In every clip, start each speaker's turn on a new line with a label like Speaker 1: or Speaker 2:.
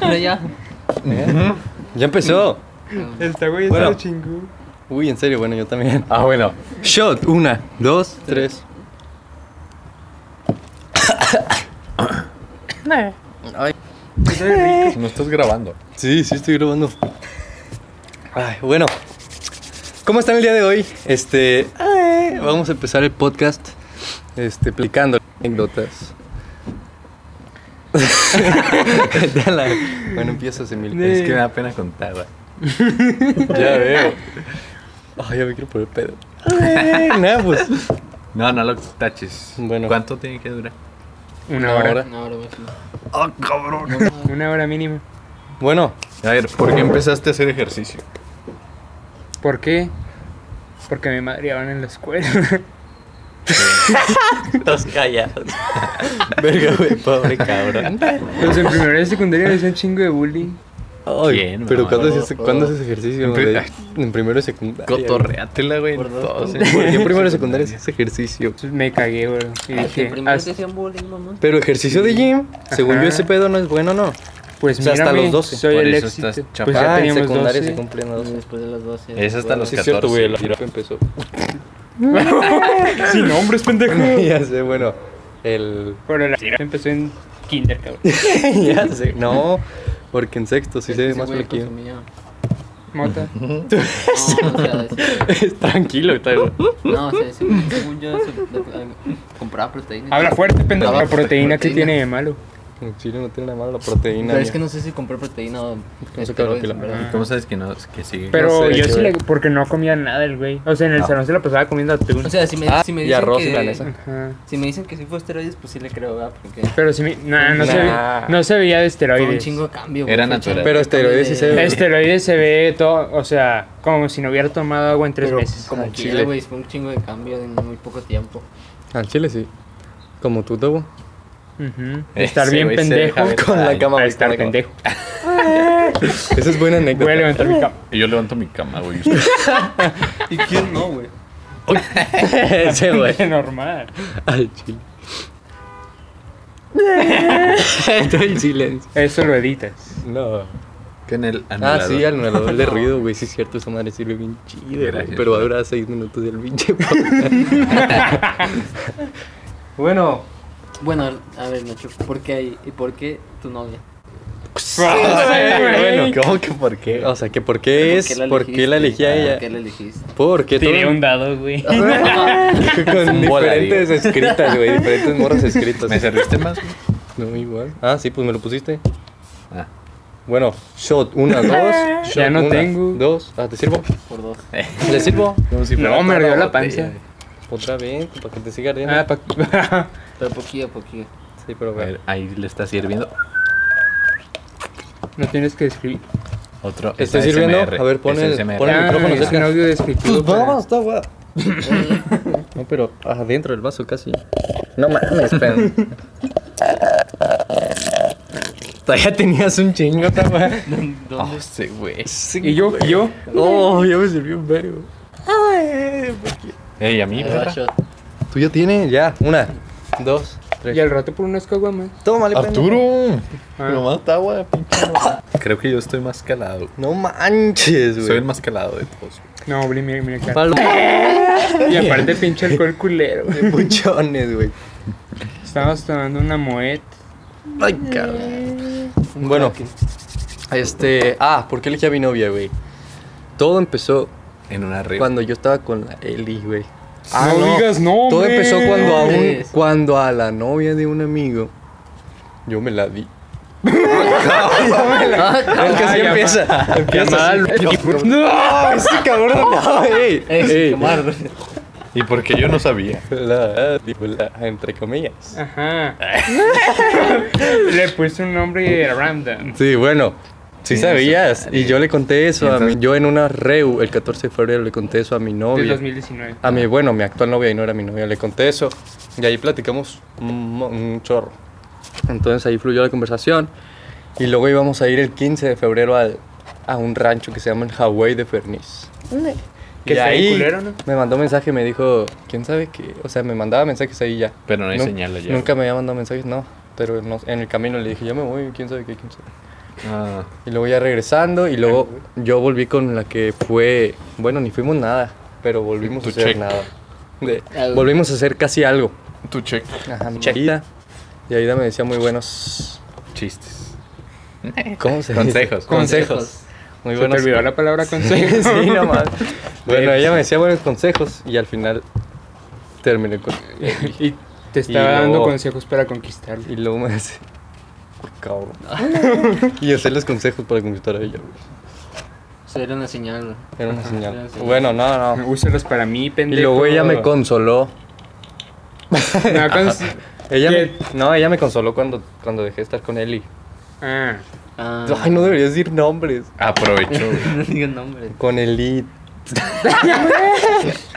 Speaker 1: No, ya.
Speaker 2: Ya empezó.
Speaker 3: Esta Este güey
Speaker 2: Bueno.
Speaker 3: está chingú.
Speaker 2: Uy, en serio, bueno, yo también.
Speaker 4: Ah, bueno.
Speaker 2: Shot, una, dos, tres.
Speaker 4: No estás grabando.
Speaker 2: Sí, sí, estoy grabando. Ay, bueno. ¿Cómo están el día de hoy? Este. eh, Vamos a empezar el podcast. Este, platicando anécdotas. Ya la- bueno, empiezas, Emilio.
Speaker 4: Es que me da pena contar. güey.
Speaker 2: Ya veo. Ay, ya me quiero poner pedo. Eh, Nada, pues.
Speaker 4: No, no lo taches.
Speaker 2: Bueno.
Speaker 4: ¿Cuánto tiene que durar?
Speaker 3: Una hora.
Speaker 2: Ahora.
Speaker 1: No, ahora voy a decir.
Speaker 4: ¡Ah, cabrón!
Speaker 3: Una hora mínima.
Speaker 2: Bueno,
Speaker 4: A ver, ¿por qué empezaste a hacer ejercicio?
Speaker 3: ¿Por qué? Porque me madreaban en la escuela.
Speaker 2: Estás callados. Verga, güey, pobre cabrón.
Speaker 3: Los en primera y secundaria me hacían chingo de bullying.
Speaker 2: Ay,
Speaker 4: ¿Quién,
Speaker 2: pero
Speaker 4: mamá?
Speaker 2: ¿cuándo es, ese, ¿cuándo es ese ejercicio?
Speaker 4: En pri-
Speaker 2: güey? En primero y secundaria.
Speaker 4: Cotorreátela, güey.
Speaker 1: Por dos,
Speaker 4: todos,
Speaker 1: por
Speaker 4: ¿eh?
Speaker 2: güey. ¿Por qué en primero y secundaria
Speaker 4: secundaria.
Speaker 2: es ese ejercicio?
Speaker 3: Entonces me cagué, bro. Y
Speaker 1: Ay, que
Speaker 3: dije,
Speaker 1: primero
Speaker 3: "Haz-
Speaker 1: te hacían bullying, mamá.
Speaker 2: Pero ejercicio de gym, según
Speaker 3: Ajá.
Speaker 2: yo ese pedo no es bueno, ¿no?
Speaker 3: pues
Speaker 2: o sea, hasta
Speaker 3: mírame,
Speaker 2: los 12.
Speaker 3: soy
Speaker 4: Por
Speaker 3: el
Speaker 4: eso
Speaker 3: éxito.
Speaker 4: estás chapa-
Speaker 3: Pues ya
Speaker 2: ah, en
Speaker 3: teníamos
Speaker 2: secundaria
Speaker 3: 12.
Speaker 2: se cumplen a 12.
Speaker 1: Después de las 12.
Speaker 4: Es hasta los
Speaker 2: Sí, es cierto,
Speaker 4: 14.
Speaker 2: güey, la jirafa empezó.
Speaker 3: Sin nombres, pendejo.
Speaker 2: ya sé, bueno, el...
Speaker 3: Pero la empezó en kinder, cabrón.
Speaker 2: ya sé, no, porque en sexto sí se ve más flequillo.
Speaker 1: No,
Speaker 3: Mota.
Speaker 1: o sea, sí.
Speaker 2: Tranquilo, está bien.
Speaker 1: no, o sea, sí, según yo, se- de- compraba proteínas.
Speaker 3: Habla fuerte, pendejo.
Speaker 1: Habla
Speaker 3: La proteína,
Speaker 1: fuerte,
Speaker 3: ¿qué tiene de malo?
Speaker 2: En Chile no tiene nada malo la proteína.
Speaker 1: Pero es que
Speaker 2: mía.
Speaker 1: no sé si compré proteína o
Speaker 2: se
Speaker 1: esteroides,
Speaker 2: acaba la pila.
Speaker 1: ¿verdad?
Speaker 4: ¿Cómo sabes que no? Que sigue.
Speaker 3: Pero
Speaker 2: sé,
Speaker 3: yo
Speaker 2: qué
Speaker 3: sí le...
Speaker 2: ver.
Speaker 3: Porque no comía nada el güey. O sea, en el
Speaker 4: No.
Speaker 3: salón se la pasaba comiendo atún.
Speaker 1: O sea, si me,
Speaker 2: Ah,
Speaker 1: si me
Speaker 2: y
Speaker 1: dicen
Speaker 2: arroz y
Speaker 1: que,
Speaker 2: milanesa.
Speaker 3: Ajá.
Speaker 1: Si me dicen que sí fue esteroides, pues sí le creo, ¿verdad? Porque
Speaker 3: Pero si mi... nah, no,
Speaker 2: Nah.
Speaker 3: Se ve- no se veía de
Speaker 1: fue
Speaker 3: esteroides.
Speaker 1: un chingo de cambio. güey, fue
Speaker 4: Era
Speaker 1: un
Speaker 4: natural.
Speaker 1: chingo
Speaker 2: Pero
Speaker 1: de
Speaker 2: esteroides sí
Speaker 1: cambio
Speaker 2: se
Speaker 1: de-
Speaker 2: ve.
Speaker 3: Esteroides se ve todo, o sea, como si no hubiera tomado agua en tres
Speaker 1: Pero
Speaker 3: meses.
Speaker 1: Como
Speaker 2: Al
Speaker 1: quiera,
Speaker 2: chile.
Speaker 1: güey, fue un chingo de cambio en muy poco tiempo.
Speaker 2: Al Chile sí. Como tú, Tobo.
Speaker 3: Ujú.
Speaker 4: Ese
Speaker 3: Estar bien
Speaker 4: güey se
Speaker 3: pendejo.
Speaker 4: deja ver.
Speaker 2: Con la
Speaker 4: Ay,
Speaker 2: cama,
Speaker 3: a
Speaker 2: güey,
Speaker 3: estar
Speaker 2: con la cama.
Speaker 3: pendejo.
Speaker 2: Esa es buena anécdota.
Speaker 3: Voy a levantar mi cama.
Speaker 4: Yo levanto mi cama, güey.
Speaker 1: ¿Y quién no, güey?
Speaker 2: Ese güey.
Speaker 3: normal.
Speaker 2: Al chile. Todo el silencio.
Speaker 3: Eso lo editas.
Speaker 2: No.
Speaker 4: Que en el
Speaker 2: Ah,
Speaker 4: anulador.
Speaker 2: sí, al anulador de ruido, güey. Sí, es cierto, esa madre sirve bien chido. güey,
Speaker 4: Gracias.
Speaker 2: Pero habrá seis minutos del pinche. bueno.
Speaker 1: Bueno, a ver, Nacho, ¿por qué ahí? ¿Y por qué tu novia?
Speaker 3: Bueno,
Speaker 4: ¿Cómo que por qué?
Speaker 2: O sea, que por qué es, por qué la Ah,
Speaker 1: elegiste?
Speaker 2: elegí a
Speaker 1: ¿Por qué
Speaker 2: ella.
Speaker 1: la elegiste?
Speaker 2: Porque
Speaker 3: Tiré
Speaker 2: todo-
Speaker 3: un dado, güey.
Speaker 2: Con
Speaker 4: Bola,
Speaker 2: diferentes escritas, güey. Diferentes morras escritas.
Speaker 4: ¿Me serviste más? güey?
Speaker 2: No, igual. Ah, sí, pues me lo pusiste.
Speaker 4: Ah.
Speaker 2: Bueno, shot, una, dos. shot,
Speaker 3: Ya no
Speaker 2: una,
Speaker 3: tengo.
Speaker 2: Dos. Ah, ¿te sirvo?
Speaker 1: Por dos.
Speaker 2: ¿Le sirvo?
Speaker 4: Como si
Speaker 3: No,
Speaker 4: fuera
Speaker 3: me
Speaker 4: toda
Speaker 3: ardió la
Speaker 4: botella,
Speaker 3: panza.
Speaker 4: güey.
Speaker 2: Otra vez, para que te siga ardiendo.
Speaker 3: Ah, pa-
Speaker 1: Pero poquillo, poquillo.
Speaker 2: sí, pero
Speaker 4: A ver,
Speaker 2: bueno.
Speaker 4: ahí le está sirviendo.
Speaker 3: no tienes que escribir.
Speaker 4: Otro.
Speaker 2: ¿Te estoy
Speaker 4: es
Speaker 2: sirviendo?
Speaker 4: ASMR,
Speaker 2: A ver, pon
Speaker 4: es
Speaker 2: el-
Speaker 4: ASMR.
Speaker 2: pon Con el
Speaker 3: Ah,
Speaker 2: micrófono Pues
Speaker 3: es
Speaker 2: cerca.
Speaker 3: un audio descriptivo. para-
Speaker 2: está guay. No, pero adentro del vaso casi. No mames, pero. Todavía tenías un chingo, tapa. Ah.
Speaker 4: Oh, sí, güey.
Speaker 3: Y yo, y yo.
Speaker 2: Oh, ya me sirvió un verbo.
Speaker 4: Ey, a mí,
Speaker 2: Ah,
Speaker 1: Ahí va,
Speaker 4: perra.
Speaker 1: shot.
Speaker 2: Tú ya tienes, ya. Una, dos,
Speaker 3: Y
Speaker 2: tres.
Speaker 3: al rato por unas caguamas.
Speaker 2: Tómale, pues,
Speaker 4: Arturo.
Speaker 3: Ah.
Speaker 4: Nomás está agua, pinche. Creo que yo estoy más calado.
Speaker 2: No manches, güey.
Speaker 4: Soy el más calado de todos.
Speaker 3: No, Bli, mira, mira. acá.
Speaker 2: Palo.
Speaker 3: Y aparte pinche alcohol culero. güey.
Speaker 2: Puchones, güey.
Speaker 3: Estábamos tomando una moet.
Speaker 2: Ay, cabrón. Bueno, este. Ah, ¿por qué elegí a mi novia, güey? Todo empezó
Speaker 4: En una red.
Speaker 2: cuando yo estaba con la Eli, güey.
Speaker 3: No digas nombres.
Speaker 2: Ah, Todo empezó cuando a, un, cuando a la novia de un amigo yo me la di. Es que así
Speaker 3: Ah,
Speaker 2: empieza. Empieza
Speaker 3: Llamada
Speaker 2: así. No, ese cabrón. No, ey,
Speaker 1: Eh,
Speaker 2: ey.
Speaker 1: tomar, güey.
Speaker 4: Y porque yo no sabía.
Speaker 2: La, digo, la, entre comillas.
Speaker 3: Ah. Ajá. Le puse un nombre random.
Speaker 2: Sí, bueno, sí
Speaker 4: Sí,
Speaker 2: sabías.
Speaker 4: eso,
Speaker 2: Y yo le conté eso a mi,
Speaker 4: Entonces-
Speaker 2: yo en una reu el 14 de febrero le conté eso a mi
Speaker 3: Del
Speaker 2: novia.
Speaker 3: 2019.
Speaker 2: A mi, bueno, mi actual novia y no era mi novia, le conté eso. Y ahí platicamos un, mo- un chorro. Entonces ahí fluyó la conversación. Y luego íbamos a ir el 15 de febrero al- a un rancho que se llama el Hawaii de Ferniz.
Speaker 3: Que
Speaker 2: y
Speaker 3: está bien
Speaker 2: ahí
Speaker 3: culero, ¿no?
Speaker 2: me mandó mensaje, me dijo, ¿quién sabe qué? O sea, me mandaba mensajes ahí ya.
Speaker 4: Pero no hay
Speaker 2: Nun-
Speaker 4: señal allá.
Speaker 2: Nunca me había mandado mensajes, no. pero no- en el camino le dije, yo me voy, quién sabe qué, quién sabe.
Speaker 4: Ah,
Speaker 2: Y luego ya regresando, y luego yo volví con la que fue, bueno, ni fuimos nada, pero volvimos
Speaker 5: Tu
Speaker 2: a hacer
Speaker 5: check.
Speaker 2: nada. De- volvimos a hacer casi algo.
Speaker 5: Tu check.
Speaker 2: Ajá, Aida. Y Aida me decía muy buenos.
Speaker 4: chistes.
Speaker 2: ¿Cómo se dice?
Speaker 4: Consejos.
Speaker 2: Consejos. Muy
Speaker 3: Se te
Speaker 2: buenos.
Speaker 3: olvidó la palabra consejo.
Speaker 2: Sí, sí, no más. Bueno, ella me decía buenos consejos y al final terminé con.
Speaker 3: Y te estaba
Speaker 2: Y
Speaker 3: dando
Speaker 2: luego-
Speaker 3: consejos para conquistarlo.
Speaker 2: Y luego me dice. Cabrón. y hacerles consejos para conquistar a ella. güey.
Speaker 1: O sea, era una señal. güey.
Speaker 2: Era
Speaker 1: era
Speaker 2: una
Speaker 1: una
Speaker 2: señal.
Speaker 1: señal.
Speaker 2: Bueno, no, no.
Speaker 3: Úsalos para mí,
Speaker 2: Y
Speaker 3: pendejo.
Speaker 2: luego ella me consoló.
Speaker 3: Me va a cons-
Speaker 2: Ella me-
Speaker 3: ¿Qué?
Speaker 2: no, ella me consoló cuando, cuando dejé de estar con Eli.
Speaker 3: Ah,
Speaker 1: Ah,
Speaker 2: Ay, no deberías decir nombres.
Speaker 4: Aprovechó. güey.
Speaker 1: no digo nombre.
Speaker 2: Con Eli.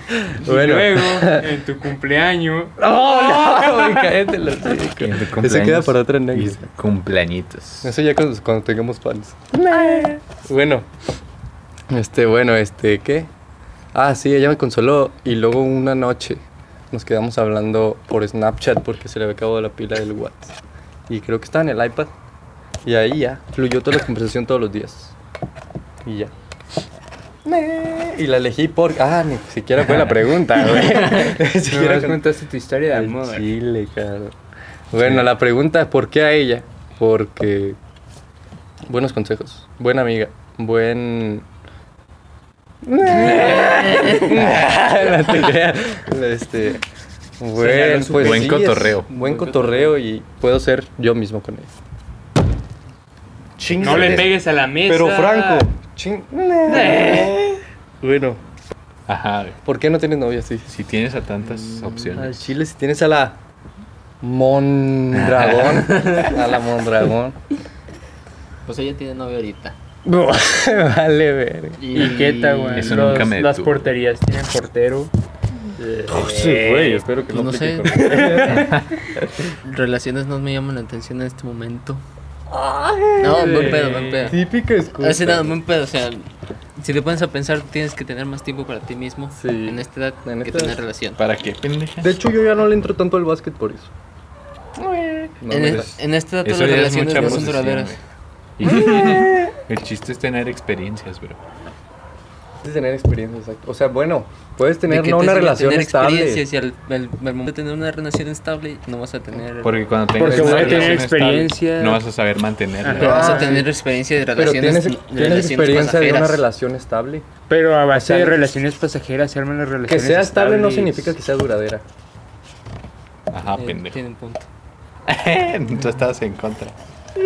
Speaker 3: y
Speaker 2: bueno.
Speaker 3: luego, en tu cumpleaños,
Speaker 2: ¡Oh, no! güey, cállate los Eso queda para otra anécdota.
Speaker 4: Y Cumpleañitos.
Speaker 2: Eso ya cuando, cuando tengamos fans. Bueno. Este, bueno, este, ¿qué? Ah, sí, ella me consoló y luego una noche nos quedamos hablando por Snapchat porque se le había acabado la pila del WhatsApp. Y creo que estaba en el iPad. Y ahí ya, fluyó toda la conversación todos los días. Y ya. Y la elegí por... Ah, ni siquiera fue la pregunta, güey. Ni
Speaker 3: me
Speaker 2: siquiera
Speaker 3: vas
Speaker 2: con-
Speaker 3: contaste tu historia de
Speaker 2: al
Speaker 3: amor.
Speaker 2: Chile, claro. Bueno, la pregunta es ¿por qué a ella? Porque buenos consejos, buena amiga, buen no te creas. Este buen,
Speaker 4: supe.
Speaker 2: pues,
Speaker 4: Buen
Speaker 2: sí, es
Speaker 4: cotorreo.
Speaker 2: Buen cotorreo y puedo ser yo mismo con ella.
Speaker 3: No le pegues a la mesa.
Speaker 2: Pero Franco, ching- Bueno,
Speaker 4: Ajá, güey.
Speaker 2: ¿por qué no tienes novia así?
Speaker 4: Si tienes a tantas
Speaker 2: Al
Speaker 4: opciones.
Speaker 2: chile, si tienes a la Mondragón, a la Mondragón.
Speaker 1: Pues ella tiene novio ahorita.
Speaker 2: vale, ver.
Speaker 3: Y queta, güey.
Speaker 1: pues,
Speaker 4: Eso
Speaker 3: Los-
Speaker 4: nunca me
Speaker 3: Las
Speaker 4: detuvo.
Speaker 3: porterías tienen portero.
Speaker 2: Oh,
Speaker 5: güey, espero que
Speaker 1: Pues no
Speaker 5: aplique
Speaker 1: sé.
Speaker 5: con-
Speaker 1: Relaciones no me llaman la atención en este momento. No, Ah, buen pedo, buen pedo.
Speaker 2: Típico excusa.
Speaker 1: Así nada, buen pedo. O sea, si te pones a pensar, tienes que tener más tiempo para ti mismo
Speaker 2: Sí.
Speaker 1: en esta edad
Speaker 2: En
Speaker 1: que
Speaker 2: esta
Speaker 1: tener
Speaker 2: edad.
Speaker 1: relación.
Speaker 4: ¿Para qué, pendeja?
Speaker 2: De hecho, yo ya no le entro tanto al básquet por eso. No,
Speaker 1: en,
Speaker 2: me
Speaker 1: e-
Speaker 2: gusta.
Speaker 1: en esta edad todas
Speaker 4: Eso
Speaker 1: las
Speaker 4: ya es
Speaker 1: relaciones
Speaker 4: mucha
Speaker 1: no son
Speaker 4: posesión,
Speaker 1: duraderas.
Speaker 4: güey. El chiste es tener experiencias, bro.
Speaker 2: Tienes que tener experiencia, exacto. O sea, bueno, puedes
Speaker 1: ¿De
Speaker 2: tener
Speaker 1: qué
Speaker 2: no
Speaker 1: te
Speaker 2: una
Speaker 1: sirve
Speaker 2: relación
Speaker 1: tener
Speaker 2: estable.
Speaker 1: experiencias Y al, al- al momento de tener una relación estable, no vas a tener.
Speaker 4: Porque cuando tengas
Speaker 3: Porque
Speaker 4: una
Speaker 3: voy a tener
Speaker 4: relación estable,
Speaker 3: experiencia.
Speaker 4: no vas a saber mantenerla.
Speaker 1: Pero vas a
Speaker 2: Ay.
Speaker 1: tener experiencia de
Speaker 2: Ah, Pero
Speaker 1: relaciones.
Speaker 2: tienes,
Speaker 1: de
Speaker 2: tienes
Speaker 1: relaciones
Speaker 2: experiencia de una
Speaker 1: pasajeras.
Speaker 2: relación estable.
Speaker 3: Pero a base
Speaker 2: O sea,
Speaker 3: de relaciones pasajeras, se arman las
Speaker 2: Que
Speaker 3: relaciones.
Speaker 2: sea estable no
Speaker 3: estables.
Speaker 2: significa que sea duradera.
Speaker 4: Ajá,
Speaker 1: Eh,
Speaker 4: Ah, pendejo.
Speaker 1: Tiene un punto.
Speaker 4: Tú estabas en contra.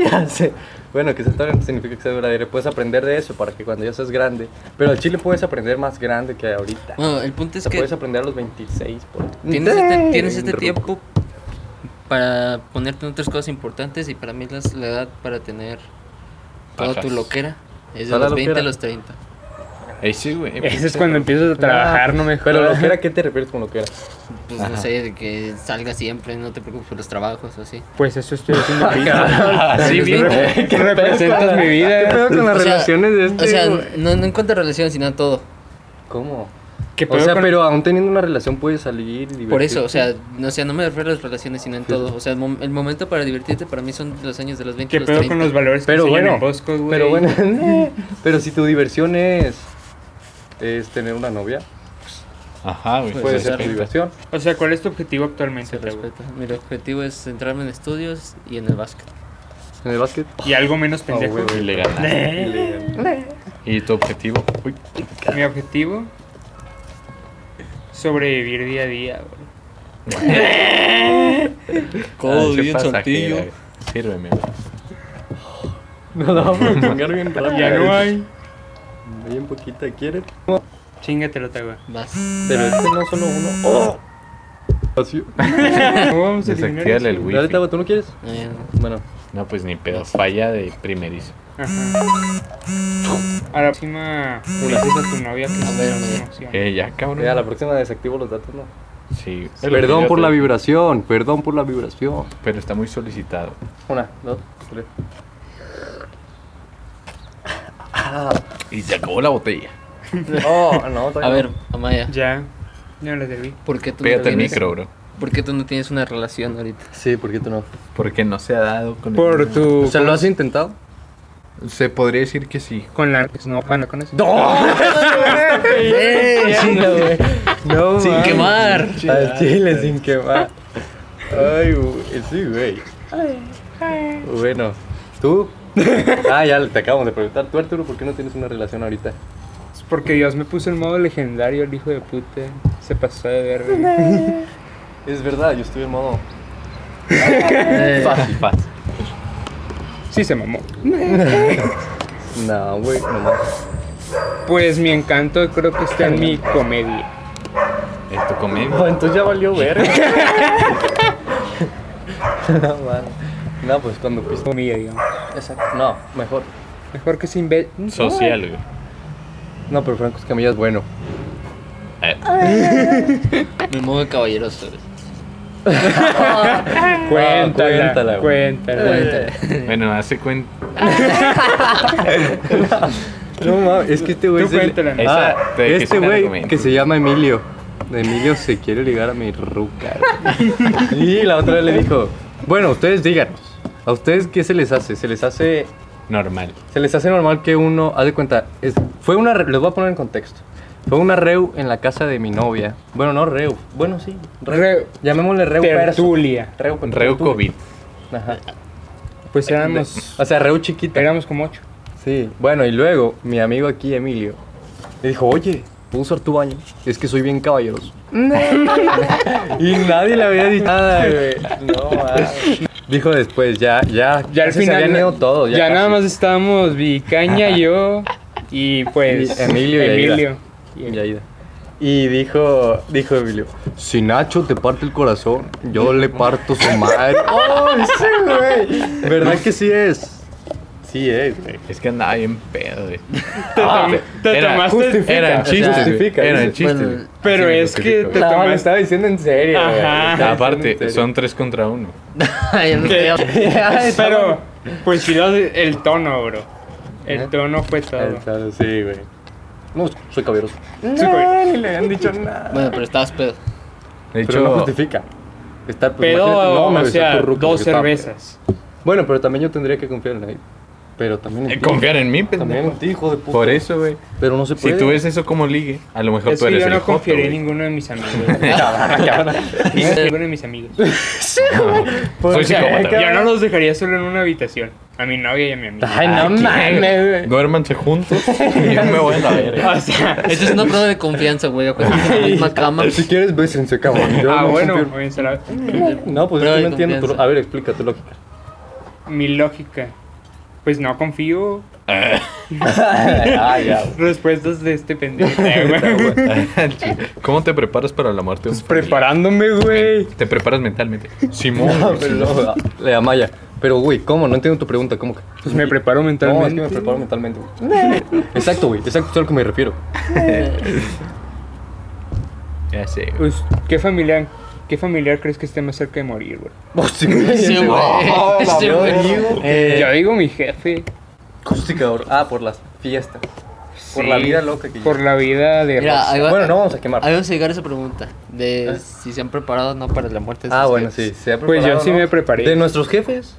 Speaker 2: Ya sé. Bueno, que sea estable no significa que sea duradera. Puedes aprender de eso para que cuando ya seas grande. Pero al chile puedes aprender más grande que ahorita.
Speaker 1: Bueno, el punto
Speaker 2: O
Speaker 1: es
Speaker 2: sea,
Speaker 1: que
Speaker 2: puedes aprender a los 26. por-
Speaker 1: tienes este, tienes este
Speaker 2: Ruco.
Speaker 1: tiempo para ponerte en otras cosas importantes y para mí las- la edad para tener toda tu
Speaker 4: Pajas.
Speaker 1: loquera es de
Speaker 2: Toda la
Speaker 1: los 20 a
Speaker 2: loquera.
Speaker 1: los 30.
Speaker 4: Ey, sí, güey.
Speaker 3: Eso es cuando empiezas a trabajar, no me
Speaker 2: Pero
Speaker 3: jodas.
Speaker 2: lo que era, ¿qué te refieres con lo que era?
Speaker 1: Pues no sé, de que salgas siempre, no te preocupes por los trabajos, así.
Speaker 3: Pues eso estoy haciendo ahorita.
Speaker 4: Así Ah, bien.
Speaker 3: Re- Representas mi vida.
Speaker 2: con
Speaker 1: O sea, O sea,
Speaker 2: este güey?
Speaker 1: no, no en cuanto a relación, sino a todo.
Speaker 2: ¿Cómo?
Speaker 3: ¿Qué
Speaker 2: O
Speaker 3: pedo
Speaker 2: sea,
Speaker 3: con-
Speaker 2: pero aún teniendo una relación puedes salir y divertirte.
Speaker 1: Por eso, o sea, no, o sea, no me refiero a las relaciones, sino en todo. O sea, el, mom- el momento para divertirte para mí son los años de los 20 a
Speaker 3: ¿Qué
Speaker 1: los
Speaker 3: pedo
Speaker 1: 30.
Speaker 3: con los valores
Speaker 2: Pero
Speaker 3: que
Speaker 2: bueno,
Speaker 3: en Bosco, güey?
Speaker 2: Pero bueno, pero si tu diversión es, es tener una novia,
Speaker 4: Ajá, güey.
Speaker 2: puede
Speaker 4: se
Speaker 2: ser tu
Speaker 4: respeta.
Speaker 2: diversión.
Speaker 3: O sea, ¿cuál es tu objetivo actualmente,
Speaker 1: Se
Speaker 3: Teo?
Speaker 1: respeta. Mi objetivo es centrarme en estudios y en el básquet.
Speaker 2: En el básquet.
Speaker 3: Y algo menos
Speaker 2: Ah,
Speaker 3: pendejo.
Speaker 2: güey,
Speaker 4: Y
Speaker 2: güey.
Speaker 4: le ganas.
Speaker 2: Eh. Ilegal.
Speaker 4: ¿Y tu objetivo? Uy,
Speaker 3: Mi objetivo sobrevivir día a día, güey.
Speaker 4: ah, qué pasajera, güey. Sírveme, güey.
Speaker 2: Nos la vamos a chingar bien rápido.
Speaker 3: Ya no hay.
Speaker 2: Bien poquita, ¿quieres?
Speaker 3: Chingatelo, Teo.
Speaker 1: Vas.
Speaker 2: Pero este no es solo uno. ¡Oh! Vacío.
Speaker 3: ¿Cómo vamos a eliminar eso?
Speaker 4: Desactívale el
Speaker 2: Dale,
Speaker 4: wifi.
Speaker 2: Tabo, ¿tú no quieres?
Speaker 1: No, ya no.
Speaker 2: Bueno.
Speaker 4: No, pues ni pedo. Falla de primerizo.
Speaker 3: Ajá. A la próxima le dices a tu novia que
Speaker 1: A ver,
Speaker 3: es
Speaker 1: güey.
Speaker 3: una opción.
Speaker 4: Eh, ya, cabrón.
Speaker 2: Ya, la próxima desactivo los datos, ¿no?
Speaker 4: Sí.
Speaker 2: Perdón por la
Speaker 4: vibración.
Speaker 2: vibración, perdón por la vibración.
Speaker 4: Pero está muy solicitado.
Speaker 2: Una, dos, tres.
Speaker 1: Ah.
Speaker 4: Y se acabó la botella.
Speaker 2: Oh, No, no,
Speaker 1: A ver, Amaya,
Speaker 3: Ya. Ya no le serví.
Speaker 1: ¿por qué tú no
Speaker 4: Pégate el
Speaker 1: tienes-
Speaker 4: micro, bro.
Speaker 1: ¿Por qué tú no tienes una relación ahorita?
Speaker 2: Sí, ¿por qué tú no?
Speaker 4: Porque no se ha dado con
Speaker 3: Por tu.
Speaker 2: O sea, ¿lo has intentado?
Speaker 4: Se podría decir que sí.
Speaker 3: Con la. No, bueno, con eso.
Speaker 4: Eh,
Speaker 2: No,
Speaker 1: Sin
Speaker 2: man.
Speaker 1: quemar.
Speaker 2: Al chile, sin quemar. Ay, güey, sí, güey. Bueno, ¿tú? Ah, ya te acabamos de preguntar. Tú, Arturo, ¿por qué no tienes una relación ahorita?
Speaker 3: Es porque Dios me puso en modo legendario, el hijo de puta. Se pasó de verga.
Speaker 2: Es verdad, yo estoy en modo.
Speaker 1: Eh,
Speaker 4: Fácil, fácil.
Speaker 3: Sí, se mamó.
Speaker 2: No, güey, no más.
Speaker 3: Pues mi encanto creo que está en mi comedia.
Speaker 4: ¿Es tu comedia?
Speaker 2: No, Pues entonces ya valió verga. no, man. No, pues cuando pisto.
Speaker 3: Comedia, digamos.
Speaker 2: Exacto. No, mejor.
Speaker 3: Mejor que sin ver.
Speaker 4: Social, güey.
Speaker 2: No, pero Franco Escamilla es bueno.
Speaker 1: mi modo de caballero, ¿sabes?
Speaker 3: Cuéntala,
Speaker 2: cuéntala,
Speaker 3: cuéntala. Eh.
Speaker 2: güey. eh.
Speaker 4: Bueno, hace cuenta.
Speaker 2: No, mames, es que este güey.
Speaker 3: Tú
Speaker 2: se le-
Speaker 3: cuéntala, ¿no?
Speaker 2: Ah,
Speaker 4: Esa, te- que es
Speaker 2: este
Speaker 4: un
Speaker 2: güey
Speaker 4: argumento.
Speaker 2: que se llama Emilio. Emilio se quiere ligar a mi ruca. güey. y la otra vez le dijo, bueno, ustedes díganos. ¿A ustedes qué se les hace? Se les hace.
Speaker 4: Normal.
Speaker 2: Se les hace normal que uno. Haz de cuenta. es- fue una. re- Les voy a poner en contexto. Fue una reu en la casa de mi novia. Bueno, no reu. Bueno, sí.
Speaker 3: Re-
Speaker 2: Llamémosle reu perso.
Speaker 3: Tertulia.
Speaker 2: Reu, con-
Speaker 4: Reo COVID.
Speaker 2: Ajá.
Speaker 3: Pues éramos.
Speaker 2: O sea, reu chiquita.
Speaker 3: Éramos como ocho.
Speaker 2: Sí, bueno, y luego mi amigo aquí, Emilio, le dijo, oye, ¿puedo usar tu baño? Es que soy bien caballeroso. y nadie le había dicho nada, güey. No, mames. Dijo después, ya, ya,
Speaker 3: Ya al
Speaker 2: casi
Speaker 3: final.
Speaker 2: se habían ido todos.
Speaker 3: ya
Speaker 2: Ya,
Speaker 3: nada
Speaker 2: casi.
Speaker 3: más estábamos Vicaña, yo y pues.
Speaker 2: Y Emilio y Aida.
Speaker 3: Emilio.
Speaker 2: Y ahí da. Y dijo, dijo Emilio, si Nacho te parte el corazón, yo le parto su madre. ¡Oh, sí, güey! ¿Verdad que sí es? Sí es, güey.
Speaker 4: Eh, Es que andaba bien pedo, güey.
Speaker 3: Te,
Speaker 2: Ah,
Speaker 3: tom- te
Speaker 4: era-
Speaker 3: tomaste.
Speaker 2: justifica.
Speaker 4: Eran
Speaker 2: O sea,
Speaker 4: chistes, güey.
Speaker 2: justifica,
Speaker 4: Eran
Speaker 2: dices.
Speaker 4: chistes.
Speaker 1: Bueno,
Speaker 4: güey.
Speaker 3: pero
Speaker 4: Sí,
Speaker 3: es que
Speaker 4: justifica,
Speaker 3: te
Speaker 2: No, lo
Speaker 3: tomaste.
Speaker 2: estaba diciendo en serio,
Speaker 3: Ajá.
Speaker 2: güey. Lo
Speaker 4: güey.
Speaker 2: estaba diciendo
Speaker 4: Aparte,
Speaker 2: en serio.
Speaker 4: son tres contra uno.
Speaker 1: Ya no te hablo.
Speaker 3: Pero, pues sí, lo- el tono, bro.
Speaker 2: ¿Eh?
Speaker 3: El tono fue todo.
Speaker 2: Alzado, sí, güey. No, soy caballeroso.
Speaker 3: Sí, güey.
Speaker 2: ni le han dicho nada.
Speaker 1: Bueno, pero estabas pedo.
Speaker 4: De
Speaker 2: Pero no
Speaker 4: hecho,
Speaker 2: justifica. Está pues, imagínate,
Speaker 3: Pedo,
Speaker 2: me
Speaker 3: o
Speaker 2: besó
Speaker 3: sea,
Speaker 2: tu ruca
Speaker 3: dos
Speaker 2: porque estaba-
Speaker 3: cervezas.
Speaker 2: Bueno, pero también yo tendría que confiar en él. Pero también.
Speaker 4: eh,
Speaker 2: en ti.
Speaker 4: confiar en mí,
Speaker 2: También
Speaker 4: pendejo.
Speaker 2: en ti, hijo de puta.
Speaker 4: Por eso, güey.
Speaker 2: Pero no se puede.
Speaker 4: Si tú ves eso como ligue, a lo mejor
Speaker 3: Es
Speaker 4: tú
Speaker 3: que
Speaker 4: eres
Speaker 3: yo
Speaker 4: el
Speaker 3: no
Speaker 4: joto,
Speaker 3: confiaré en
Speaker 4: güey.
Speaker 3: ninguno de mis amigos.
Speaker 2: Ah,
Speaker 4: Pues,
Speaker 3: ninguno de mis amigos.
Speaker 2: Por-
Speaker 4: Soy psicópata.
Speaker 3: Yo no los dejaría solo en una habitación. A mi novia y a mi amiga.
Speaker 2: Ay, no mames, güey.
Speaker 4: Duérmanse juntos y yo me voy a la verga.
Speaker 3: O sea, ah,
Speaker 1: Eso es una prueba de confianza, güey. Acuérdate en la misma cama.
Speaker 2: Si quieres, bésense, cabrón. Yo
Speaker 3: ah,
Speaker 2: no
Speaker 3: bueno,
Speaker 2: confío-
Speaker 3: váyanse a la-
Speaker 2: No, pues yo
Speaker 1: Prueba
Speaker 2: no
Speaker 1: de
Speaker 2: entiendo. tu-
Speaker 1: confianza.
Speaker 2: A ver, explícate lógica.
Speaker 3: mi lógica. Pues no confío.
Speaker 2: Ah, ya, güey.
Speaker 3: Respuestas de este pendejo. Eh, güey.
Speaker 4: ¿Cómo te preparas para la muerte? de un
Speaker 3: Pues
Speaker 4: familiar?
Speaker 3: Preparándome, güey.
Speaker 4: Te preparas mentalmente. Simón.
Speaker 2: No,
Speaker 4: güey,
Speaker 2: pero
Speaker 4: Simón.
Speaker 2: no, ah, Le llama ya. Pero, güey, ¿cómo? No entiendo tu pregunta. ¿Cómo que?
Speaker 3: Pues me preparo
Speaker 2: No, es que
Speaker 3: mentalmente.
Speaker 2: me preparo mentalmente, güey. Exacto, güey. Exacto, es a lo que me refiero.
Speaker 4: Ya sé, güey.
Speaker 3: Pues, ¿qué familiar, ¿qué familiar crees que esté más cerca de morir, güey?
Speaker 2: Oh, sí, güey.
Speaker 1: Sí, güey. Sí, güey.
Speaker 3: Yo
Speaker 2: Eh,
Speaker 3: digo mi jefe.
Speaker 2: acústica, bro. Ah, por las fiestas. Por la
Speaker 3: Sí,
Speaker 2: vida loca que
Speaker 3: Por la vida de
Speaker 1: Mira,
Speaker 3: Rosa.
Speaker 1: ahí va-
Speaker 2: Bueno, no vamos a quemar.
Speaker 1: Ahí vamos a llegar a esa pregunta. De si se han preparado o no para la muerte. de
Speaker 2: Ah,
Speaker 1: sus
Speaker 2: bueno, sí.
Speaker 1: jefes.
Speaker 2: se ha
Speaker 3: Pues
Speaker 2: preparado,
Speaker 3: yo sí
Speaker 2: ¿no?
Speaker 3: me preparé.
Speaker 2: ¿De nuestros jefes?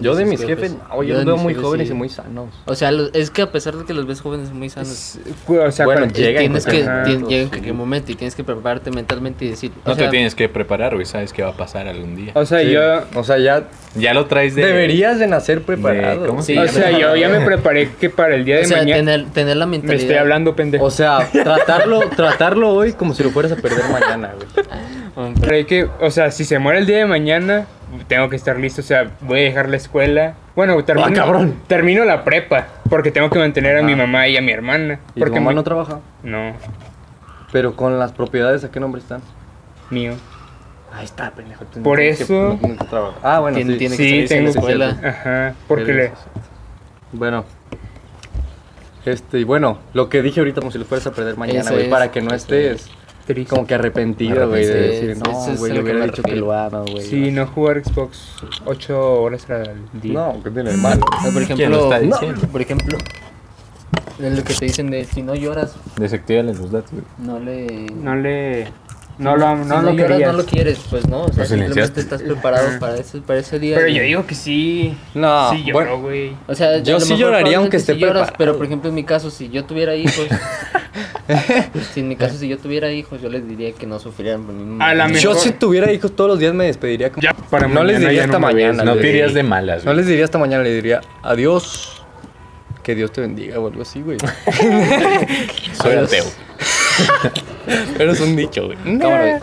Speaker 2: Yo de
Speaker 1: sus
Speaker 2: mis
Speaker 1: jefes.
Speaker 2: jefes, no, yo
Speaker 1: pues, Yo
Speaker 2: los
Speaker 1: de
Speaker 2: veo
Speaker 1: mis
Speaker 2: muy
Speaker 1: jefes,
Speaker 2: jóvenes
Speaker 1: sí.
Speaker 2: y muy sanos.
Speaker 1: O sea, lo- es que a pesar de que los ves jóvenes muy sanos,
Speaker 3: Es- O sea,
Speaker 2: Bueno,
Speaker 3: cuando-
Speaker 2: ya- Llega en
Speaker 1: tienes que,
Speaker 2: cualquier
Speaker 1: tien-
Speaker 3: momento,
Speaker 1: llega en
Speaker 2: sí.
Speaker 1: cualquier momento y tienes que prepararte mentalmente y decir. o
Speaker 4: No
Speaker 1: sea,
Speaker 4: te tienes que preparar, güey. Sabes que va a pasar algún día.
Speaker 3: o sea,
Speaker 2: Sí.
Speaker 3: yo
Speaker 2: O sea, ya
Speaker 4: Ya lo traes de.
Speaker 2: deberías de nacer preparado.
Speaker 4: ¿cómo se
Speaker 1: Sí,
Speaker 3: O
Speaker 1: ya
Speaker 3: sea,
Speaker 1: me-
Speaker 3: yo ya me preparé que para el día
Speaker 1: o
Speaker 3: de
Speaker 1: sea,
Speaker 3: mañana
Speaker 1: tener, tener la
Speaker 3: me
Speaker 1: mentalidad.
Speaker 3: estoy hablando pendejo.
Speaker 2: O sea, tratarlo, tratarlo hoy como si lo fueras a perder mañana, güey.
Speaker 3: Creí que, o sea, si se muere el día de mañana, tengo que estar listo, o sea, voy a dejar la escuela. Bueno, termino,
Speaker 2: Ah, cabrón.
Speaker 3: termino la prepa porque tengo que mantener a mi
Speaker 2: Ah.
Speaker 3: mamá y a mi hermana,
Speaker 2: Y tu
Speaker 3: porque
Speaker 2: mamá
Speaker 3: mi-
Speaker 2: no trabaja.
Speaker 3: no,
Speaker 2: Pero con las propiedades, ¿a qué nombre están?
Speaker 3: mío.
Speaker 2: Ahí está, pendejo. tú no
Speaker 3: Por
Speaker 2: tienes que-
Speaker 3: eso-
Speaker 2: no tienes que trabajar. ah, bueno,
Speaker 1: Tiene-
Speaker 2: sí.
Speaker 1: tiene
Speaker 3: sí,
Speaker 1: que salirse de la
Speaker 3: tengo-
Speaker 1: escuela.
Speaker 3: Ajá, porque le
Speaker 2: Pero- Bueno. Este, y bueno, lo que dije ahorita como si lo fueras a perder mañana,
Speaker 1: Eso
Speaker 2: güey,
Speaker 1: es,
Speaker 2: para que no
Speaker 1: eso
Speaker 2: estés
Speaker 3: triste.
Speaker 2: como que arrepentido, güey, de
Speaker 1: Arrepentido,
Speaker 2: decir,
Speaker 1: sí, eso
Speaker 2: no,
Speaker 1: es
Speaker 2: güey,
Speaker 1: a
Speaker 2: le
Speaker 1: lo que
Speaker 2: hubiera
Speaker 1: me
Speaker 2: dicho que
Speaker 1: refiero.
Speaker 2: lo ama, güey.
Speaker 3: Sí, no jugar Xbox 8 horas al día.
Speaker 2: No, que tiene de malo.
Speaker 1: O sea, por
Speaker 4: ¿Quién lo
Speaker 1: ejemplo,
Speaker 4: está
Speaker 1: no,
Speaker 4: diciendo?
Speaker 1: por ejemplo, es lo que te dicen de si no lloras,
Speaker 4: Desactívales los datos, güey.
Speaker 1: no le.
Speaker 3: No le No lo,
Speaker 1: Si
Speaker 3: no
Speaker 1: lloras,
Speaker 3: lo querías. Ah.
Speaker 1: no lo quieres, pues no. O sea,
Speaker 4: Lo
Speaker 1: simplemente
Speaker 4: silenciaste.
Speaker 1: estás preparado para ese, para ese día.
Speaker 3: Pero
Speaker 1: y-
Speaker 3: yo digo que sí.
Speaker 2: No,
Speaker 3: sí
Speaker 2: bueno.
Speaker 3: lloró, güey.
Speaker 1: O sea,
Speaker 2: Yo
Speaker 1: a lo
Speaker 2: sí
Speaker 1: mejor
Speaker 2: lloraría
Speaker 1: probablemente
Speaker 2: aunque esté
Speaker 1: sí lloras,
Speaker 2: preparado.
Speaker 1: pero por ejemplo en mi caso, si yo tuviera hijos, si en mi caso si yo tuviera hijos, yo les diría que no sufrieran por ningún
Speaker 3: A la
Speaker 1: motivo.
Speaker 3: mejor.
Speaker 2: Yo si tuviera hijos todos los días me despediría. como-
Speaker 3: Ya, para
Speaker 2: no les
Speaker 3: mañana
Speaker 2: diría
Speaker 3: ya
Speaker 2: hasta
Speaker 3: no me ves,
Speaker 2: mañana.
Speaker 4: No
Speaker 2: les
Speaker 4: te
Speaker 2: diría.
Speaker 4: irías de malas,
Speaker 2: No
Speaker 4: güey.
Speaker 2: les diría hasta mañana, le diría adiós. Que Dios te bendiga o algo así, güey.
Speaker 4: Soy
Speaker 2: Adiós.
Speaker 4: ateo.
Speaker 2: Pero es un dicho, güey.
Speaker 3: Cámara.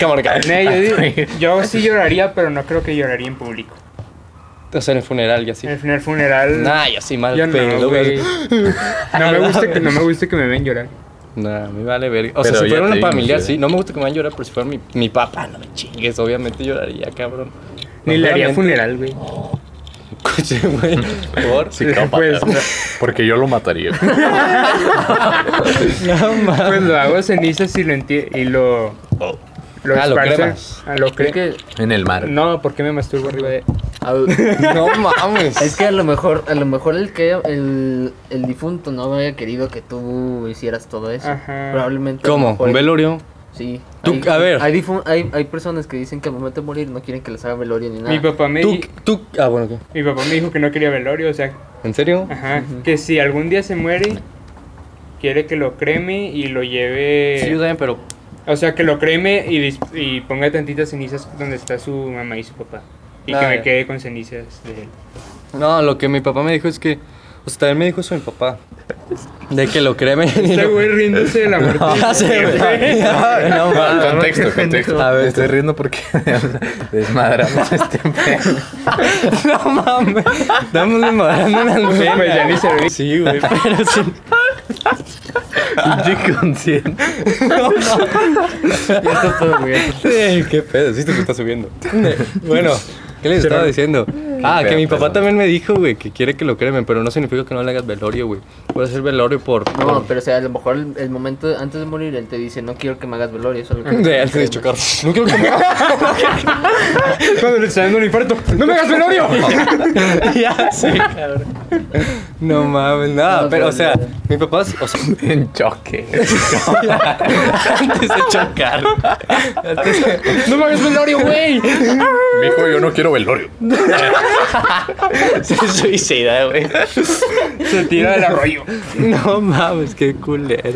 Speaker 2: Cámara, cámara.
Speaker 3: Nah, yo, digo- yo sí lloraría, pero no creo que lloraría en público.
Speaker 2: O sea, en el funeral y así.
Speaker 3: En el funeral.
Speaker 2: Nah, yo sí mal
Speaker 3: yo no,
Speaker 2: pedo,
Speaker 3: güey.
Speaker 2: güey.
Speaker 3: No me gusta que no me gusta que me ven llorar.
Speaker 2: Nah, me vale verga. O sea,
Speaker 4: Pero
Speaker 2: si
Speaker 4: ya
Speaker 2: fuera
Speaker 4: te
Speaker 2: una
Speaker 4: digo,
Speaker 2: familiar,
Speaker 4: sí.
Speaker 2: sí. No me gusta que me vayan a llorar, pero si fuera mi, mi papá, no me chingues. Obviamente lloraría, cabrón.
Speaker 3: Ni le haría
Speaker 2: Obviamente.
Speaker 3: funeral, güey.
Speaker 2: Coche, güey. Por.
Speaker 4: Psicópata.
Speaker 3: Pues-
Speaker 4: Porque yo lo mataría. güey.
Speaker 2: No mames.
Speaker 3: Pues lo hago cenizas y lo enti- y lo lo
Speaker 2: Ah, lo
Speaker 3: esparzo.
Speaker 2: cremas.
Speaker 3: Ah, lo
Speaker 1: Es
Speaker 3: cre-
Speaker 1: que,
Speaker 4: En el mar.
Speaker 3: No, ¿por qué me masturbo arriba de
Speaker 1: a-
Speaker 2: No mames.
Speaker 1: es que a lo mejor, a lo mejor el que el, el difunto no haya querido que tú hicieras todo eso.
Speaker 3: Ajá.
Speaker 1: Probablemente. a lo
Speaker 2: ¿Cómo?
Speaker 1: mejor-
Speaker 2: ¿Un velorio?
Speaker 1: Sí.
Speaker 2: Tú-
Speaker 1: hay,
Speaker 2: a ver.
Speaker 1: Hay, difu- hay, hay personas que dicen que al momento de morir no quieren que les haga velorio ni nada.
Speaker 3: Mi papá me
Speaker 2: Ah. Tú,
Speaker 3: di-
Speaker 2: tú. Ah, bueno, ¿qué?
Speaker 3: mi papá me dijo que no quería velorio, o sea,
Speaker 2: ¿En serio?
Speaker 3: ajá, que si algún día se muere quiere que lo creme y lo lleve
Speaker 2: Sí, yo también, pero.
Speaker 3: O sea, que lo creme y, dis- y ponga tantitas cenizas donde está su mamá y su papá. Y que
Speaker 2: Ah,
Speaker 3: me
Speaker 2: ya.
Speaker 3: quede con cenizas de él.
Speaker 2: No, lo que mi papá me dijo es que. O sea, también me dijo eso mi papá. De que lo cremen y
Speaker 3: Este
Speaker 2: lo.
Speaker 3: güey riéndose de la muerte.
Speaker 2: Ah, sí, güey. No mames.
Speaker 4: Ah, Contexto, contexto.
Speaker 2: A
Speaker 4: A
Speaker 2: ver.
Speaker 4: ver, estoy riendo porque desmadramos este pedo.
Speaker 2: No mames. Dame un desmadrando en la
Speaker 3: Sí, pues, ya ni se ve.
Speaker 2: Sí, güey, pero sí.
Speaker 4: Pinche consciente.
Speaker 2: Sí, qué pedo, sí te está subiendo. Bueno, ¿qué les estaba diciendo? Ah, que
Speaker 4: pedo,
Speaker 2: mi papá
Speaker 4: perdón.
Speaker 2: también me dijo, güey, que quiere que lo cremen, pero no significa que no le hagas velorio, güey. Puede hacer velorio por.
Speaker 1: No,
Speaker 2: por-
Speaker 1: pero o sea, a lo mejor el, el momento antes de morir él te dice, no quiero que me hagas velorio, solo que...
Speaker 2: De antes de chocar. No quiero que me
Speaker 3: Cuando le está dando un infarto.
Speaker 2: ¡No me hagas velorio! ya, sí, cabrón. No mames, nada,
Speaker 1: No,
Speaker 2: pero o
Speaker 1: no,
Speaker 2: sea,
Speaker 1: no.
Speaker 2: mi papá, o sea,
Speaker 4: En choque.
Speaker 2: antes de chocar. Antes de- ¡No me hagas velorio, güey!
Speaker 4: Mijo, yo no quiero velorio.
Speaker 2: Se suicida, güey.
Speaker 3: Se tira del arroyo.
Speaker 2: No mames, qué culero.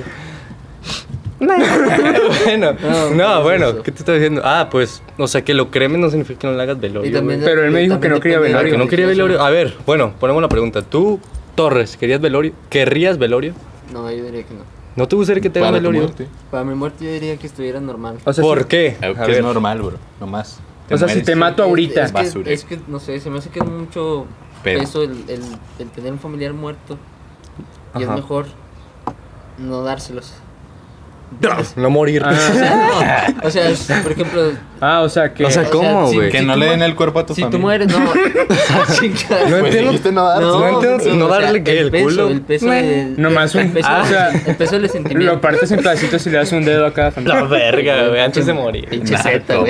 Speaker 2: bueno, no,
Speaker 1: no es
Speaker 2: bueno,
Speaker 1: eso.
Speaker 2: ¿qué te estaba diciendo? Ah, pues, o sea, que lo cremen no significa que no le hagas velorio.
Speaker 1: Y también-
Speaker 3: Pero él me
Speaker 1: y
Speaker 3: dijo que
Speaker 1: también
Speaker 3: no
Speaker 1: depende
Speaker 3: quería
Speaker 2: güey.
Speaker 1: de
Speaker 2: Ah,
Speaker 1: la
Speaker 2: que no quería
Speaker 1: religión.
Speaker 2: velorio. A ver, bueno, ponemos la pregunta. Tú, Torres, ¿querías velorio? ¿Querrías velorio?
Speaker 1: No, yo diría que no.
Speaker 2: ¿No te gustaría que te hagan
Speaker 4: Para tu
Speaker 2: velorio?
Speaker 4: muerte.
Speaker 1: Para mi muerte yo diría que estuviera normal.
Speaker 3: O sea,
Speaker 2: ¿Por
Speaker 3: si-
Speaker 2: qué?
Speaker 4: Eh,
Speaker 2: A
Speaker 4: Que es
Speaker 2: ver.
Speaker 4: normal, bro. Nomás.
Speaker 3: O sea, si
Speaker 4: mueres.
Speaker 3: te mato ahorita.
Speaker 1: Es, es
Speaker 4: Basura.
Speaker 1: que, es que, no sé, se me hace que es mucho
Speaker 4: Pero.
Speaker 1: peso el, el, el tener un familiar muerto. Y es
Speaker 2: Ajá.
Speaker 1: mejor no dárselos.
Speaker 2: No morir.
Speaker 1: O sea, es- por ejemplo,
Speaker 3: Ah, o sea, que.
Speaker 2: o sea,
Speaker 1: Ah, o
Speaker 2: ¿cómo,
Speaker 1: sea, sí,
Speaker 2: güey?
Speaker 4: Que
Speaker 1: Si
Speaker 4: no
Speaker 1: tú
Speaker 4: le den
Speaker 1: mu-
Speaker 4: el cuerpo a tu
Speaker 1: si
Speaker 4: familia.
Speaker 1: tú mueres, no... Chingada.
Speaker 2: No
Speaker 4: Pues
Speaker 2: entiendo-
Speaker 4: dijiste no dar.
Speaker 2: no entiendo- no
Speaker 1: o sea,
Speaker 2: darle que el
Speaker 1: peso,
Speaker 2: culo.
Speaker 1: El peso
Speaker 2: Meh.
Speaker 1: del...
Speaker 3: Nomás
Speaker 1: el
Speaker 3: un-
Speaker 1: peso,
Speaker 3: ah, o sea,
Speaker 1: el peso del sentimiento.
Speaker 3: Lo partes en pedacitos y le das un dedo a cada familia.
Speaker 2: La verga, güey, antes de morir.
Speaker 1: Pinche seta,
Speaker 4: Narco.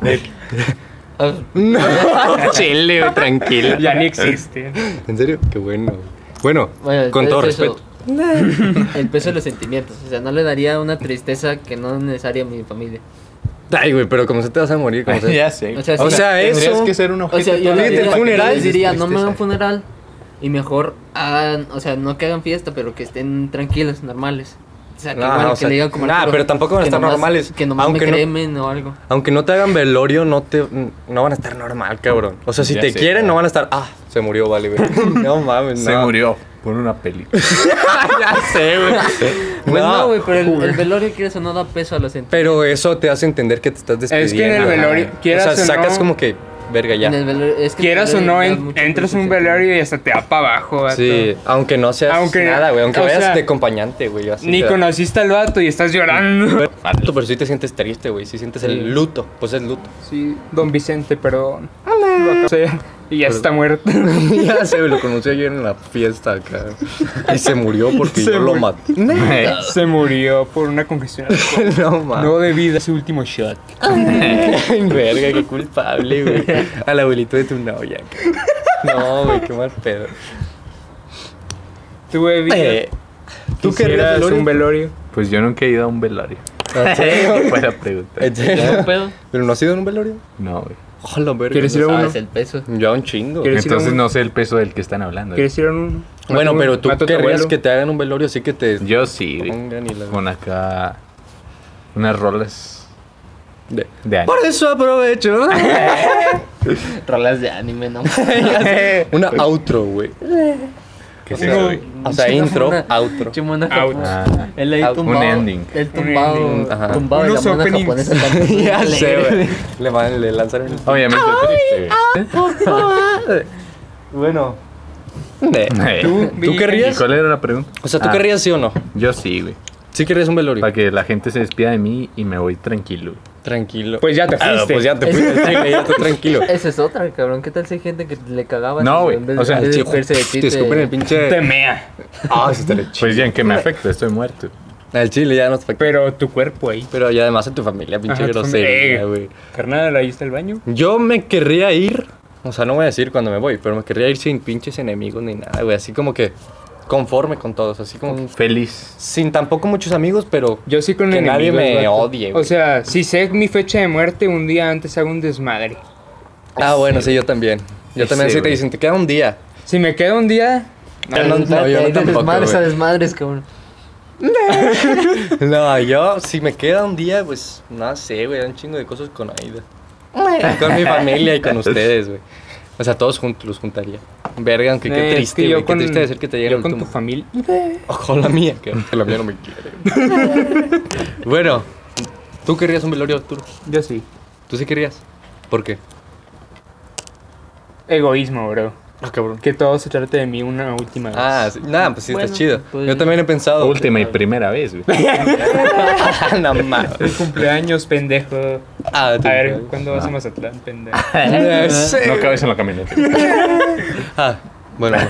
Speaker 1: güey.
Speaker 2: No, chile, güey, tranquilo.
Speaker 3: Ya ni existe.
Speaker 2: ¿En serio? Qué bueno. güey. Bueno,
Speaker 1: Bueno,
Speaker 2: con
Speaker 1: el
Speaker 2: todo
Speaker 1: peso-
Speaker 2: respeto.
Speaker 1: El peso de los sentimientos. O sea, no le daría una tristeza que no es necesaria a mi familia.
Speaker 2: Ay, güey, pero como se te vas a morir, como se...
Speaker 4: Ya sé.
Speaker 1: O sea,
Speaker 2: O
Speaker 1: sí.
Speaker 2: sea,
Speaker 4: Tendrías
Speaker 2: eso-
Speaker 4: que ser un
Speaker 1: O sea,
Speaker 4: objeto.
Speaker 1: yo
Speaker 2: Fíjate,
Speaker 1: les
Speaker 2: el
Speaker 1: diría,
Speaker 2: funeral-
Speaker 1: yo les diría, no me hagan
Speaker 4: hagan
Speaker 1: funeral y mejor hagan, o sea, no que hagan fiesta, pero que estén tranquilos, normales. O sea, que
Speaker 2: No,
Speaker 1: igual
Speaker 2: no,
Speaker 1: que
Speaker 2: Ah, o sea,
Speaker 1: le digan como
Speaker 2: nah,
Speaker 1: Arturo,
Speaker 2: pero tampoco van a
Speaker 1: que
Speaker 2: estar
Speaker 1: nomás-
Speaker 2: normales,
Speaker 1: Que nomás
Speaker 2: aunque
Speaker 1: me
Speaker 2: no-
Speaker 1: cremen o algo.
Speaker 2: Aunque no te hagan velorio, no te no van a estar normal, cabrón. O sea, si
Speaker 4: Ya
Speaker 2: te
Speaker 4: sé,
Speaker 2: quieren,
Speaker 4: claro.
Speaker 2: no van a estar. Ah, se murió, vale, güey. No mames,
Speaker 4: Se
Speaker 2: no.
Speaker 4: murió por una película.
Speaker 2: ya sé, güey.
Speaker 1: Pues no, güey, pero el,
Speaker 2: Joder.
Speaker 1: el velorio, quieres o no, da peso a los sentimientos.
Speaker 2: Pero eso te hace entender que te estás despidiendo.
Speaker 3: Es que en el
Speaker 2: güey.
Speaker 3: velorio,
Speaker 2: O
Speaker 3: quieras
Speaker 2: sea,
Speaker 3: o no-
Speaker 2: sacas como que. Verga, ya.
Speaker 1: En el velorio- es que el
Speaker 3: Quieras o
Speaker 1: velorio
Speaker 3: no,
Speaker 1: da
Speaker 3: en-
Speaker 1: mucho
Speaker 3: entras
Speaker 1: peso
Speaker 3: a un
Speaker 1: sentimiento.
Speaker 3: velorio y hasta te va para abajo, vato.
Speaker 2: Sí, aunque no seas
Speaker 3: Aunque-
Speaker 2: nada, güey. Aunque
Speaker 3: o
Speaker 2: vayas
Speaker 3: sea,
Speaker 2: de acompañante, güey. así,
Speaker 3: Ni
Speaker 2: o sea.
Speaker 3: conociste al vato y estás llorando.
Speaker 2: Pero, pero sí te sientes triste, güey. Sí sientes el luto. Pues es luto.
Speaker 3: Sí, don Vicente, perdón. O sea, y ya está muerto.
Speaker 2: ya sé, güey, lo conocí ayer en la fiesta acá. Y se murió porque
Speaker 3: Se
Speaker 2: yo lo
Speaker 3: murió.
Speaker 2: maté.
Speaker 3: Se murió por una congestión.
Speaker 2: no mames.
Speaker 3: No bebida, su último shot.
Speaker 2: Verga, qué culpable, güey. Al abuelito de tu novia. cabrón. No, güey, qué mal pedo.
Speaker 3: Tu bebida.
Speaker 2: Eh,
Speaker 3: tu
Speaker 2: ¿Tú querrías
Speaker 3: quisieras
Speaker 2: velorio?
Speaker 3: un velorio?
Speaker 4: Pues yo nunca he ido a un velorio. Fue la pregunta.
Speaker 2: ¿En
Speaker 1: ¿Ya
Speaker 2: serio?
Speaker 1: no pedo?
Speaker 2: ¿Pero no has ido en un velorio?
Speaker 4: No, güey.
Speaker 2: Hola, verga.
Speaker 3: ¿Quieres
Speaker 2: no
Speaker 3: ir a
Speaker 2: sabes.
Speaker 1: Ah, es el peso.
Speaker 2: Yo un chingo.
Speaker 3: ¿Quieres ir a
Speaker 4: Entonces
Speaker 3: un-
Speaker 4: no sé el peso del que están hablando. güey.
Speaker 3: ¿Quieres ir a un.?
Speaker 2: Bueno, pero tú
Speaker 3: Mato a tu
Speaker 2: querrías
Speaker 3: abuelo.
Speaker 2: que te hagan un velorio así que te
Speaker 4: Yo sí, güey.
Speaker 2: pongan y la...
Speaker 4: Con acá unas rolas
Speaker 2: De-
Speaker 4: de año.
Speaker 2: Por eso aprovecho.
Speaker 1: Rolas de anime, no
Speaker 2: Una outro, güey.
Speaker 4: ¿Qué es eso, güey?
Speaker 2: O sea, intro, outro.
Speaker 1: Chimona
Speaker 3: Out.
Speaker 1: japonesa.
Speaker 4: Ah,
Speaker 1: Él ahí
Speaker 2: Out.
Speaker 1: tumbado.
Speaker 4: Un ending.
Speaker 1: El tumbado.
Speaker 3: Un ending,
Speaker 2: ajá.
Speaker 1: Tumbado de la
Speaker 3: Unos
Speaker 1: mona
Speaker 3: openings.
Speaker 1: japonesa. cantando
Speaker 2: ya
Speaker 1: alegre.
Speaker 2: sé, güey. Le, van- le lanzan el...
Speaker 4: Obviamente triste,
Speaker 2: Bueno. Ne.
Speaker 4: güey.
Speaker 2: ¿Tú,
Speaker 4: ¿Y
Speaker 2: ¿Tú querrías?
Speaker 4: cuál era la pregunta?
Speaker 2: O sea, ¿tú
Speaker 4: Ah,
Speaker 2: querrías sí o no?
Speaker 4: Yo sí, güey.
Speaker 2: ¿Sí querrías un velorio?
Speaker 4: Para que la gente se despida de mí y me voy tranquilo. güey.
Speaker 2: Tranquilo.
Speaker 3: Pues ya te
Speaker 2: Ah,
Speaker 3: fuiste.
Speaker 2: pues ya te fuiste, sí, ya tú tranquilo.
Speaker 1: Esa es otra, cabrón. ¿Qué tal si hay gente que le cagaba?
Speaker 4: No,
Speaker 1: así,
Speaker 4: güey,
Speaker 1: en vez
Speaker 4: o sea,
Speaker 1: en vez de
Speaker 2: Sí,
Speaker 1: despedirse de ti,
Speaker 2: te
Speaker 1: te-
Speaker 2: escupen el pinche...
Speaker 3: Te mea.
Speaker 2: Ah, sí, estaría chido.
Speaker 4: Pues ya, ¿en qué me afecta? Estoy muerto.
Speaker 2: Al chile ya no te afecta.
Speaker 3: Pero tu cuerpo ahí.
Speaker 2: Pero y además a tu familia, pinche
Speaker 3: Ajá, tu
Speaker 2: grosería,
Speaker 3: familia.
Speaker 2: güey.
Speaker 3: Carnal, ahí está el baño.
Speaker 2: Yo me querría ir, o sea, no voy a decir cuando me voy, pero me querría ir sin pinches enemigos ni nada, güey. Así como que conforme con todos, así como que
Speaker 4: Feliz.
Speaker 2: sin tampoco muchos amigos, pero
Speaker 3: Yo sí con
Speaker 2: Que nadie
Speaker 3: enemigos,
Speaker 2: me
Speaker 3: vato.
Speaker 2: odie, güey.
Speaker 3: O sea, si sé mi fecha de muerte, un día antes hago un desmadre.
Speaker 2: ah, bueno, sí, yo también. Yo
Speaker 4: Sí,
Speaker 2: también sí te
Speaker 4: güey.
Speaker 2: dicen, te queda un día.
Speaker 3: Si me queda un día,
Speaker 2: No, no, no, yo
Speaker 1: Ahí
Speaker 2: no
Speaker 1: de desmadres a
Speaker 2: tampoco.
Speaker 1: desmadres, cabrón.
Speaker 2: güey. No, yo si me queda un día, pues no sé, güey, un chingo de cosas con Aida. Con mi familia y con ustedes, güey. O sea, todos juntos los juntaría. Verga, aunque
Speaker 3: eh,
Speaker 2: qué
Speaker 3: es
Speaker 2: triste,
Speaker 3: que
Speaker 2: güey.
Speaker 3: yo
Speaker 2: Qué
Speaker 3: con-
Speaker 2: triste de ser que te llegue
Speaker 3: yo
Speaker 2: el
Speaker 3: con
Speaker 2: último.
Speaker 3: tu familia. eh,
Speaker 2: Ojo, la mía, que la mía no me quiere. bueno, ¿tú querrías un velorio, Arturo?
Speaker 3: Yo sí.
Speaker 2: ¿Tú sí querías? ¿Por qué?
Speaker 3: Egoísmo, bro.
Speaker 2: Ah, cabrón.
Speaker 3: Que todo se trate de mí una última vez.
Speaker 2: Ah, sí. nada, pues sí,
Speaker 1: Bueno,
Speaker 2: está chido.
Speaker 1: pues-
Speaker 2: Yo también he pensado.
Speaker 4: Última y primera vez, güey.
Speaker 2: Ah, no mames.
Speaker 3: Feliz cumpleaños, pendejo.
Speaker 2: Ah, tú-
Speaker 3: A ver, ¿cuándo vas a Mazatlán, pendejo?
Speaker 2: Eh, sí.
Speaker 4: No cabes en la camioneta.
Speaker 2: Ah, bueno.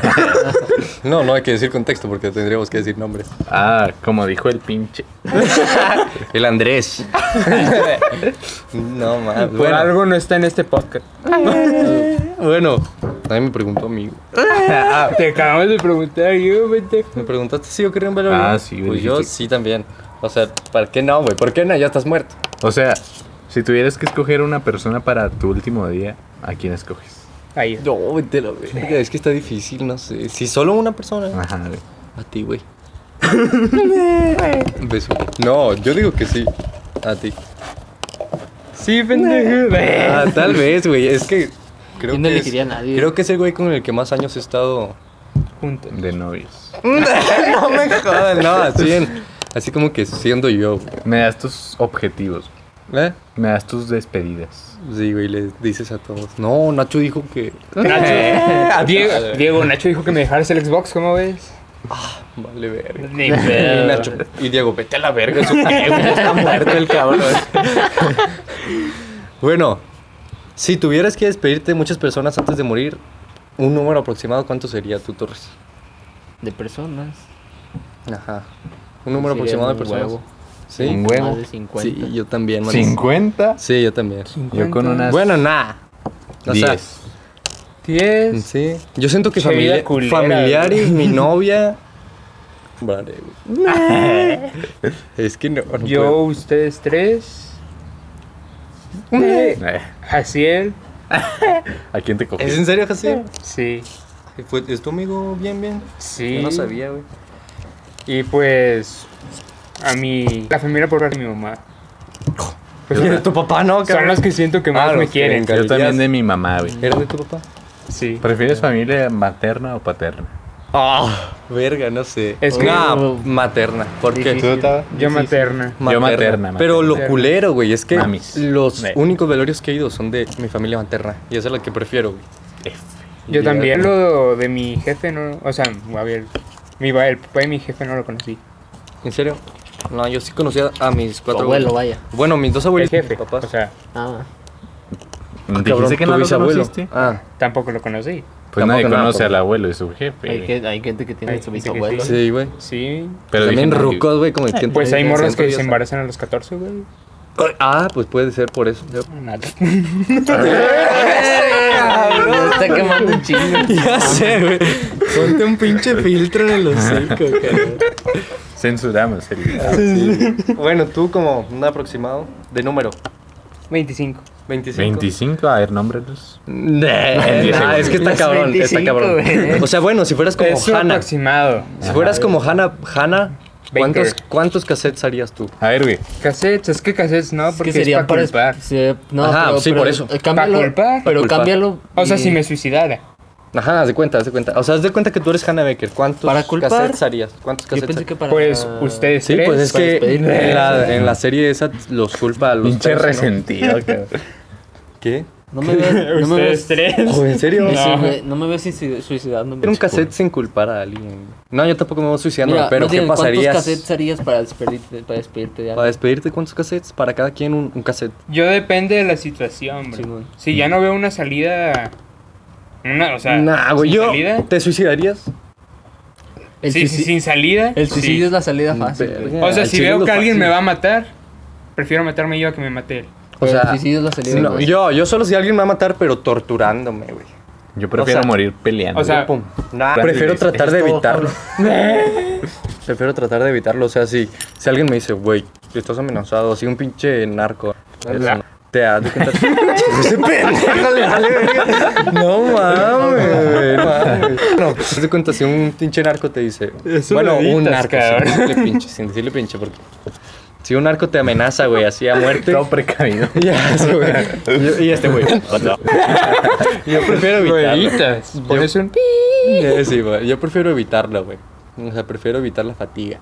Speaker 2: No, no hay que decir contexto porque tendríamos que decir nombres.
Speaker 4: Ah, como dijo el pinche.
Speaker 2: El Andrés. no mames.
Speaker 3: Por
Speaker 2: Ah, Bueno,
Speaker 3: algo no está en este podcast.
Speaker 2: bueno, nadie me preguntó a mí.
Speaker 4: Ah,
Speaker 3: Te acabamos de preguntar yo, pendejo.
Speaker 2: Me preguntaste si yo quería un velorio.
Speaker 4: Ah, sí, güey,
Speaker 2: Pues yo
Speaker 4: dijiste.
Speaker 2: sí también. O sea, ¿para qué no, güey? ¿Por qué no? Ya estás muerto.
Speaker 4: O sea, si tuvieras que escoger una persona para tu último día, ¿a quién escoges?
Speaker 3: Ahí.
Speaker 2: No, vete a la verga, Ah. es que está difícil, no sé. Si solo una persona.
Speaker 4: Ajá, güey.
Speaker 2: A ti, güey. Beso. No, yo digo que sí. A ti.
Speaker 3: Sí, pendejo.
Speaker 2: Ah, tal vez, güey. Es que. Creo
Speaker 1: Yo no
Speaker 2: que
Speaker 1: elegiría
Speaker 2: es,
Speaker 1: a nadie.
Speaker 2: Creo que es el güey con el que más años he estado.
Speaker 3: Juntos.
Speaker 4: De novios.
Speaker 2: no me jodas, no, así en- Así como que siendo yo, güey.
Speaker 4: Me das tus objetivos. güey.
Speaker 2: ¿Eh?
Speaker 4: Me das tus despedidas.
Speaker 2: Sí, güey, le dices a todos. No, Nacho dijo que.
Speaker 3: Nacho. Diego, Diego, Nacho dijo que me dejaras el Xbox, ¿cómo ves?
Speaker 2: Vale, verga.
Speaker 3: Ni
Speaker 2: Y Nacho. Y Diego, vete a la verga, eso qué, güey, está muerto el cabrón. bueno, si tuvieras que despedirte de muchas personas antes de morir, un número aproximado, ¿cuánto sería tú, Torres?
Speaker 1: De personas.
Speaker 2: Ajá. Un número
Speaker 1: Sería
Speaker 2: aproximado de
Speaker 1: un
Speaker 2: personas.
Speaker 1: huevo.
Speaker 2: Sí.
Speaker 4: Un
Speaker 1: Más
Speaker 4: huevo.
Speaker 1: de 50.
Speaker 2: Sí, yo también, man.
Speaker 4: ¿50?
Speaker 2: Sí, yo también.
Speaker 4: Yo con unas.
Speaker 2: Bueno, nada. O sea,
Speaker 4: 10.
Speaker 3: 10.
Speaker 2: Sí. Yo siento que
Speaker 3: Che, vida
Speaker 2: familia,
Speaker 3: culera,
Speaker 2: familiar y mi novia. Vale, güey. es que no. no
Speaker 3: Yo, ustedes tres.
Speaker 4: Eh,
Speaker 3: Jaciel.
Speaker 4: ¿A quién te
Speaker 2: puedo. ¿Es
Speaker 4: coges?
Speaker 2: en serio, José?
Speaker 3: Sí.
Speaker 2: Fue- ¿Es tu amigo bien, bien?
Speaker 3: Sí.
Speaker 2: Yo no sabía, güey.
Speaker 3: Y pues. A mi. La familia por parte de mi mamá. Pues,
Speaker 2: Pero tu papá no,
Speaker 3: son
Speaker 2: cabrón.
Speaker 3: los que siento que más
Speaker 2: Ah,
Speaker 3: me
Speaker 2: los que
Speaker 3: quieren.
Speaker 2: vengan.
Speaker 4: Yo también de mi mamá, güey.
Speaker 2: ¿Eres de tu papá?
Speaker 3: Sí.
Speaker 4: ¿Prefieres familia materna o paterna?
Speaker 2: Ah, verga, no sé.
Speaker 3: Es que-
Speaker 2: Nah, materna. ¿Por qué?
Speaker 1: Difícil.
Speaker 3: Yo materna.
Speaker 4: Yo materna,
Speaker 2: Pero lo
Speaker 3: materna.
Speaker 2: culero, güey, es que
Speaker 4: Mamis.
Speaker 2: los
Speaker 4: Sí.
Speaker 2: únicos velorios que he ido son de mi familia materna. Y esa es la que prefiero, güey.
Speaker 3: Yo
Speaker 2: Y-
Speaker 3: también lo de mi jefe no, o sea, a ver, mi ba- el papá de mi jefe no lo conocí.
Speaker 2: ¿En serio? No, yo sí conocía a mis
Speaker 1: Tu
Speaker 2: cuatro
Speaker 1: abuelo,
Speaker 2: abuelos.
Speaker 1: vaya.
Speaker 2: Bueno, mis dos abuelos. y
Speaker 3: El
Speaker 2: mis
Speaker 3: jefe,
Speaker 2: papás.
Speaker 3: o sea,
Speaker 1: Ah,
Speaker 4: Dijiste que no lo conociste.
Speaker 2: Ah,
Speaker 3: tampoco lo conocí.
Speaker 4: Pues
Speaker 2: Tampoco
Speaker 4: nadie
Speaker 2: nada,
Speaker 4: conoce
Speaker 2: papá.
Speaker 4: al abuelo y su
Speaker 1: hay,
Speaker 4: jefe.
Speaker 1: que- hay gente que tiene
Speaker 3: Hay
Speaker 1: su
Speaker 3: gente que
Speaker 1: bisabuelo.
Speaker 3: sí.
Speaker 2: sí, güey.
Speaker 3: Sí,
Speaker 4: Pero
Speaker 2: También
Speaker 4: dije, no,
Speaker 2: rucos, güey, como que
Speaker 3: pues hay morros que se
Speaker 2: embarazan.
Speaker 3: embarazan a los 14, güey.
Speaker 2: Ah, pues puede ser por eso.
Speaker 3: Nada.
Speaker 1: Me está quemando un chingo.
Speaker 2: ya sé, güey.
Speaker 6: Ponte un pinche filtro en el hocico, cabrón.
Speaker 4: Censuramos el.
Speaker 2: Bueno, tú como un aproximado de número.
Speaker 3: 25.
Speaker 2: 25.
Speaker 4: 25, a ver, nómbrelos.
Speaker 2: Nah, Eh, es que está
Speaker 1: Los
Speaker 2: cabrón, está
Speaker 1: 25,
Speaker 2: cabrón.
Speaker 1: güey.
Speaker 2: O sea, bueno, si fueras como
Speaker 3: Es un
Speaker 2: Hannah,
Speaker 3: aproximado.
Speaker 2: si fueras como Hannah, Hannah, ¿cuántos,
Speaker 3: Baker.
Speaker 2: cuántos cassettes harías tú?
Speaker 4: A ver, güey.
Speaker 3: Cassettes, es que cassettes no, Ah, porque
Speaker 1: sería
Speaker 3: es para culpar.
Speaker 1: se- no,
Speaker 2: Ajá,
Speaker 1: pero-
Speaker 2: sí,
Speaker 1: pero,
Speaker 2: por eso.
Speaker 1: eh, cámbialo,
Speaker 3: Pa' culpar.
Speaker 1: Pero
Speaker 2: Pa' culpar.
Speaker 1: cámbialo.
Speaker 3: O sea,
Speaker 1: y-
Speaker 3: si me suicidara.
Speaker 2: Ajá, haz de cuenta, haz de cuenta. O sea, haz de cuenta que tú eres Hannah Baker. ¿Cuántos
Speaker 1: Para culpar,
Speaker 2: cassettes harías? ¿Cuántos
Speaker 1: Yo
Speaker 2: cassettes
Speaker 1: pensé que para.
Speaker 3: Pues ustedes
Speaker 2: Sí,
Speaker 3: tres.
Speaker 2: pues es
Speaker 1: para
Speaker 2: que
Speaker 1: despedirme.
Speaker 2: en la, en la serie esa los culpa a los
Speaker 4: Pinche
Speaker 2: tres, ¿no?
Speaker 4: resentido, cabrón.
Speaker 2: ¿Qué?
Speaker 1: No me veo. No me veo
Speaker 3: Ustedes tres.
Speaker 2: Joder, ¿en serio?
Speaker 1: Sí,
Speaker 3: No.
Speaker 1: güey, no me veo suicid- suicidándome.
Speaker 2: Era un cassette sin culpar a alguien. No, yo tampoco me voy suicidando,
Speaker 1: Mira,
Speaker 2: pero
Speaker 1: más
Speaker 2: ¿qué
Speaker 1: bien, ¿Cuántos cassettes
Speaker 2: pasarías?
Speaker 1: harías para despedirte, para despedirte de
Speaker 2: Para
Speaker 1: alguien?
Speaker 2: despedirte, ¿cuántos cassettes? Para cada quien un, un cassette.
Speaker 3: Yo depende de la situación, bro.
Speaker 1: Simón.
Speaker 3: Si ya no veo una salida. Una, o sea.
Speaker 2: Nah, güey,
Speaker 3: sin
Speaker 2: yo.
Speaker 3: salida.
Speaker 2: ¿Te suicidarías?
Speaker 1: El
Speaker 3: sí, sí,
Speaker 1: suicidio-
Speaker 3: sin salida.
Speaker 1: El suicidio
Speaker 3: sí. Mm,
Speaker 1: es la salida fácil. güey.
Speaker 2: Verga.
Speaker 3: O sea,
Speaker 2: Al
Speaker 3: si
Speaker 2: chile
Speaker 3: veo
Speaker 2: lo
Speaker 3: que alguien
Speaker 2: fácil.
Speaker 3: me va a matar, prefiero matarme yo a que me mate él.
Speaker 2: O
Speaker 1: Pero el
Speaker 2: sea,
Speaker 1: suicidio es la salida
Speaker 2: no,
Speaker 1: güey.
Speaker 2: yo, yo solo si alguien me va a matar, pero torturándome, güey.
Speaker 4: Yo prefiero
Speaker 2: O sea,
Speaker 4: morir peleando.
Speaker 3: o sea,
Speaker 4: güey.
Speaker 2: Pum. Nah,
Speaker 4: Francis,
Speaker 2: prefiero
Speaker 4: eso es
Speaker 2: tratar de
Speaker 4: todo,
Speaker 2: evitarlo. prefiero tratar de evitarlo. O sea, si, si alguien me dice, güey, estás amenazado, así un pinche narco. eso no. Te das de cuenta. Pues Ese pendejo le vale verga. No mames, güey, mames. No, te das cuenta si un pinche narco te dice. bueno, un
Speaker 3: editas,
Speaker 2: narco.
Speaker 3: cabrón.
Speaker 2: Sin decirle pinche, sin decirle pinche, porque. Si un narco te amenaza, güey, así a muerte.
Speaker 4: Todo precavido.
Speaker 2: Ya, sí, güey. Yo- Y este, güey. Yo prefiero evitarlo.
Speaker 3: Pones un pi.
Speaker 2: Eh, sí, güey, Yo prefiero evitarlo, güey. O sea, prefiero evitar la fatiga.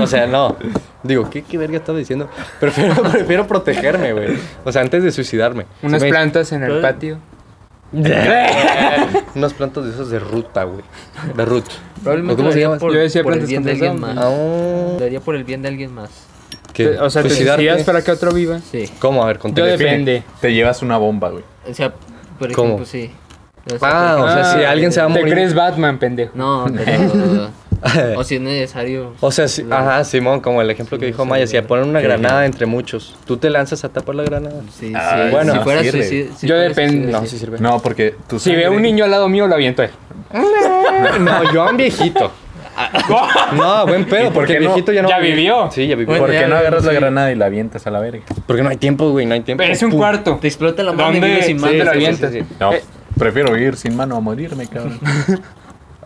Speaker 2: O sea, no. Digo, ¿qué, qué verga estaba diciendo? Prefiero, prefiero protegerme, güey. O sea, antes de suicidarme. Se
Speaker 3: Unas
Speaker 2: me-
Speaker 3: plantas en el patio.
Speaker 2: Unas plantas de esas de ruta, güey. De root.
Speaker 1: Probablemente
Speaker 2: ¿Cómo
Speaker 1: lo
Speaker 2: se
Speaker 1: haría
Speaker 2: llama?
Speaker 1: Por,
Speaker 3: Yo decía
Speaker 1: por el
Speaker 3: plantas
Speaker 1: bien de
Speaker 3: contra
Speaker 1: alguien
Speaker 3: zombies.
Speaker 1: más.
Speaker 2: Ah,
Speaker 1: Lo haría por el bien de alguien más.
Speaker 2: ¿qué?
Speaker 3: O sea, te
Speaker 2: ¿Suicidarte?
Speaker 3: suicidas para que otro viva.
Speaker 1: Sí.
Speaker 2: ¿Cómo? A ver, con
Speaker 3: Yo
Speaker 2: teléfono.
Speaker 3: depende.
Speaker 4: Te llevas una bomba, güey.
Speaker 1: O sea, por
Speaker 2: ¿Cómo?
Speaker 1: ejemplo, sí. O
Speaker 2: Ah, o sea, si alguien se va a
Speaker 3: Te
Speaker 2: morir.
Speaker 3: crees Batman, pendejo.
Speaker 1: No, pero. o si es necesario.
Speaker 2: Eh. O sea, sí, ajá, Simón, como el ejemplo que dijo Maya, si ponen una granada entre muchos, tú te lanzas a tapar la granada.
Speaker 1: Sí, sí.
Speaker 4: Ay,
Speaker 2: bueno,
Speaker 1: si fuera
Speaker 4: Ah, sirve.
Speaker 1: suicidio. si
Speaker 3: Yo
Speaker 1: fuera
Speaker 3: depende,
Speaker 1: suicidio,
Speaker 2: No,
Speaker 1: sí.
Speaker 2: sí sirve.
Speaker 4: No, porque tú
Speaker 3: Si veo un niño al lado mío, lo aviento a él.
Speaker 2: No, yo a un viejito. No, buen pedo,
Speaker 4: por
Speaker 2: porque
Speaker 4: qué
Speaker 2: el
Speaker 4: no?
Speaker 2: viejito ya no.
Speaker 3: Ya vivió.
Speaker 2: Sí, ya vivió.
Speaker 1: Bueno,
Speaker 4: ¿Por
Speaker 1: ya
Speaker 4: qué no
Speaker 1: veo,
Speaker 4: agarras la
Speaker 1: sí.
Speaker 4: granada y la avientas a la verga?
Speaker 2: Porque no hay tiempo, güey, no hay tiempo.
Speaker 3: Es un
Speaker 2: Pum.
Speaker 3: cuarto.
Speaker 1: Te explota la mano y
Speaker 3: ¿Dónde?
Speaker 1: vives sin
Speaker 3: Sí,
Speaker 1: mano.
Speaker 3: Eh, te lo
Speaker 1: Sí, sí,
Speaker 3: avientas.
Speaker 1: sí, sí.
Speaker 4: No, prefiero vivir sin mano a morirme, cabrón.
Speaker 2: Sí.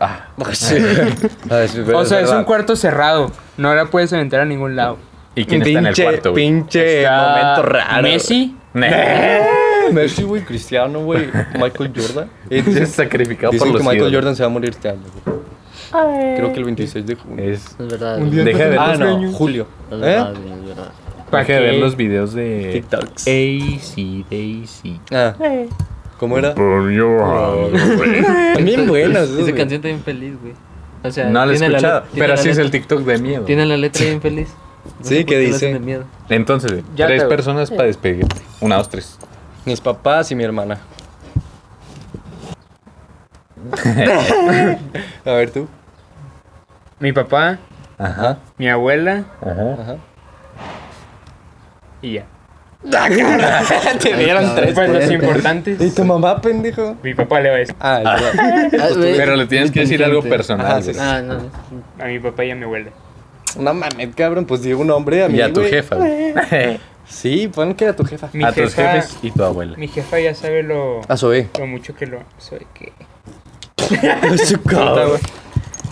Speaker 2: Ah, es-
Speaker 3: O sea, es un
Speaker 2: verdad.
Speaker 3: cuarto cerrado. No la puedes aventar a ningún lado.
Speaker 4: ¿Y quién está en el
Speaker 2: Pinche-
Speaker 4: cuarto, güey?
Speaker 2: Pinche
Speaker 3: Está
Speaker 2: momento raro.
Speaker 3: Messi.
Speaker 4: Nah.
Speaker 2: Messi, güey, Cristiano, güey, Michael Jordan.
Speaker 4: Es
Speaker 2: Dicen
Speaker 4: sacrificado por
Speaker 2: que
Speaker 4: los
Speaker 2: Michael
Speaker 4: ídolos.
Speaker 2: Jordan se va a morir este año, güey. Creo que el 26 de junio.
Speaker 4: Es...
Speaker 1: Es verdad.
Speaker 6: Un día
Speaker 1: güey.
Speaker 4: Deja de ver,
Speaker 2: Ah,
Speaker 4: los-
Speaker 2: no, julio.
Speaker 1: Es
Speaker 2: ¿Eh?
Speaker 1: verdad, güey, es verdad.
Speaker 3: ¿Para
Speaker 4: deja de ver
Speaker 3: qué?
Speaker 4: los videos de...
Speaker 2: TikToks.
Speaker 4: Daisy, Daisy.
Speaker 2: Ah. ¿Cómo era?
Speaker 4: Por your house, güey.
Speaker 2: Bien buenas. esos,
Speaker 1: Esa
Speaker 2: güey.
Speaker 1: canción está bien feliz, güey. O sea,
Speaker 4: No lo he
Speaker 1: tiene la
Speaker 4: escuchado,
Speaker 1: let- tiene
Speaker 4: pero
Speaker 1: la
Speaker 4: sí es
Speaker 1: letra-
Speaker 4: el TikTok de miedo.
Speaker 1: Tiene la letra bien feliz. No
Speaker 2: Sí,
Speaker 1: sé por
Speaker 2: ¿qué
Speaker 1: lo
Speaker 2: dice?
Speaker 1: hacen de miedo.
Speaker 4: Entonces, güey,
Speaker 3: Ya
Speaker 4: tres
Speaker 3: te-
Speaker 4: personas para despedirte. Una, dos, tres.
Speaker 2: Mis papás y mi hermana. A ver tú.
Speaker 3: Mi papá,
Speaker 4: Ajá,
Speaker 3: mi abuela
Speaker 4: ajá.
Speaker 2: Ajá.
Speaker 3: y ya.
Speaker 2: Te dieron
Speaker 3: Pues los importantes.
Speaker 2: ¿Y tu mamá, pendejo?
Speaker 3: Mi papá le va a decir.
Speaker 2: Ah,
Speaker 1: Ah, güey.
Speaker 4: Pero le tienes que decir algo
Speaker 1: Inteligente.
Speaker 4: personal.
Speaker 2: Ajá, sí,
Speaker 4: güey.
Speaker 1: Ah, no. no.
Speaker 3: A mi papá y a mi abuela.
Speaker 2: no mames, cabrón, pues di un hombre a mí.
Speaker 4: Y a tu
Speaker 2: güey.
Speaker 4: jefa, güey.
Speaker 2: Sí, pon que a tu jefa.
Speaker 3: Mi
Speaker 4: a tus
Speaker 3: jefa-
Speaker 4: jefes y tu abuela.
Speaker 3: Mi jefa ya sabe lo,
Speaker 2: A Zoe.
Speaker 3: lo mucho que lo soy que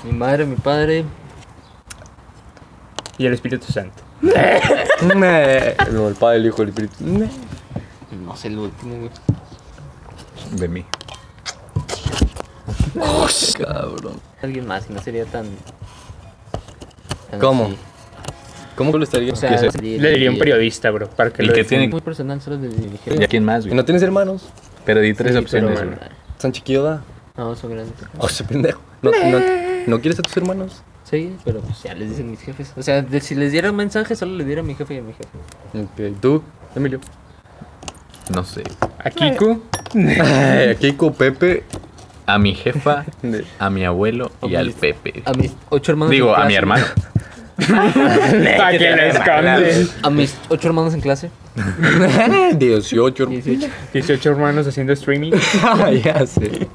Speaker 1: Mi madre, mi padre.
Speaker 3: y el Espíritu Santo.
Speaker 2: No, el padre, el hijo, el espíritu.
Speaker 1: No sé, el último, güey.
Speaker 4: De mí.
Speaker 1: Alguien más y no sería tan. tan
Speaker 2: ¿Cómo?
Speaker 1: así.
Speaker 2: ¿Cómo lo estaría?
Speaker 1: O sea,
Speaker 4: ¿Qué es
Speaker 1: no
Speaker 4: eso?
Speaker 1: sería-
Speaker 3: Le diría un periodista, bro, para que
Speaker 4: ¿Y
Speaker 3: lo
Speaker 4: qué
Speaker 3: defienda.
Speaker 4: tiene?
Speaker 1: Muy personal, solo le dirigiría.
Speaker 4: ¿Y a quién más,
Speaker 2: ¿Y
Speaker 4: güey?
Speaker 2: no tienes hermanos?
Speaker 4: Pero di tres
Speaker 1: Sí,
Speaker 4: opciones,
Speaker 1: pero
Speaker 4: güey.
Speaker 1: bueno,
Speaker 2: ¿Son chiquilloda?
Speaker 1: No, son grandes.
Speaker 2: O sea, pendejo. ¿No, no, no quieres a tus hermanos?
Speaker 1: Sí, pero pues ya les dicen mis jefes. O sea, de- si les diera un mensaje, solo le diera a mi jefe y a mi jefe.
Speaker 2: Ok, ¿tú, Emilio?
Speaker 4: No sé.
Speaker 3: A Kiku,
Speaker 2: Ay, Eh, aquí con Pepe.
Speaker 4: A mi jefa,
Speaker 2: De-
Speaker 4: a mi abuelo y
Speaker 1: A
Speaker 4: al
Speaker 1: mis-
Speaker 4: Pepe.
Speaker 1: A mis ocho hermanos.
Speaker 4: Digo,
Speaker 1: en
Speaker 4: a mi
Speaker 1: clase.
Speaker 4: hermano.
Speaker 3: Para que lo escondes.
Speaker 1: A mis ocho hermanos en clase.
Speaker 2: 18.
Speaker 3: 18 hermanos haciendo streaming.
Speaker 2: Ah, ya sé.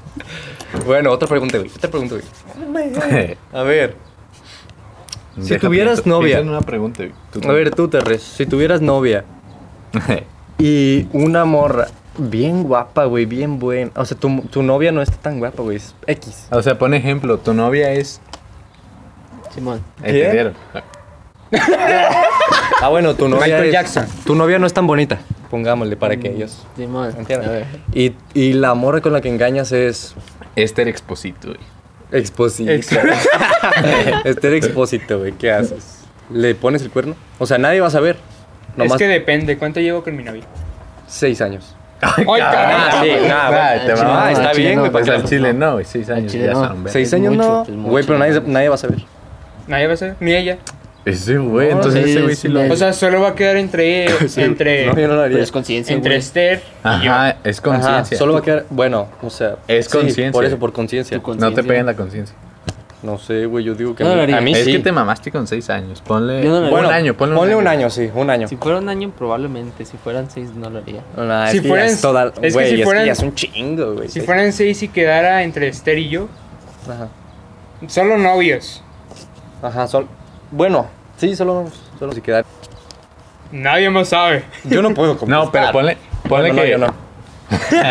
Speaker 2: Bueno, otra pregunta, güey. Otra pregunta, güey. A ver. Si
Speaker 4: Deja,
Speaker 2: tuvieras
Speaker 4: pienso-
Speaker 2: novia.
Speaker 4: pienso en una pregunta, güey. Tú
Speaker 2: A ver, tú, Terres. Si tuvieras novia y una morra bien guapa, güey, bien buena. O sea, tu, tu novia no está tan guapa, güey. Es X.
Speaker 4: O sea, pon ejemplo, tu novia es. eh,
Speaker 1: Simón.
Speaker 2: ¿Qué?
Speaker 4: ¿Entendieron?
Speaker 2: Ah, bueno, tu novia
Speaker 1: Michael
Speaker 2: es-
Speaker 1: Jackson.
Speaker 2: Tu novia no es tan bonita. Pongámosle para que ellos
Speaker 1: Simón. A
Speaker 2: entiendan.
Speaker 1: ver.
Speaker 2: Y, y la morra con la que engañas es...
Speaker 4: Esther Exposito, güey.
Speaker 2: Exposito. Esther Exposito, güey. ¿Qué haces? ¿Le pones el cuerno? O sea, nadie va a saber. Nomás
Speaker 3: Es que depende. ¿Cuánto llevo con mi novia?
Speaker 2: seis años.
Speaker 3: ¡Ay,
Speaker 2: Ah,
Speaker 3: cabrón!
Speaker 2: sí, nada,
Speaker 4: Ah,
Speaker 2: güey.
Speaker 4: te
Speaker 1: chile,
Speaker 4: mamás,
Speaker 1: no,
Speaker 2: está
Speaker 1: chile,
Speaker 2: bien,
Speaker 1: no,
Speaker 2: güey,
Speaker 1: al
Speaker 4: Pues
Speaker 2: para
Speaker 4: al chile no, güey. Seis años
Speaker 1: chile
Speaker 4: ya
Speaker 1: no.
Speaker 4: son verga.
Speaker 2: Seis
Speaker 1: Es
Speaker 2: años
Speaker 1: mucho,
Speaker 2: no...
Speaker 1: es mucho,
Speaker 2: Güey, pero nadie,
Speaker 1: güey.
Speaker 2: nadie va a saber.
Speaker 3: Nadie va a saber, ni ella.
Speaker 4: Ese güey,
Speaker 2: No,
Speaker 4: entonces
Speaker 1: sí,
Speaker 4: ese güey
Speaker 1: sí,
Speaker 4: sí lo.
Speaker 3: O sea, solo va a quedar entre. entre
Speaker 2: No, yo no
Speaker 1: Pero
Speaker 2: lo haría.
Speaker 1: es conciencia,
Speaker 3: entre
Speaker 1: güey.
Speaker 3: Esther y yo.
Speaker 4: Ajá, es
Speaker 2: Ajá,
Speaker 4: conciencia.
Speaker 2: solo va a quedar... Bueno, o sea...
Speaker 4: Es
Speaker 2: sí,
Speaker 4: conciencia.
Speaker 2: por eso, por conciencia.
Speaker 1: Tu conciencia.
Speaker 4: No te peguen la conciencia.
Speaker 2: No sé, güey, yo digo que...
Speaker 1: No
Speaker 2: a mí-
Speaker 1: lo haría.
Speaker 2: a mí
Speaker 4: Es
Speaker 2: sí.
Speaker 4: que te mamaste con seis años. Ponle
Speaker 1: Yo no lo
Speaker 4: un
Speaker 1: haría. Bueno,
Speaker 4: año, ponle,
Speaker 2: Ponle un año, sí, un año.
Speaker 1: Si fuera un año, probablemente. Si fueran seis, no lo haría.
Speaker 2: Nah,
Speaker 3: Si
Speaker 2: es que
Speaker 3: fueran-
Speaker 2: ya es toda,
Speaker 3: es que
Speaker 2: güey,
Speaker 3: si fueran-
Speaker 2: ya es un chingo, güey.
Speaker 3: Si fueran seis y quedara entre Esther y yo,
Speaker 2: Ajá.
Speaker 3: solo novios.
Speaker 2: Ajá, sol- Bueno, sí, solo, solo si queda.
Speaker 3: Nadie más sabe.
Speaker 2: Yo no puedo
Speaker 4: No, pero ponle,
Speaker 2: Bueno,
Speaker 4: ponle
Speaker 2: no,
Speaker 4: que. eh,
Speaker 2: yo no.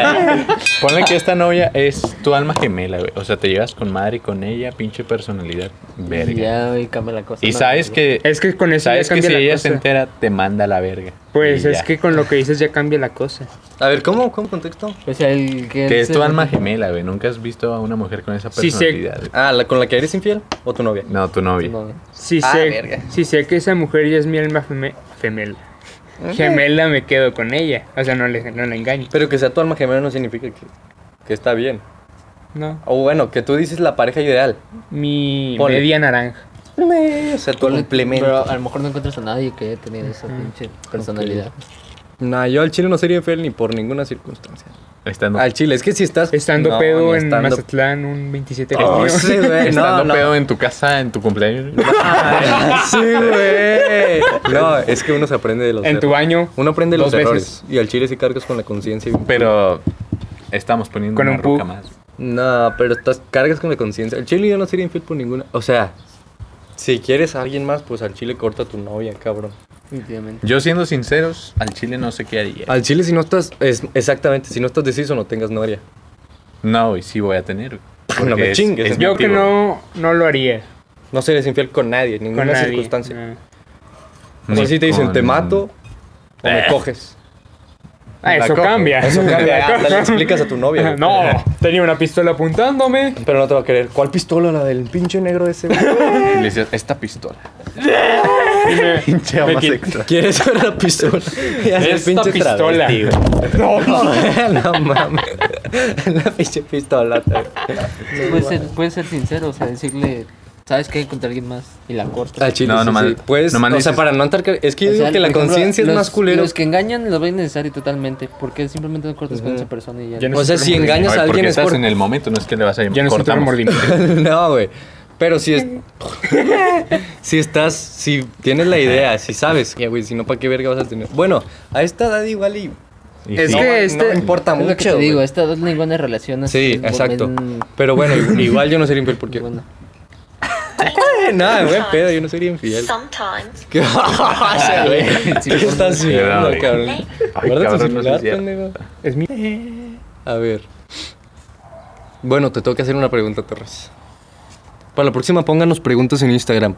Speaker 4: Ponle que esta novia es tu alma gemela, güey. O sea, te llevas con madre y con ella, pinche personalidad. Verga.
Speaker 1: Y ya, güey, cambia la cosa.
Speaker 4: y
Speaker 1: No,
Speaker 4: sabes
Speaker 1: güey.
Speaker 4: que.
Speaker 3: Es que con eso
Speaker 4: Sabes
Speaker 3: ya
Speaker 4: que
Speaker 3: cambia
Speaker 4: si
Speaker 3: la
Speaker 4: ella
Speaker 3: cosa.
Speaker 4: se entera, te manda a la verga.
Speaker 3: Pues
Speaker 4: Y
Speaker 3: es
Speaker 4: ya.
Speaker 3: que con lo que dices ya cambia la cosa.
Speaker 2: A ver, ¿cómo? ¿Cómo contexto?
Speaker 1: O sea, pues, el que.
Speaker 4: Que es
Speaker 1: se-
Speaker 4: tu alma gemela, güey. Nunca has visto a una mujer con esa
Speaker 3: Sí, sí.
Speaker 4: personalidad. güey.
Speaker 2: Ah, ¿la con la que eres infiel o tu novia?
Speaker 4: No, tu novia.
Speaker 1: No, güey.
Speaker 3: Si,
Speaker 2: Ah,
Speaker 3: sé,
Speaker 2: verga.
Speaker 3: si sé que esa mujer ya es mi alma feme- femela. Gemela me quedo con ella. O sea, no, le, no la engaño.
Speaker 2: Pero que sea tu alma gemela no significa que, que está bien.
Speaker 3: No.
Speaker 2: O bueno, que tú dices la pareja ideal.
Speaker 3: Mi
Speaker 2: Ponle.
Speaker 3: media naranja.
Speaker 2: Me- O sea, tu
Speaker 1: Pero ah,
Speaker 2: complemento.
Speaker 1: a lo mejor no encuentras a nadie que haya tenido esa pinche personalidad.
Speaker 2: Nah, yo al chile no sería infiel ni por ninguna circunstancia.
Speaker 4: Esta no.
Speaker 2: Al chile, es que si estás.
Speaker 3: Estando
Speaker 2: No,
Speaker 3: pedo
Speaker 2: ni
Speaker 3: en
Speaker 2: estando-
Speaker 3: Mazatlán un 27 de
Speaker 2: Oh,
Speaker 3: junio.
Speaker 2: sí, güey,
Speaker 4: Estando
Speaker 2: no, no.
Speaker 4: pedo en tu casa, en tu cumpleaños.
Speaker 2: Sí, güey. No, es que uno se aprende de los
Speaker 3: En tu
Speaker 2: errores.
Speaker 3: baño.
Speaker 2: Uno aprende
Speaker 3: Dos
Speaker 2: los
Speaker 3: veces.
Speaker 2: errores. Y al chile sí cargas con la conciencia. y-
Speaker 4: Pero estamos poniendo
Speaker 3: Con
Speaker 4: una
Speaker 3: un pu-
Speaker 4: ruca más.
Speaker 2: No, pero estás cargas con la conciencia. Al chile yo no sería infiel por ninguna. O sea, si quieres a alguien más, pues al chile corta a tu novia, cabrón.
Speaker 1: Definitivamente.
Speaker 4: Yo siendo sinceros, al chile no sé qué haría.
Speaker 2: Al chile si no estás. es- exactamente, si no estás deciso, no tengas novia.
Speaker 4: No, güey, sí voy a tener. güey.
Speaker 2: No me
Speaker 4: Porque es-
Speaker 2: chingues,
Speaker 4: es
Speaker 2: yo
Speaker 3: Yo
Speaker 4: motivo.
Speaker 3: que no, no lo haría.
Speaker 2: No serías infiel con nadie, en ninguna
Speaker 3: Con nadie. Ah.
Speaker 2: circunstancia.
Speaker 3: No.
Speaker 2: O sea,
Speaker 4: Ni
Speaker 2: si te dicen,
Speaker 4: con-
Speaker 2: te mato o me coges.
Speaker 3: Ah,
Speaker 4: La
Speaker 3: eso
Speaker 4: cojo.
Speaker 3: cambia.
Speaker 2: Eso cambia, hasta le explicas a tu novia. güey.
Speaker 3: No, tenía una pistola apuntándome.
Speaker 2: Pero no te va a querer. ¿Cuál pistola? La del pinche negro ese. güey?
Speaker 4: Y le dices, esta pistola.
Speaker 3: Y me-
Speaker 4: Pinche
Speaker 3: me quit-
Speaker 4: extra.
Speaker 2: ¿Quieres ver la pistola?
Speaker 3: Esta pistola.
Speaker 2: No, no mames. La pinche pistola. güey.
Speaker 1: Puedes ser, puedes ser sincero, o sea, decirle, ¿sabes qué? Encontré a alguien más y la cortas.
Speaker 2: Al chile,
Speaker 4: No,
Speaker 2: sí,
Speaker 4: nomás-
Speaker 2: sí. Pues,
Speaker 4: nomás
Speaker 2: o sea,
Speaker 4: dices-
Speaker 2: para no entrar... que- Es que Ah, yo
Speaker 1: O
Speaker 2: digo
Speaker 1: sea,
Speaker 2: que la
Speaker 1: por ejemplo,
Speaker 2: conciencia es
Speaker 1: los-
Speaker 2: más culero.
Speaker 1: Los que engañan los ven necesario totalmente, porque simplemente no cortas con
Speaker 2: Ujú.
Speaker 1: esa persona y ya.
Speaker 3: Ya no
Speaker 1: O
Speaker 2: O
Speaker 1: sea,
Speaker 2: sea, si engañas
Speaker 4: Ay,
Speaker 2: a
Speaker 4: porque
Speaker 2: alguien es
Speaker 4: estás
Speaker 2: por...
Speaker 4: en el momento, no es que le vas a
Speaker 3: Ya no siento
Speaker 4: cortamos.
Speaker 3: remordimiento.
Speaker 2: no, güey. Pero si es... si estás... Si tienes la idea, si sabes. Ya, güey, si no, ¿para qué verga vas a tener? Bueno, a esta edad igual y...
Speaker 4: Y
Speaker 3: Es
Speaker 4: sí,
Speaker 3: que-
Speaker 2: no,
Speaker 3: este-
Speaker 2: no importa
Speaker 1: es
Speaker 2: mucho,
Speaker 1: lo que te digo,
Speaker 2: güey.
Speaker 1: estas dos ninguna relación
Speaker 2: Sí, exacto. Pero bueno, igual yo no sería infiel porque...
Speaker 1: Bueno,
Speaker 2: Nada, güey, pedo, yo no sería infiel.
Speaker 7: Sometimes
Speaker 2: ¿Qué pasa, güey? ¿Qué estás viendo,
Speaker 4: güey.
Speaker 2: cabrón?
Speaker 4: Ay,
Speaker 2: Guarda tu
Speaker 4: cabrón, no sé
Speaker 2: celular,
Speaker 4: si es-
Speaker 2: pendejo.
Speaker 3: Es mi.
Speaker 2: A ver. Bueno, te tengo que hacer una pregunta, Torres. Para la próxima, pónganos preguntas en Instagram.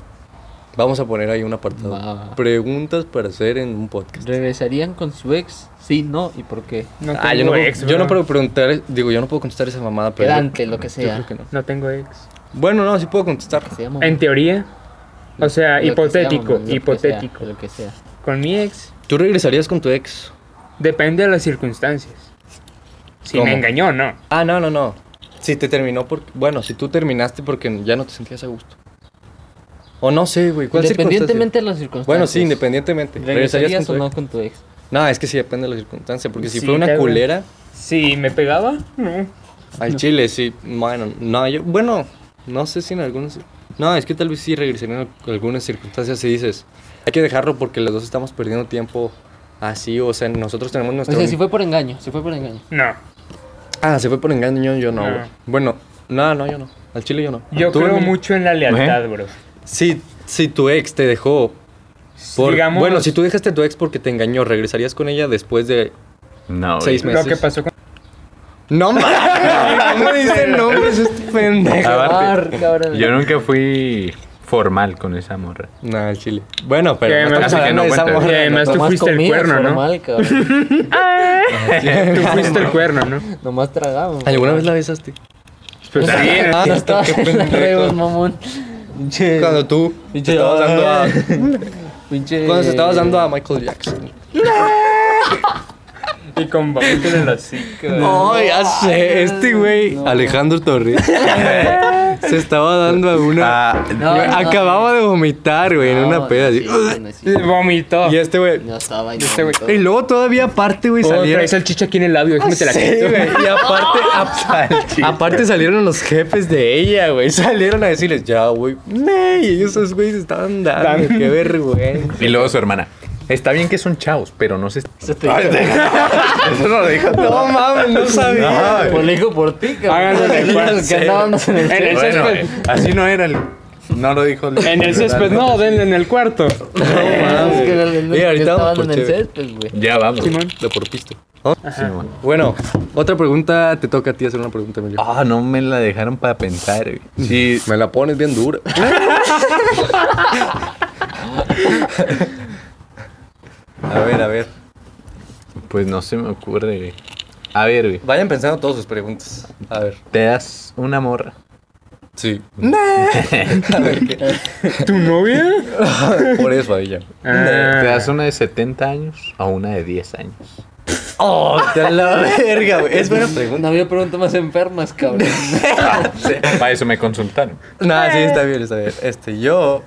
Speaker 2: Vamos a poner ahí un apartado.
Speaker 1: Va.
Speaker 2: Preguntas para hacer en un podcast.
Speaker 1: ¿Regresarían con su ex? Sí, no, ¿y por qué?
Speaker 3: No
Speaker 2: ah, yo no,
Speaker 3: tengo
Speaker 2: puedo,
Speaker 3: ex,
Speaker 2: yo no
Speaker 3: bro.
Speaker 2: puedo preguntar, digo, yo no puedo contestar esa mamada, pero.
Speaker 1: Quedante, lo que
Speaker 2: yo
Speaker 1: sea.
Speaker 2: creo que no.
Speaker 3: No tengo ex.
Speaker 2: Bueno, no, sí puedo contestar.
Speaker 1: Se llama-
Speaker 3: En teoría. O sea,
Speaker 1: lo que
Speaker 3: hipotético,
Speaker 1: sea, mamá, lo que
Speaker 3: hipotético.
Speaker 1: sea, Lo que sea.
Speaker 3: Con mi ex,
Speaker 2: ¿Tú regresarías con tu ex?
Speaker 3: depende de las circunstancias. Si me
Speaker 2: ¿Cómo?
Speaker 3: engañó, no.
Speaker 2: Ah, no, no, no. Si te terminó porque. Bueno, si tú terminaste porque ya no te sentías a gusto. O no sé, güey. ¿cuál
Speaker 1: Independientemente
Speaker 2: circunstancia?
Speaker 1: de las circunstancias.
Speaker 2: Bueno, sí, independientemente.
Speaker 1: ¿Regresarías
Speaker 2: tu
Speaker 1: o no
Speaker 2: ex?
Speaker 1: con tu ex?
Speaker 2: No, es que sí depende de la circunstancia. Porque si
Speaker 3: Sí,
Speaker 2: fue una
Speaker 3: cabrón.
Speaker 2: culera,
Speaker 3: Si me pegaba, no.
Speaker 2: al chile sí. Bueno, no, yo. Bueno, no sé si en algunos. No, es que tal vez sí regresarían al- algunas circunstancias si dices, hay que dejarlo porque los dos estamos perdiendo tiempo así, o sea, nosotros tenemos
Speaker 1: O
Speaker 2: nuestro...
Speaker 1: sea, si fue por engaño, si fue por engaño.
Speaker 3: No.
Speaker 2: Ah, se fue por engaño, yo no,
Speaker 3: No.
Speaker 2: güey. Bueno, no, no, yo no. Al chile yo no.
Speaker 3: Ah. Yo
Speaker 2: Tú, ¿Eh?
Speaker 3: creo
Speaker 2: Emilio.
Speaker 3: mucho en la lealtad, bro.
Speaker 2: Si, si tu ex te dejó... Por,
Speaker 3: Digamos-
Speaker 2: bueno, si tú dejaste a tu ex porque te engañó, ¿regresarías con ella después de
Speaker 4: No,
Speaker 2: seis
Speaker 4: güey.
Speaker 2: meses?
Speaker 3: Lo que pasó con.
Speaker 2: No, mames, no dice nombres, es pendejo.
Speaker 3: Ah.
Speaker 1: Ah,
Speaker 4: Aparte, yo nunca fui formal con esa morra.
Speaker 2: No, al chile. Bueno, pero
Speaker 3: Que
Speaker 2: no
Speaker 3: además-
Speaker 2: estamos
Speaker 4: así que
Speaker 2: hablando
Speaker 4: no
Speaker 2: de esa
Speaker 4: cuenta.
Speaker 2: morra.
Speaker 3: Que además tú
Speaker 6: Nomás
Speaker 3: fuiste el
Speaker 6: comida
Speaker 3: cuerno, ¿no?
Speaker 6: formal, cabrón.
Speaker 3: Tú fuiste el cuerno, ¿no?
Speaker 6: Nomás tragamos.
Speaker 2: ¿Alguna vez la besaste?
Speaker 3: Pues sí,
Speaker 6: Ah,
Speaker 2: Qué
Speaker 6: está
Speaker 2: pendejo.
Speaker 6: Rebos, mamón. Pinche-
Speaker 2: Cuando tú te
Speaker 6: pinche-
Speaker 2: estabas dando a...
Speaker 6: Pinche.
Speaker 2: Cuando se estabas dando a Michael Jackson.
Speaker 3: y con bombas en los
Speaker 2: No, ya sé. Este güey, Alejandro Torres, se estaba dando a una...
Speaker 4: Ah,
Speaker 1: No,
Speaker 2: Güey,
Speaker 1: no,
Speaker 2: Acababa de vomitar, güey, en una peda. así.
Speaker 3: Vomitó.
Speaker 2: Y este güey...
Speaker 1: No estaba ahí.
Speaker 3: Este güey-
Speaker 2: Y luego todavía aparte, güey,
Speaker 3: Oh,
Speaker 2: salieron...
Speaker 3: traes salchicha aquí en el labio, déjame te la
Speaker 2: Sí,
Speaker 3: quito.
Speaker 2: güey, Y aparte, ap- aparte salieron los jefes de ella, güey. Salieron a decirles, ya, güey. "Ney", Y esos güeyes estaban dando. Qué vergüenza.
Speaker 4: y luego su hermana. Está bien que son chavos, pero no se.
Speaker 2: Eso no dijo. No mames, no sabía.
Speaker 6: Pues le dijo por ti, cabrón.
Speaker 3: Háganlo de cuenta.
Speaker 6: Que andábamos en el
Speaker 3: En el
Speaker 4: Bueno,
Speaker 3: césped.
Speaker 4: eh, así no era el. No lo dijo el.
Speaker 3: En el césped, no, denle en el cuarto.
Speaker 6: Es que era el-
Speaker 2: Y ahorita
Speaker 6: estaban
Speaker 2: vamos
Speaker 6: en
Speaker 2: por
Speaker 6: el
Speaker 2: chévere.
Speaker 6: césped, güey.
Speaker 4: Ya vamos.
Speaker 3: Simón.
Speaker 2: De por pisto.
Speaker 4: Simón.
Speaker 2: Bueno, otra pregunta. Te toca a ti hacer una pregunta, Emilio.
Speaker 4: Ah, no me la dejaron para pensar, güey. Sí,
Speaker 2: Me la pones bien dura.
Speaker 4: a ver, a ver. Pues no se me ocurre, güey. A ver, güey.
Speaker 2: Vayan pensando todas sus preguntas. A ver.
Speaker 4: Te das una morra.
Speaker 2: Sí.
Speaker 3: ¿Tu novia?
Speaker 2: Por eso, ahí ya.
Speaker 4: Te
Speaker 3: Ah,
Speaker 4: das una de 70 años a una de 10 años.
Speaker 2: Oh, te la verga, güey. Es buena pregunta.
Speaker 6: No había preguntas más enfermas, cabrón.
Speaker 4: Para eso me consultaron.
Speaker 2: Nah, sí, está bien, está bien. Este, yo.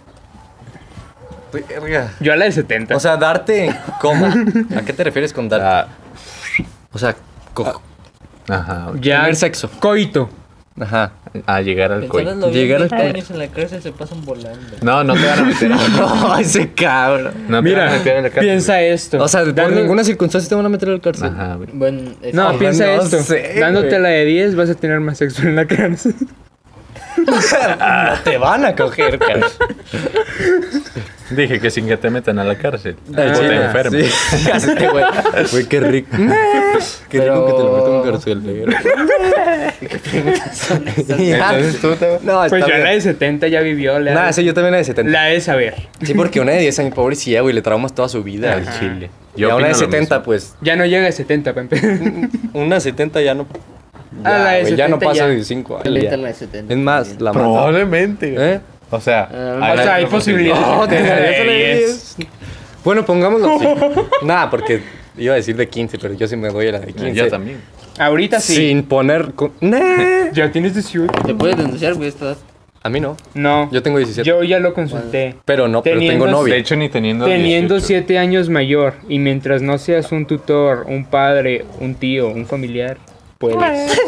Speaker 2: Verga.
Speaker 3: yo a la de 70.
Speaker 2: O sea, darte cómo. ¿A qué te refieres con darte?
Speaker 4: Ah,
Speaker 2: O sea, co-
Speaker 4: ajá. güey.
Speaker 3: ya.
Speaker 2: tener sexo.
Speaker 3: Coito.
Speaker 2: Ajá.
Speaker 4: A llegar al
Speaker 6: Personas
Speaker 4: coito.
Speaker 6: lo
Speaker 2: Llegar
Speaker 6: Llegar
Speaker 2: al
Speaker 6: 20 años en la cárcel se pasan volando.
Speaker 4: No, no te van a meter.
Speaker 2: No, ese cabrón.
Speaker 4: No te van a
Speaker 3: Mira,
Speaker 4: meter en la cárcel.
Speaker 3: piensa esto.
Speaker 2: O sea, por
Speaker 3: Dando-
Speaker 2: ninguna circunstancia te van a meter al cárcel.
Speaker 4: Ajá, güey.
Speaker 6: Bueno, es
Speaker 3: No,
Speaker 6: que-
Speaker 3: piensa
Speaker 2: no
Speaker 3: esto.
Speaker 2: sé,
Speaker 3: Dándote
Speaker 2: güey. Ah,
Speaker 3: la de 10 vas a tener más sexo en la cárcel.
Speaker 2: Te van a coger, cabrón.
Speaker 4: Dije que sin que te metan a la cárcel.
Speaker 2: Al
Speaker 4: o
Speaker 2: chile.
Speaker 4: te enfermas.
Speaker 2: Ah, Sí. Así que, güey. Güey, qué rico. Qué
Speaker 6: Pero-
Speaker 2: rico que te lo metan en cárcel,
Speaker 4: Entonces tú te...
Speaker 2: No, está
Speaker 3: Pues yo a la
Speaker 2: bien.
Speaker 3: de 70 ya vivió. La,
Speaker 2: Nah, sí, yo también era de 70.
Speaker 3: la de saber.
Speaker 2: Sí, porque una de 10 años, pobrecilla, güey, le traumas toda su vida.
Speaker 4: Al chile.
Speaker 2: Y a una de
Speaker 4: opino lo
Speaker 2: 70,
Speaker 4: mismo.
Speaker 2: pues.
Speaker 3: Ya no llega a 70, para empezar.
Speaker 2: Una de 70 ya no.
Speaker 3: A la Ah, de
Speaker 2: güey, ya no
Speaker 3: 70
Speaker 2: pasa
Speaker 3: ya.
Speaker 2: de 5 años.
Speaker 6: Vete a
Speaker 2: ya.
Speaker 6: la de 70.
Speaker 2: Es más, la mata.
Speaker 4: Probablemente. güey.
Speaker 2: ¿Eh?
Speaker 4: O sea,
Speaker 6: Eh,
Speaker 4: a
Speaker 3: o
Speaker 4: la-
Speaker 3: sea, hay posibilidades.
Speaker 2: No,
Speaker 3: de
Speaker 2: te
Speaker 3: tener
Speaker 2: darías
Speaker 3: de
Speaker 2: a la de
Speaker 3: 10.
Speaker 2: 10. Bueno, pongámoslo así. Nada, porque iba a decir de 15, pero yo sí me doy a la de 15.
Speaker 4: Yo también.
Speaker 3: Ahorita sí.
Speaker 2: Sin poner. co- Nah.
Speaker 3: ¿Ya tienes 18?
Speaker 6: ¿Te puedes denunciar, güey, esta edad?
Speaker 2: A mí no.
Speaker 3: No.
Speaker 2: Yo tengo 17.
Speaker 3: Yo ya lo consulté.
Speaker 2: Pero no, pero
Speaker 3: Teniendo
Speaker 2: tengo
Speaker 4: De
Speaker 2: novia.
Speaker 4: hecho, ni teniendo.
Speaker 3: Teniendo
Speaker 4: 18.
Speaker 3: 7 años mayor y mientras no seas un tutor, un padre, un tío, un familiar, puedes.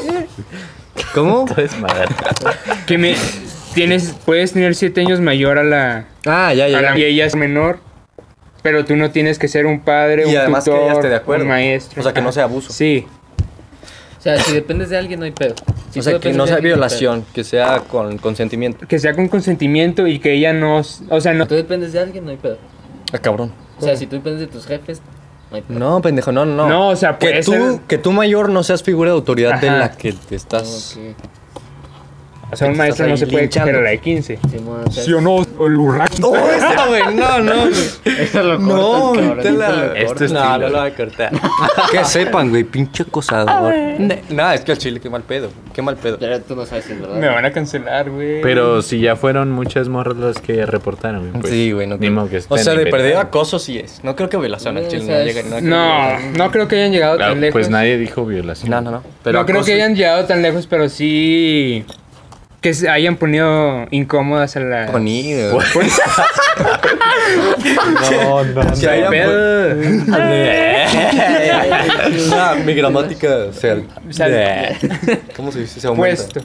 Speaker 2: ¿Cómo?
Speaker 4: Entonces, madre.
Speaker 3: que me tienes puedes tener 7 años mayor a la,
Speaker 2: Ah, ya,
Speaker 3: a
Speaker 2: ya.
Speaker 3: la- y
Speaker 2: ya.
Speaker 3: ella es menor, pero tú no tienes que ser un padre,
Speaker 2: Y
Speaker 3: un
Speaker 2: además que
Speaker 3: tutor,
Speaker 2: ella esté de acuerdo.
Speaker 3: un maestro.
Speaker 2: O sea, que no sea abuso.
Speaker 3: Sí.
Speaker 6: O sea, si dependes de alguien, no hay pedo. Si
Speaker 2: O sea,
Speaker 6: tú
Speaker 2: que
Speaker 6: dependes
Speaker 2: no
Speaker 6: de
Speaker 2: sea
Speaker 6: alguien, no hay
Speaker 2: violación, que sea con consentimiento.
Speaker 3: Que sea con consentimiento y que ella no, s- o sea, no
Speaker 6: pedo. Tú dependes de alguien, no hay pedo.
Speaker 2: Ah, cabrón.
Speaker 6: O sea, si tú dependes de tus jefes, no hay pedo.
Speaker 2: No, pendejo, no, no.
Speaker 3: No, o sea,
Speaker 2: que
Speaker 3: puede
Speaker 2: tú,
Speaker 3: ser-
Speaker 2: que tú mayor no seas figura de autoridad de
Speaker 3: Ajá.
Speaker 2: la que te estás.
Speaker 6: Ok.
Speaker 3: O sea, un
Speaker 2: Estás
Speaker 3: maestro no
Speaker 2: ahí
Speaker 3: se puede
Speaker 2: linchando.
Speaker 3: coger a la de 15.
Speaker 6: Simón, o sea,
Speaker 3: no? El urraco.
Speaker 2: No, Oh, esa, güey, no, no.
Speaker 6: Eso lo
Speaker 2: No,
Speaker 6: cortas, cabrón,
Speaker 2: te
Speaker 6: eso lo
Speaker 2: la...
Speaker 6: cortas.
Speaker 4: Este
Speaker 2: no,
Speaker 4: estilo.
Speaker 2: no lo voy a cortar. que sepan, güey, pinche acosador. Nada, es que al chile, qué mal pedo. Qué mal pedo.
Speaker 6: Pero tú no sabes si es verdad.
Speaker 3: Me van a cancelar, güey.
Speaker 4: Pero si ya fueron muchas morras las que reportaron, güey, pues,
Speaker 2: sí, güey, no
Speaker 4: ni
Speaker 2: creo.
Speaker 4: modo que
Speaker 2: O
Speaker 4: estén
Speaker 2: sea, de perdido
Speaker 4: inventando.
Speaker 2: acoso sí es. No creo que violación al
Speaker 6: No,
Speaker 2: chile
Speaker 6: o
Speaker 2: no
Speaker 6: sea,
Speaker 2: llegue. No, creo que
Speaker 3: No,
Speaker 2: violación.
Speaker 3: no creo que hayan llegado
Speaker 4: Claro,
Speaker 3: tan lejos.
Speaker 4: pues nadie dijo violación.
Speaker 2: no, no, no.
Speaker 3: no creo
Speaker 2: acoso
Speaker 3: que
Speaker 2: sí.
Speaker 3: hayan llegado tan lejos, pero sí que se hayan ponido incómodas a la...
Speaker 2: Ponido.
Speaker 4: Pues, No, no,
Speaker 2: Que hayan
Speaker 3: Pedo.
Speaker 2: Ah, mi gramática se...
Speaker 3: sea,
Speaker 2: ¿Cómo se dice? Se aumenta.
Speaker 3: puesto.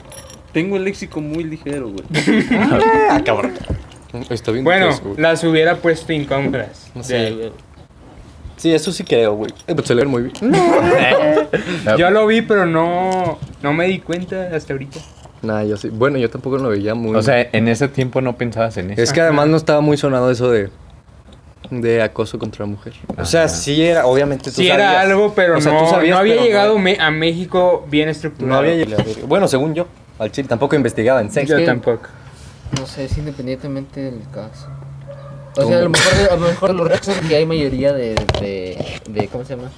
Speaker 8: Tengo el léxico muy ligero, güey.
Speaker 2: Ah, cabrón. Mm, Está bien.
Speaker 3: Bueno,
Speaker 2: intenso, güey.
Speaker 3: las hubiera puesto incómodas.
Speaker 2: Sí. Sí, eso sí creo, güey. Eh, pues se le ve muy bien.
Speaker 4: Eh,
Speaker 3: Yo lo vi, pero no, no me di cuenta hasta ahorita.
Speaker 2: Nah, yo sí. Bueno, yo tampoco lo veía muy.
Speaker 4: O sea, en ese tiempo no pensabas en eso.
Speaker 2: es que además no estaba muy sonado eso de. de acoso contra la mujer. O sea,
Speaker 4: Ajá.
Speaker 2: sí era, obviamente tú
Speaker 3: Sí era
Speaker 2: sabías.
Speaker 3: algo, pero
Speaker 2: O sea, tú
Speaker 3: no,
Speaker 2: sabías,
Speaker 3: no había
Speaker 2: pero no-
Speaker 3: llegado me- a México bien estructurado.
Speaker 2: No había llegado. Bueno, según yo, al chile tampoco investigaba en sexo.
Speaker 3: Yo
Speaker 1: que-
Speaker 3: tampoco.
Speaker 1: No sé, es independientemente del caso. O sea, a lo mejor, a lo mejor los casos que hay mayoría de, de, de- ¿cómo se llama?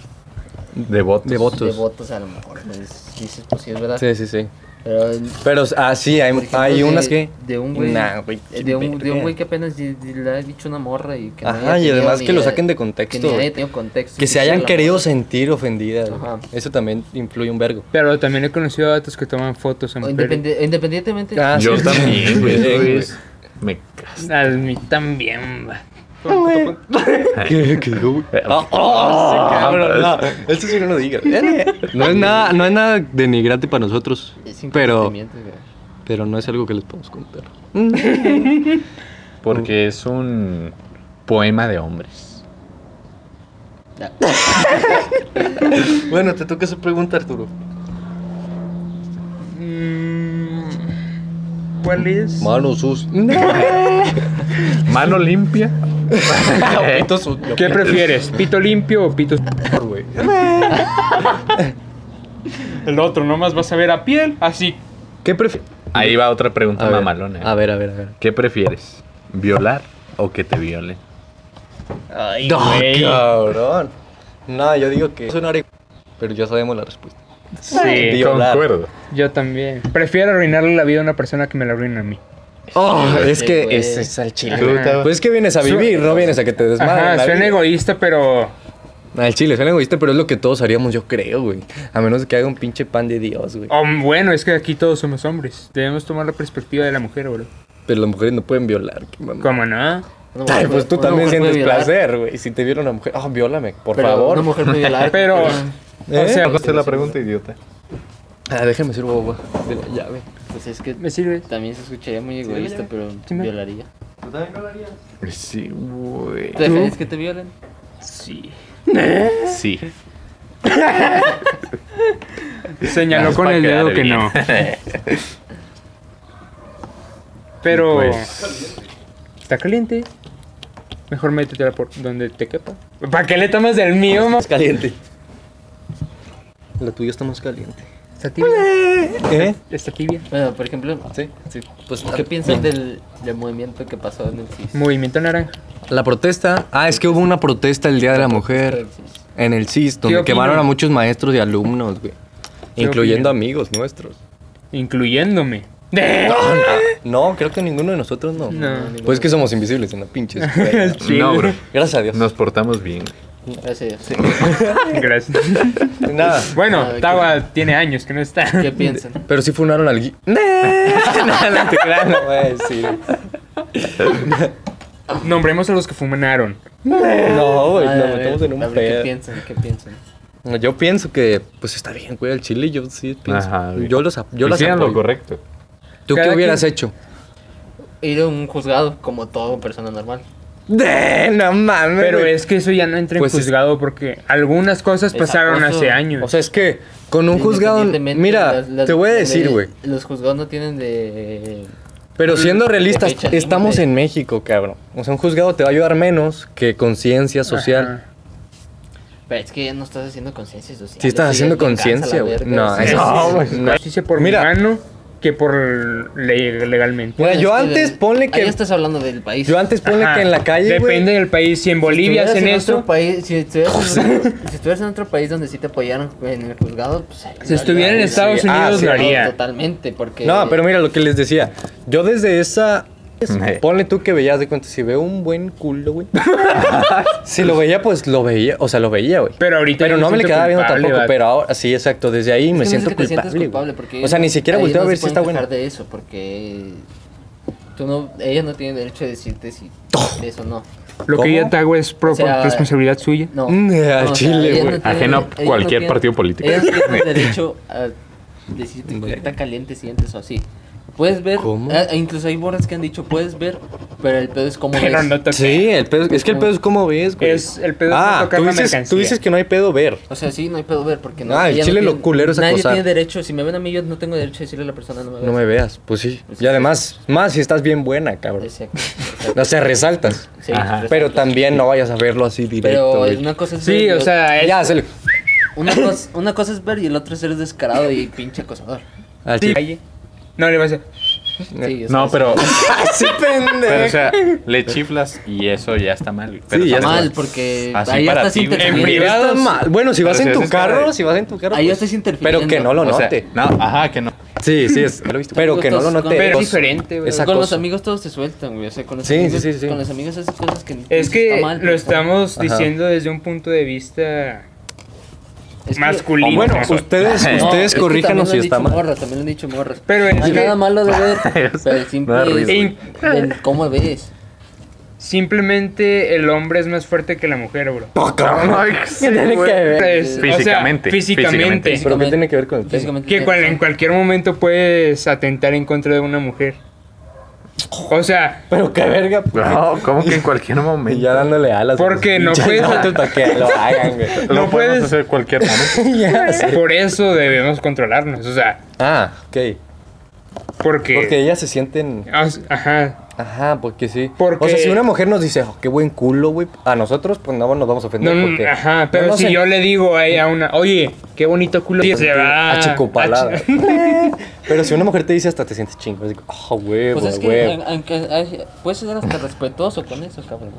Speaker 4: De votos.
Speaker 2: De votos.
Speaker 1: De votos, a lo mejor. pues, dices, pues sí, es verdad.
Speaker 2: Sí, sí, sí.
Speaker 1: Pero el-
Speaker 2: Pero ah, sí, hay,
Speaker 1: por ejemplo,
Speaker 2: hay
Speaker 1: de-
Speaker 2: unas que.
Speaker 1: De un güey.
Speaker 2: Nah, güey,
Speaker 1: eh, de, un, de un
Speaker 2: verga.
Speaker 1: güey que apenas di- di- le ha dicho una morra y que. no
Speaker 2: Ajá,
Speaker 1: haya
Speaker 2: y
Speaker 1: tenido
Speaker 2: además
Speaker 1: ni
Speaker 2: que lo
Speaker 1: idea-
Speaker 2: saquen de
Speaker 1: Que
Speaker 2: contexto.
Speaker 1: ni haya
Speaker 2: Que,
Speaker 1: tenido contexto.
Speaker 2: se
Speaker 1: y
Speaker 2: hayan
Speaker 1: la
Speaker 2: querido sentir ofendidas. güey.
Speaker 1: Ajá.
Speaker 2: Eso también influye un vergo.
Speaker 3: Pero también he conocido a datos que toman fotos a
Speaker 1: morra. O
Speaker 3: mujeres.
Speaker 1: independe- Independientemente.
Speaker 4: Ah,
Speaker 2: Ah,
Speaker 4: Yo también, güey.
Speaker 2: Sí,
Speaker 4: eso
Speaker 2: güey.
Speaker 4: es- Me cago.
Speaker 3: A mí también, va.
Speaker 2: ¿Qué, qué dijo, güey?
Speaker 4: Eh,
Speaker 2: Ah, ah, sí, cabrón, no. Esto sí que no lo digas. No es nada, no es nada denigrante para nosotros.
Speaker 1: sin
Speaker 2: Pero,
Speaker 1: consentimiento, güey.
Speaker 2: pero no es algo que les podemos contar. Mm.
Speaker 4: Porque es un poema de hombres.
Speaker 2: Bueno, te toca esa pregunta, Arturo.
Speaker 3: Mm, ¿Cuál es?
Speaker 2: Mano sus.
Speaker 4: Mano limpia.
Speaker 2: Pito sus.
Speaker 3: ¿Qué prefieres? ¿Pito limpio o pito güey? El otro nomás vas a ver a piel, así.
Speaker 2: ¿Qué prefieres?
Speaker 4: Ahí va otra pregunta
Speaker 2: A ver,
Speaker 3: eh.
Speaker 4: mamalona. eh.
Speaker 2: a ver, a ver, a ver.
Speaker 4: ¿Qué prefieres? ¿Violar o que te violen?
Speaker 2: No, cabrón. No, yo digo que es una hora y- Pero ya sabemos la respuesta.
Speaker 3: Sí.
Speaker 2: Violar.
Speaker 4: Concuerdo.
Speaker 3: Yo también. Prefiero arruinarle la vida a una persona que me la arruina a mí.
Speaker 2: Oh, es
Speaker 3: Este
Speaker 1: sí,
Speaker 2: que
Speaker 1: güey.
Speaker 2: ese es el chile.
Speaker 3: Tú, Tavo.
Speaker 2: Pues es que vienes a vivir, no vienes a que te
Speaker 4: Pues
Speaker 3: Ajá,
Speaker 2: desmadres.
Speaker 3: suena egoísta, pero.
Speaker 2: Al chile, suena egoísta, pero es lo que todos haríamos, yo creo, güey. A menos que haga un pinche pan de Dios, güey.
Speaker 3: Oh, bueno, es que aquí todos somos hombres. Debemos tomar la perspectiva de la mujer, bro.
Speaker 2: Pero las mujeres no pueden violar. qué mamá.
Speaker 3: ¿Cómo no?
Speaker 1: Una
Speaker 2: Ay,
Speaker 1: mujer
Speaker 2: pues tú
Speaker 1: puede- una
Speaker 2: también
Speaker 1: mujer puede
Speaker 2: sientes
Speaker 1: violar,
Speaker 2: placer, güey. Si te viola una mujer, ah, viólame, por
Speaker 1: pero
Speaker 2: favor.
Speaker 1: Una mujer puede violar.
Speaker 3: Pero. O
Speaker 2: ¿Eh?
Speaker 3: sea,
Speaker 4: Hazte la pregunta, idiota.
Speaker 2: Ah, déjame ser bobo de la llave.
Speaker 1: Pues es que
Speaker 3: ¿me sirves?
Speaker 1: también se escucharía muy egoísta, pero
Speaker 3: Sí, me-
Speaker 1: violaría.
Speaker 4: Sí, uh, güey.
Speaker 1: ¿Te defendes que te violen?
Speaker 3: Sí.
Speaker 4: Sí.
Speaker 3: Señaló
Speaker 4: Vas
Speaker 3: con
Speaker 4: pa'
Speaker 3: el dedo
Speaker 4: quedar
Speaker 3: que
Speaker 4: bien.
Speaker 3: no. Pero.
Speaker 4: Pues,
Speaker 3: Está caliente. Mejor métetela por donde te quepa. ¿Para qué le tomas del mío, ma?
Speaker 2: Más caliente. La tuya está más caliente.
Speaker 3: Está tibia.
Speaker 2: ¿Eh?
Speaker 3: Está tibia.
Speaker 1: Bueno, por ejemplo,
Speaker 2: Sí, sí. Pues
Speaker 1: ¿qué piensas del, del movimiento que pasó en el CIS?
Speaker 3: Movimiento naranja.
Speaker 2: La protesta. Ah, es que hubo una protesta el Día de la Mujer en el CIS, donde
Speaker 3: opina?
Speaker 2: quemaron a muchos maestros y alumnos, güey.
Speaker 3: ¿Qué
Speaker 2: Incluyendo
Speaker 3: opina?
Speaker 2: amigos nuestros.
Speaker 3: Incluyéndome.
Speaker 2: No, creo que ninguno de nosotros no.
Speaker 3: No.
Speaker 2: Pues es que somos invisibles en la pinche escuela.
Speaker 3: Sí.
Speaker 4: No, bro.
Speaker 2: Gracias a Dios.
Speaker 4: Nos portamos bien.
Speaker 1: Gracias.
Speaker 3: Gracias.
Speaker 2: Nada.
Speaker 1: Ah,
Speaker 3: Bueno,
Speaker 1: ¿qué?
Speaker 3: Tawa tiene años que no está.
Speaker 1: ¿Qué piensan?
Speaker 2: Pero sí funaron al gui. No, no te creas, no voy a decir.
Speaker 3: Nombremos a los que fumaron.
Speaker 2: No, güey,
Speaker 1: Ah,
Speaker 2: nos
Speaker 1: a ver,
Speaker 2: metemos en
Speaker 1: a
Speaker 2: un
Speaker 1: ver, ¿Qué
Speaker 2: pedo.
Speaker 1: piensan? ¿Qué piensan?
Speaker 2: Yo pienso que, pues está bien, güey, al chile. Yo sí pienso.
Speaker 4: Ajá, güey.
Speaker 2: yo los, ap- yo las
Speaker 4: Hicieron lo
Speaker 2: apoyo.
Speaker 4: correcto.
Speaker 2: ¿Tú qué
Speaker 3: Cada
Speaker 2: hubieras
Speaker 3: quien-
Speaker 2: hecho?
Speaker 1: Ir a un juzgado como todo persona normal.
Speaker 2: De, no mames.
Speaker 3: Pero
Speaker 2: güey.
Speaker 3: es que eso ya no entra
Speaker 2: Pues
Speaker 3: en
Speaker 2: es-
Speaker 3: juzgado porque algunas cosas
Speaker 1: Es
Speaker 3: pasaron
Speaker 1: acoso.
Speaker 3: hace años.
Speaker 2: O sea, es que con un juzgado.
Speaker 1: Independientemente,
Speaker 2: Mira,
Speaker 1: las- las-
Speaker 2: te voy a
Speaker 1: las
Speaker 2: decir,
Speaker 1: leyes-
Speaker 2: güey.
Speaker 1: Los juzgados no tienen de.
Speaker 2: Pero siendo realistas,
Speaker 1: fecha límite.
Speaker 2: estamos en México, cabrón. O sea, un juzgado te va a ayudar menos que conciencia social.
Speaker 3: Ajá.
Speaker 1: Pero es que ya no estás haciendo conciencia social.
Speaker 2: Sí estás
Speaker 1: eso ya
Speaker 2: haciendo
Speaker 1: te cansa la
Speaker 2: conciencia, güey.
Speaker 1: verga,
Speaker 2: No,
Speaker 1: o sea,
Speaker 2: Ah, eso
Speaker 1: sí,
Speaker 2: sí.
Speaker 1: sí,
Speaker 3: Pues,
Speaker 2: No.
Speaker 3: más hice por
Speaker 2: Mira.
Speaker 3: mi mano que por le- legalmente.
Speaker 2: Mira, yo
Speaker 1: Es que
Speaker 2: antes,
Speaker 1: del-
Speaker 2: ponle
Speaker 1: Ahí
Speaker 2: que.
Speaker 1: estás hablando del país.
Speaker 2: Yo antes, ponle
Speaker 3: Ajá.
Speaker 2: que en la calle, güey.
Speaker 3: Depende del país. Si en
Speaker 1: Si
Speaker 3: Bolivia
Speaker 1: estuvieras
Speaker 3: hacen
Speaker 1: en
Speaker 3: esto,
Speaker 1: Otro país, si, estuvieras en otro, si estuvieras en otro país donde sí te apoyaron en el juzgado, pues. ahí
Speaker 3: Si
Speaker 1: lo
Speaker 3: estuviera en
Speaker 1: haría,
Speaker 3: Estados
Speaker 1: sí.
Speaker 2: Ah,
Speaker 3: Unidos,
Speaker 2: sí,
Speaker 3: lo
Speaker 1: No,
Speaker 3: haría.
Speaker 1: Totalmente, porque.
Speaker 2: No, pero mira lo que les decía. Yo desde esa. Ponle tú que veías de cuenta. Si veo un buen culo, güey. si lo veía, pues lo veía. O sea, lo veía, güey.
Speaker 3: Pero ahorita
Speaker 2: Pero
Speaker 3: yo
Speaker 2: no me le
Speaker 3: siento
Speaker 2: quedaba viendo
Speaker 3: culpable,
Speaker 2: tampoco,
Speaker 3: vato.
Speaker 2: pero ahora sí, exacto, desde ahí me
Speaker 1: Es que no
Speaker 2: siento
Speaker 1: sé que te sientes
Speaker 2: culpable.
Speaker 1: culpable,
Speaker 2: güey.
Speaker 1: porque
Speaker 2: o sea, ni siquiera
Speaker 1: ahí
Speaker 2: volteo a
Speaker 1: no
Speaker 2: ver
Speaker 1: se
Speaker 2: si está
Speaker 1: pueden
Speaker 2: bueno.
Speaker 1: quejar de eso, porque tú no, ella no tiene derecho a decirte si eso no.
Speaker 3: Lo que
Speaker 2: ¿Cómo?
Speaker 3: yo te hago es pro-
Speaker 1: O sea,
Speaker 3: por responsabilidad suya.
Speaker 1: No.
Speaker 2: Mm, al
Speaker 1: No, o sea,
Speaker 2: chile,
Speaker 1: ella no
Speaker 2: güey.
Speaker 1: tiene-
Speaker 4: Ajeno a
Speaker 1: ella no
Speaker 4: cualquier
Speaker 1: tiene-
Speaker 4: partido político.
Speaker 1: Ella no tiene derecho a decirte que está caliente sientes o así. Puedes ver,
Speaker 2: ¿Cómo?
Speaker 1: ah, incluso hay borras que han dicho, puedes ver, pero el pedo es como
Speaker 3: Pero
Speaker 1: ves.
Speaker 3: no toca.
Speaker 2: Sí, el pedo, es que el pedo es como ves, güey.
Speaker 3: Es- el pedo es no
Speaker 2: ah,
Speaker 3: tocar
Speaker 2: tú
Speaker 3: la
Speaker 2: dices, tú
Speaker 3: mercancía.
Speaker 2: dices que no hay pedo ver.
Speaker 1: O sea, sí, no hay pedo ver porque no.
Speaker 2: Ah, el
Speaker 1: ya no
Speaker 2: chile lo
Speaker 1: tienen-
Speaker 2: culero es
Speaker 1: Nadie
Speaker 2: acosar.
Speaker 1: tiene derecho, si me ven a mí yo no tengo derecho a decirle a la persona no me
Speaker 2: No me veas, pues sí. Y además, más si estás bien buena, cabrón.
Speaker 1: Exacto, exacto.
Speaker 2: No se resaltas.
Speaker 1: Sí,
Speaker 4: Ajá.
Speaker 1: exacto.
Speaker 2: Pero también no vayas a verlo así directo.
Speaker 1: Pero
Speaker 2: güey.
Speaker 1: una cosa es
Speaker 3: Sí,
Speaker 1: ver y
Speaker 3: o
Speaker 1: ot-
Speaker 3: sea, es-
Speaker 2: Ya, hazle.
Speaker 1: una cosa, una cosa es ver y el otro es ser descarado y pinche acosador.
Speaker 2: Así.
Speaker 3: Calle. No, le vas a decir,
Speaker 2: Eh,
Speaker 1: Sí, o sea,
Speaker 4: No, pero,
Speaker 2: Así,
Speaker 4: pero, o
Speaker 2: pendejo.
Speaker 4: sea, le chiflas y eso ya está mal. güey. Pero
Speaker 2: Sí, ya
Speaker 1: está
Speaker 2: es-
Speaker 1: mal porque
Speaker 4: Así
Speaker 1: ahí ya
Speaker 4: para
Speaker 1: estás
Speaker 4: ti, güey.
Speaker 1: interfiriendo.
Speaker 3: En privado.
Speaker 2: Está mal. Bueno, si vas en
Speaker 4: Pero si
Speaker 2: tu
Speaker 4: haces cara
Speaker 2: carro,
Speaker 4: de-
Speaker 2: si vas en tu carro.
Speaker 1: Ahí ya
Speaker 2: pues-
Speaker 1: estás interfiriendo.
Speaker 2: Pero que no lo
Speaker 4: O sea,
Speaker 2: note.
Speaker 4: no, ajá, que no.
Speaker 2: Sí, sí, es. Pero que no lo
Speaker 1: Con-
Speaker 2: note.
Speaker 1: con-
Speaker 3: pero es
Speaker 2: Pues,
Speaker 3: diferente, güey.
Speaker 2: esa
Speaker 1: Con los
Speaker 2: cosa.
Speaker 1: amigos todos se sueltan, güey. O sea, con los
Speaker 2: Sí, sí,
Speaker 1: amigos,
Speaker 2: sí, sí.
Speaker 1: Con los amigos haces cosas que
Speaker 3: Es que
Speaker 1: está mal,
Speaker 3: lo
Speaker 1: o sea,
Speaker 3: estamos
Speaker 2: Ajá.
Speaker 3: diciendo desde un punto de vista
Speaker 1: es que-
Speaker 3: masculino.
Speaker 2: Bueno, pues,
Speaker 3: Como-
Speaker 2: ustedes,
Speaker 1: No,
Speaker 2: ustedes
Speaker 1: es que
Speaker 2: corríjanos
Speaker 1: también lo
Speaker 2: si
Speaker 1: han
Speaker 2: está
Speaker 1: dicho
Speaker 2: mal.
Speaker 1: Morras, también lo han dicho morras.
Speaker 3: Pero es
Speaker 1: no hay
Speaker 3: que-
Speaker 1: nada malo de ver, pero el
Speaker 4: da
Speaker 1: simple es
Speaker 3: risa.
Speaker 1: del cómo ves.
Speaker 3: simplemente el hombre es más fuerte que la mujer, bro.
Speaker 2: Tiene que ver.
Speaker 3: Es- o sea, físicamente.
Speaker 4: Físicamente, físicamente.
Speaker 2: Pero ¿qué tiene que ver con el tema?
Speaker 1: Físicamente
Speaker 3: Que
Speaker 1: tiene
Speaker 3: cual-
Speaker 1: razón.
Speaker 3: en cualquier momento puedes atentar en contra de una mujer. O sea,
Speaker 2: Pero qué verga. pues.
Speaker 4: No, como que en cualquier
Speaker 2: Y
Speaker 4: momento.
Speaker 2: ya dándole alas.
Speaker 3: Porque no puedes-
Speaker 2: Para que lo hagan, güey.
Speaker 4: Lo
Speaker 3: No
Speaker 4: podemos
Speaker 3: puedes-
Speaker 4: hacer cualquier momento.
Speaker 2: Ya sé.
Speaker 3: por eso debemos controlarnos. O sea,
Speaker 2: Ah, ok.
Speaker 3: porque...
Speaker 2: Porque ellas se sienten.
Speaker 3: o sea, Ajá.
Speaker 2: Ajá, porque sí.
Speaker 3: Porque-
Speaker 2: O sea, si una mujer nos dice, "Oh, qué buen culo, güey, a nosotros, pues no nos vamos a
Speaker 3: No,
Speaker 2: ofender.
Speaker 3: no,
Speaker 2: porque
Speaker 3: ajá,
Speaker 2: no
Speaker 3: pero
Speaker 2: nos
Speaker 3: si
Speaker 2: en-
Speaker 3: yo le digo a ella una, oye, qué bonito culo, se
Speaker 2: A
Speaker 3: va a
Speaker 2: chicopalada.
Speaker 3: chi-
Speaker 2: pero si una mujer te dice, hasta te sientes chingo. Así, oh, huevo,
Speaker 1: Pues es que
Speaker 2: huevo.
Speaker 1: en- aunque hay- puedes ser hasta respetuoso con eso, cabrón.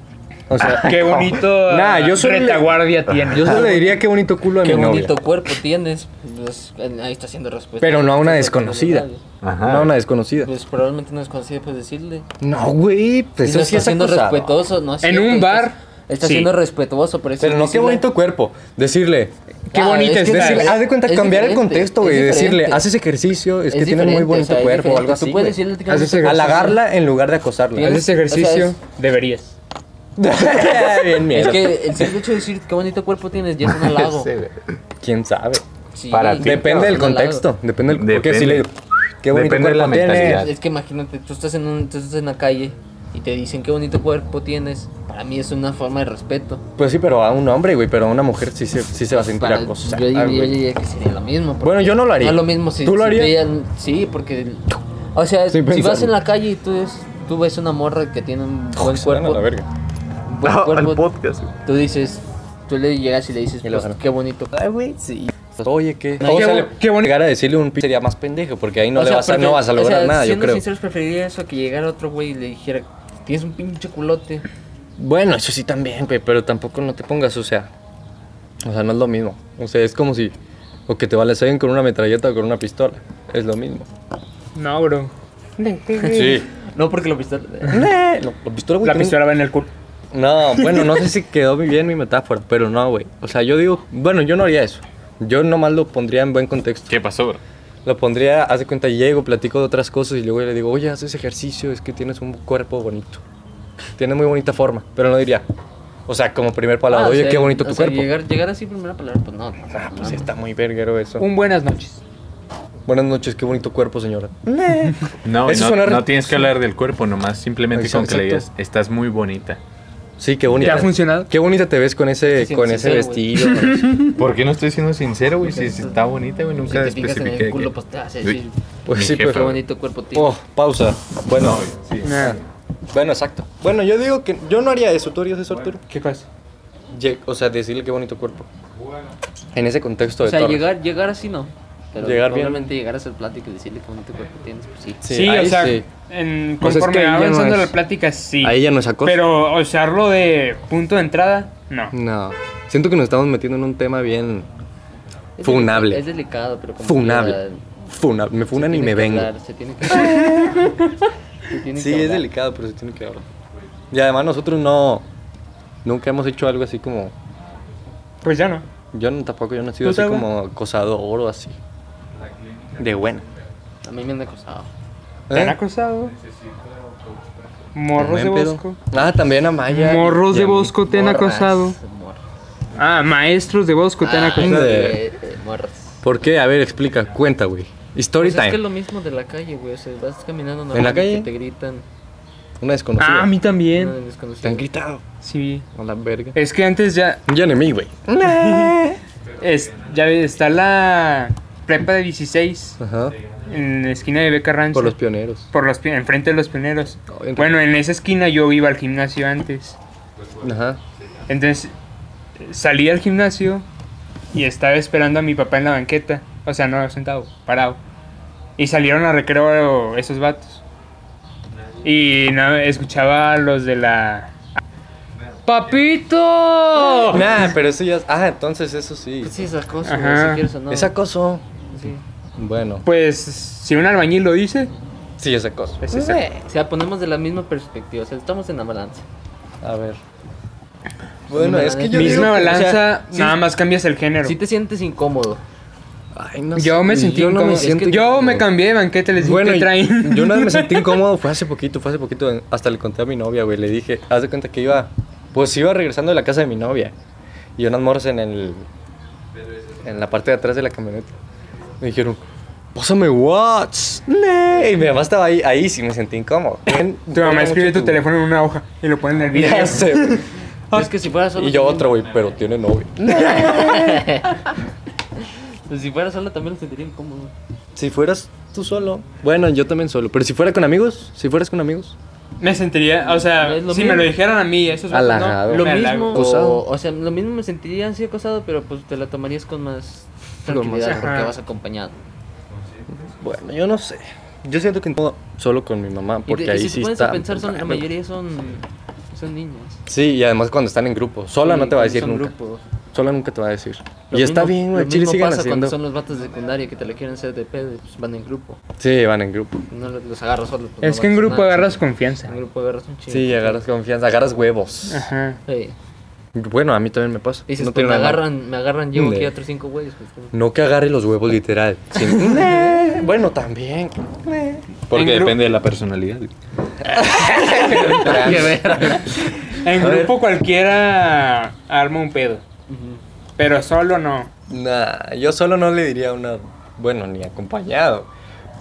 Speaker 2: O sea,
Speaker 3: Qué bonito
Speaker 2: Nah,
Speaker 3: ah,
Speaker 2: yo solo le-
Speaker 3: retaguardia tiene.
Speaker 2: yo solo le diría qué bonito culo a
Speaker 1: Qué
Speaker 2: mi novia.
Speaker 1: bonito cuerpo tienes. pues, en- ahí está siendo respetuoso.
Speaker 2: Pero no a una desconocida.
Speaker 4: Ajá.
Speaker 2: No a una desconocida.
Speaker 1: Pues probablemente no desconocida, pues decirle.
Speaker 2: No, güey, pues
Speaker 1: Si no
Speaker 2: eso sí
Speaker 1: está
Speaker 2: es
Speaker 1: siendo
Speaker 2: acosado.
Speaker 1: respetuoso, no es
Speaker 3: En
Speaker 1: cierto,
Speaker 3: un
Speaker 1: estás-
Speaker 3: bar,
Speaker 1: Está
Speaker 3: sí.
Speaker 1: siendo respetuoso, pero es
Speaker 2: Pero no, qué
Speaker 1: decirle-
Speaker 2: bonito cuerpo. Decirle,
Speaker 3: Qué
Speaker 1: Ah,
Speaker 3: bonito
Speaker 1: es que
Speaker 3: está.
Speaker 2: decirle,
Speaker 1: es-
Speaker 2: haz de cuenta,
Speaker 1: es
Speaker 2: cambiar el
Speaker 1: diferente,
Speaker 2: contexto,
Speaker 1: es
Speaker 2: güey.
Speaker 1: diferente.
Speaker 2: Decirle, haces ejercicio, es, que tienes muy
Speaker 1: diferente,
Speaker 2: bonito
Speaker 1: o sea, es
Speaker 2: cuerpo o
Speaker 1: diferente.
Speaker 2: algo así.
Speaker 1: Tú puedes
Speaker 2: güey.
Speaker 1: decirle que
Speaker 3: Haces ejercicio.
Speaker 2: Halagarla en lugar de acosarla.
Speaker 1: Tienes-
Speaker 3: Haces ejercicio,
Speaker 1: o sea, es-
Speaker 3: deberías.
Speaker 2: Bien,
Speaker 1: Es
Speaker 2: mierda.
Speaker 1: que el simple hecho de decir qué bonito cuerpo tienes ya es un halago.
Speaker 4: Sí, güey.
Speaker 2: ¿Quién sabe?
Speaker 1: Sí,
Speaker 4: Para
Speaker 1: es
Speaker 4: ti.
Speaker 2: Depende
Speaker 1: un
Speaker 2: del
Speaker 1: halago.
Speaker 2: contexto. Depende del Porque si le digo, qué bonito
Speaker 4: Depende de la
Speaker 2: cuerpo tienes.
Speaker 4: mentalidad.
Speaker 1: Es que imagínate, tú estás en un, tú estás en la calle y te dicen qué bonito cuerpo tienes. Para mí es una forma de respeto.
Speaker 2: Pues sí, pero a un hombre, güey. Pero a una mujer sí se, sí se va a sentir
Speaker 1: Para-
Speaker 2: acosada.
Speaker 1: yo, diría- yo
Speaker 2: güey.
Speaker 1: diría que sería lo mismo. porque
Speaker 2: Bueno, yo no lo haría.
Speaker 1: es lo mismo si
Speaker 2: ¿Tú lo
Speaker 1: si te
Speaker 2: harías?
Speaker 1: digan- sí, porque o sea,
Speaker 2: Estoy
Speaker 1: si vas
Speaker 2: pensando.
Speaker 1: en la calle y tú ves, tú ves una morra que tiene un buen
Speaker 2: Se van a
Speaker 1: cuerpo,
Speaker 2: la verga.
Speaker 1: un buen
Speaker 4: No,
Speaker 1: cuerpo,
Speaker 4: al podcast. güey.
Speaker 1: tú dices, tú le llegas y le dices,
Speaker 2: Y lo
Speaker 1: pues,
Speaker 2: agarra.
Speaker 1: qué bonito.
Speaker 2: Pues, Oye, ¿qué?
Speaker 1: No,
Speaker 2: o
Speaker 1: qué
Speaker 2: sea,
Speaker 1: bo-
Speaker 2: le-
Speaker 3: qué bonito.
Speaker 2: Llegar a decirle un p... sería más pendejo, porque ahí no,
Speaker 1: O
Speaker 2: le
Speaker 1: sea,
Speaker 2: vas, a, no
Speaker 1: prefer-
Speaker 2: vas a
Speaker 1: o
Speaker 2: lograr
Speaker 1: sea,
Speaker 2: nada, yo
Speaker 1: siendo
Speaker 2: creo.
Speaker 1: sinceros, preferiría eso que llegara otro güey y le dijera, tienes un pinche culote.
Speaker 2: Bueno, eso sí también, güey, pero tampoco no te pongas, o sea. O sea, no es lo mismo. O sea, es como si. O que te balaceen con una metralleta o con una pistola. Es lo mismo.
Speaker 3: No, bro.
Speaker 2: Sí.
Speaker 1: No, porque lo viste.
Speaker 2: la, la pistola, güey.
Speaker 3: La
Speaker 2: tiene-
Speaker 3: pistola va en el culo.
Speaker 2: No, bueno, no sé si quedó muy bien mi metáfora, pero no, güey. O sea, yo digo, bueno, yo no haría eso. Yo nomás lo pondría en buen contexto.
Speaker 4: ¿Qué pasó, bro?
Speaker 2: Lo pondría, haz de cuenta, llego, platico de otras cosas y luego le digo, oye, haces ejercicio, es que tienes un cuerpo bonito. Tienes muy bonita forma, pero no diría. O sea, como primer
Speaker 1: Ah,
Speaker 2: palabra, oye, qué bonito tu cuerpo.
Speaker 1: Llegar, llegar así primera palabra, pues no. no,
Speaker 2: Ah, pues
Speaker 1: no.
Speaker 2: está muy verguero eso.
Speaker 3: Un buenas noches.
Speaker 2: Buenas noches, qué bonito cuerpo, señora.
Speaker 4: No,
Speaker 2: Eso
Speaker 4: no,
Speaker 2: suena re-
Speaker 4: no tienes que hablar del cuerpo nomás, simplemente
Speaker 2: Exacto.
Speaker 4: con que le digas, estás muy bonita.
Speaker 2: Sí, qué
Speaker 3: ¿Te
Speaker 2: bonita.
Speaker 3: ha funcionado?
Speaker 2: Qué bonita te ves con ese,
Speaker 1: Sí, sí,
Speaker 2: con
Speaker 1: sí,
Speaker 2: ese
Speaker 1: sí,
Speaker 2: vestido. con eso.
Speaker 4: ¿Por qué no estoy siendo sincero, güey? Si, si está bonita, güey,
Speaker 1: Si
Speaker 4: nunca
Speaker 1: te fijas en
Speaker 4: especifiqué.
Speaker 1: el
Speaker 4: que-
Speaker 1: culo, pues te hace decir,
Speaker 4: Sí.
Speaker 2: Pues
Speaker 4: Mi
Speaker 2: sí,
Speaker 4: jefa,
Speaker 1: qué
Speaker 2: pero-
Speaker 4: güey.
Speaker 1: bonito cuerpo tienes.
Speaker 2: Oh, pausa. Bueno,
Speaker 4: No, güey, sí.
Speaker 3: Nah.
Speaker 2: bueno, exacto. Bueno, yo digo que yo no haría eso. ¿Tú harías eso, Arturo?
Speaker 3: ¿Qué cosa?
Speaker 2: Ye- O sea, decirle qué bonito cuerpo. En ese contexto
Speaker 1: o
Speaker 2: de
Speaker 1: sea,
Speaker 2: Torres.
Speaker 1: llegar, llegar así no. Pero
Speaker 2: Llegar bien.
Speaker 1: probablemente llegar a hacer plática y decirle qué bonito cuerpo tienes, pues sí.
Speaker 2: Sí,
Speaker 3: Sí,
Speaker 2: ahí
Speaker 3: o sea,
Speaker 2: sí.
Speaker 3: en-
Speaker 2: Pues es
Speaker 3: conforme
Speaker 2: que ahí
Speaker 3: va
Speaker 2: ya no
Speaker 3: avanzando
Speaker 2: es-
Speaker 3: la plática, sí.
Speaker 2: Ahí ya no es acoso.
Speaker 3: Pero usarlo de punto de entrada, no.
Speaker 2: No. Siento que nos estamos metiendo en un tema bien
Speaker 1: Es
Speaker 2: Funable.
Speaker 1: delica- Es delicado, pero como quiera,
Speaker 2: funable. Funa- me
Speaker 1: se
Speaker 2: funan y
Speaker 1: tiene
Speaker 2: me
Speaker 1: que
Speaker 2: vengo.
Speaker 1: hablar, se tiene que se tiene
Speaker 2: Sí,
Speaker 1: que
Speaker 2: es
Speaker 1: hablar.
Speaker 2: delicado, pero se tiene que hablar. Y además nosotros no nunca hemos hecho algo así como
Speaker 3: Pues ya no.
Speaker 2: yo no, tampoco yo no he sido
Speaker 3: ¿Tú,
Speaker 2: así
Speaker 3: Tagua?
Speaker 2: como acosador o así. De buena.
Speaker 1: A mí me han acosado.
Speaker 3: ¿Te han
Speaker 2: ¿Eh?
Speaker 3: acosado? Morros de
Speaker 2: Buen pedo.
Speaker 3: Bosco.
Speaker 2: Ah, también a Maya.
Speaker 3: Morros
Speaker 2: y
Speaker 3: de
Speaker 2: a mí.
Speaker 3: Bosco te han
Speaker 1: Morras,
Speaker 3: acosado.
Speaker 1: morras.
Speaker 3: Ah, maestros de Bosco te han
Speaker 1: Ay,
Speaker 3: acosado.
Speaker 2: de-
Speaker 1: eh, eh, morras.
Speaker 2: ¿Por qué? A ver, explica, cuenta, güey. Y Story
Speaker 1: Pues es que
Speaker 2: time.
Speaker 1: es lo mismo de la calle, güey. O sea, vas caminando normal
Speaker 2: ¿En la
Speaker 1: y que
Speaker 2: calle?
Speaker 1: te gritan.
Speaker 2: Una
Speaker 3: Ah,
Speaker 2: desconocida.
Speaker 3: a mí también.
Speaker 1: una desconocida.
Speaker 2: Te han gritado.
Speaker 3: Sí.
Speaker 1: A la verga.
Speaker 3: Es que antes ya
Speaker 2: Ya ni a mí, güey.
Speaker 3: es, ya está la prepa de 16
Speaker 2: Ajá.
Speaker 3: en la esquina de Beca Rancho.
Speaker 2: Por los pioneros.
Speaker 3: por los pi- enfrente de los pioneros.
Speaker 2: No, bien
Speaker 3: bueno, en esa esquina yo iba al gimnasio antes.
Speaker 2: Ajá.
Speaker 3: Entonces salí al gimnasio y estaba esperando a mi papá en la banqueta. O sea, no sentado, parado. Y salieron a recreo esos vatos. Y no, escuchaba a los de la... ¡Papito!
Speaker 2: Nah, pero eso ya. Ah, entonces eso sí.
Speaker 1: Oh. Pues sí, es acoso, güey,
Speaker 3: Ajá.
Speaker 1: si quieres o no.
Speaker 2: Es acoso.
Speaker 1: Sí.
Speaker 2: Bueno,
Speaker 3: Pues si un albañil lo dice, pues
Speaker 2: sí, es acoso.
Speaker 3: es esa.
Speaker 1: O sea, ponemos de la misma perspectiva. O sea, estamos en la balanza.
Speaker 2: A ver. Bueno, es que yo. digo
Speaker 3: Misma
Speaker 2: que, o sea,
Speaker 3: balanza,
Speaker 2: sí-
Speaker 3: nada más cambias el género.
Speaker 1: Si te sientes incómodo.
Speaker 2: Ay, no
Speaker 3: Yo
Speaker 2: sé,
Speaker 3: me
Speaker 2: güey,
Speaker 3: sentí
Speaker 2: yo no me
Speaker 3: incómodo.
Speaker 2: siento
Speaker 3: yo
Speaker 2: incómodo.
Speaker 3: me cambié de banquete, les dije
Speaker 2: Bueno,
Speaker 3: que
Speaker 2: y-
Speaker 3: traen.
Speaker 2: yo una vez me sentí incómodo, fue hace poquito, fue hace poquito, hasta le conté a mi novia, güey, le dije, haz de cuenta que iba, pues iba regresando de la casa de mi novia, y unas morras en el, en la parte de atrás de la camioneta, me dijeron, pásame Whats, nee", y mi mamá estaba ahí, ahí sí me sentí incómodo.
Speaker 3: Tu mamá escribe tu teléfono en una hoja y lo pone en el video.
Speaker 2: Ya sé, güey.
Speaker 1: es que si fuera solo.
Speaker 2: Ah. y yo
Speaker 1: también-
Speaker 2: otro, güey, pero tiene novia.
Speaker 1: Pues si fuera solo también lo sentiría incómodo.
Speaker 2: Si fueras tú solo, bueno, yo también solo, pero si fuera con amigos, si fueras con amigos,
Speaker 3: Me sentiría, o
Speaker 1: No
Speaker 3: sea,
Speaker 1: es lo
Speaker 3: si
Speaker 1: mismo.
Speaker 3: me lo dijeran a mí, eso es
Speaker 2: Halagado.
Speaker 1: Lo
Speaker 2: Me
Speaker 1: mismo,
Speaker 2: Acosado.
Speaker 1: o sea, lo mismo me sentiría así acosado, pero pues te la tomarías con más
Speaker 2: Con más-
Speaker 1: tranquilidad porque
Speaker 3: Ajá.
Speaker 1: vas acompañado.
Speaker 2: bueno, yo no sé. Yo siento que no solo con mi mamá,
Speaker 1: Y,
Speaker 2: porque
Speaker 1: te- y
Speaker 2: ahí
Speaker 1: si
Speaker 2: sí
Speaker 1: te pones
Speaker 2: está.
Speaker 1: a pensar, son, la
Speaker 2: Bueno,
Speaker 1: mayoría son, son niñas.
Speaker 2: Sí, y además cuando están en grupo. Sola
Speaker 1: Sí,
Speaker 2: no te va a
Speaker 1: cuando
Speaker 2: decir
Speaker 1: son
Speaker 2: nunca.
Speaker 1: grupos.
Speaker 2: Sola nunca te va a decir.
Speaker 1: Lo
Speaker 2: y está
Speaker 1: mismo-
Speaker 2: bien,
Speaker 1: lo
Speaker 2: güey. Chile
Speaker 1: mismo
Speaker 2: siguen
Speaker 1: pasa cuando
Speaker 2: haciendo.
Speaker 1: son los vatos de secundaria que te la quieren hacer de pedo, y, pues van en grupo.
Speaker 2: Sí, van en grupo.
Speaker 1: No los, los agarras solos. pues,
Speaker 3: Es
Speaker 1: no
Speaker 3: que en
Speaker 1: vas a
Speaker 3: grupo
Speaker 1: nada,
Speaker 3: agarras
Speaker 1: sí.
Speaker 3: confianza.
Speaker 1: En grupo agarras un chingo.
Speaker 2: Sí, agarras confianza, agarras huevos.
Speaker 3: Ajá.
Speaker 1: Sí.
Speaker 2: Bueno, a mí también me pasa.
Speaker 1: Dices,
Speaker 2: no
Speaker 1: pues
Speaker 2: tiene
Speaker 1: me
Speaker 2: nada de malo.
Speaker 1: agarran, me agarran, llevo aquí
Speaker 2: Ne.
Speaker 1: a otros cinco güeyes. Pues, ¿cómo?
Speaker 2: No que agarre los huevos literal. sin- Eh, bueno, también.
Speaker 4: Porque
Speaker 3: En gru-
Speaker 4: depende de la personalidad. güey.
Speaker 3: En grupo cualquiera arma un pedo. Pero solo no.
Speaker 2: Nah, yo solo no le diría una. Bueno, ni acompañado.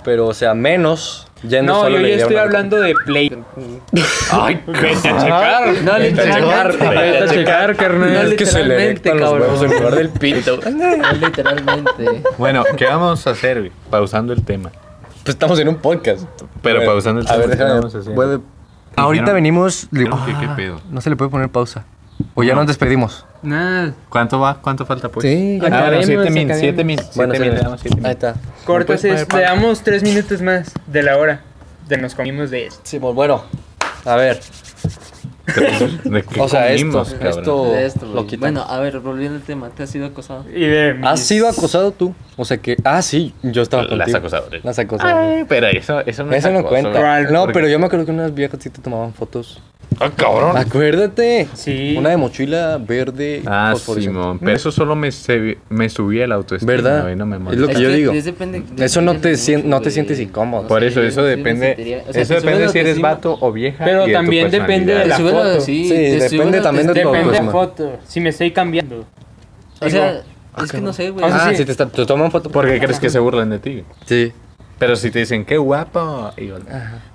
Speaker 2: Pero, o sea, menos. Ya
Speaker 3: No,
Speaker 2: solo
Speaker 3: yo
Speaker 2: le
Speaker 3: ya
Speaker 2: diría
Speaker 3: estoy
Speaker 2: una-
Speaker 3: hablando de play.
Speaker 4: Ay,
Speaker 3: Vete a checar.
Speaker 1: No,
Speaker 2: Vete a
Speaker 1: literalmente.
Speaker 2: checar, güey.
Speaker 3: Vete a checar,
Speaker 2: No,
Speaker 3: carnal.
Speaker 2: es que se le
Speaker 1: literalmente,
Speaker 2: erectan los
Speaker 1: cabrón.
Speaker 2: huevos en lugar del pito.
Speaker 1: No, literalmente.
Speaker 4: Bueno, ¿qué vamos a hacer, güey? Pausando el tema.
Speaker 2: Pues estamos en un podcast.
Speaker 4: Pero
Speaker 2: Bueno,
Speaker 4: pausando el
Speaker 2: A
Speaker 4: tema,
Speaker 2: ver,
Speaker 4: ¿qué
Speaker 2: déjame.
Speaker 4: vamos a hacer?
Speaker 2: vuelve. Ahorita
Speaker 4: Dijeron-
Speaker 2: venimos. Ah,
Speaker 4: dijeron que qué pedo.
Speaker 2: No se le puede poner pausa. O ya nos despedimos.
Speaker 3: Nada.
Speaker 4: ¿Cuánto va? ¿Cuánto falta, pues?
Speaker 2: Sí,
Speaker 4: Ah, bueno,
Speaker 3: Acabemos,
Speaker 4: siete min,
Speaker 3: acabemos.
Speaker 4: siete min. siete min, le damos siete min.
Speaker 2: Ahí está.
Speaker 3: Cortas
Speaker 2: ¿Me puedes
Speaker 3: es,
Speaker 2: poner
Speaker 3: le damos tres minutos más de la hora. De nos comimos de esto.
Speaker 2: Simón, pues, bueno. A ver.
Speaker 4: ¿De qué
Speaker 2: O sea, esto.
Speaker 4: comimos, cabrón?
Speaker 2: Esto
Speaker 1: De esto,
Speaker 2: Oh, lo
Speaker 1: güey.
Speaker 2: quitamos.
Speaker 1: bueno, a ver, volviendo al tema, ¿te has sido acosado?
Speaker 3: Y de mis-
Speaker 2: ¿Has sido acosado tú? O sea que. Ah, sí, yo estaba
Speaker 4: Las
Speaker 2: contigo.
Speaker 4: acosadoras.
Speaker 2: Las acosadoras.
Speaker 4: Ay, pero eso, eso no es
Speaker 2: Eh, Eso no
Speaker 4: acoso,
Speaker 2: cuenta.
Speaker 4: güey.
Speaker 3: Real,
Speaker 2: no,
Speaker 4: porque-
Speaker 2: pero yo me acuerdo que unas viejas sí te tomaban fotos.
Speaker 4: ¡Ah, cabrón!
Speaker 2: Acuérdate.
Speaker 3: Sí.
Speaker 2: Una de mochila verde.
Speaker 4: Ah,
Speaker 2: fosforescente.
Speaker 4: Simón. Pero eso solo me, se- me subía la autoestima.
Speaker 2: ¿Verdad?
Speaker 4: güey, no me
Speaker 2: Es
Speaker 4: molesta.
Speaker 2: lo que yo digo.
Speaker 1: es depende-
Speaker 2: Eso no te
Speaker 1: depende
Speaker 2: sien-
Speaker 1: mucho,
Speaker 2: no te
Speaker 1: güey.
Speaker 2: sientes incómodo.
Speaker 1: No
Speaker 4: Por
Speaker 1: sé,
Speaker 4: eso,
Speaker 1: yo-
Speaker 4: eso
Speaker 1: yo me
Speaker 4: depende.
Speaker 1: sentiría- o sea,
Speaker 4: eso
Speaker 1: te sube
Speaker 4: depende
Speaker 1: la
Speaker 4: si eres
Speaker 1: autoestima.
Speaker 4: vato o vieja.
Speaker 3: Pero
Speaker 4: y de tu
Speaker 3: también depende de
Speaker 4: personalidad.
Speaker 1: Te
Speaker 3: la
Speaker 1: sube
Speaker 3: foto.
Speaker 1: sí,
Speaker 2: Sí,
Speaker 1: te sube
Speaker 2: depende
Speaker 1: la
Speaker 2: también de tu
Speaker 1: autoestima.
Speaker 3: Depende de
Speaker 2: autoestima.
Speaker 3: foto. Si me estoy cambiando.
Speaker 1: O sea,
Speaker 2: Ah,
Speaker 1: es que
Speaker 2: cabrón.
Speaker 1: no sé, güey.
Speaker 3: O sea,
Speaker 2: Ah,
Speaker 3: sí.
Speaker 2: sí, te, está- te toman foto.
Speaker 4: ¿Por qué crees que se burlan de ti?
Speaker 2: Sí.
Speaker 4: Pero si te dicen, qué guapo. y yo,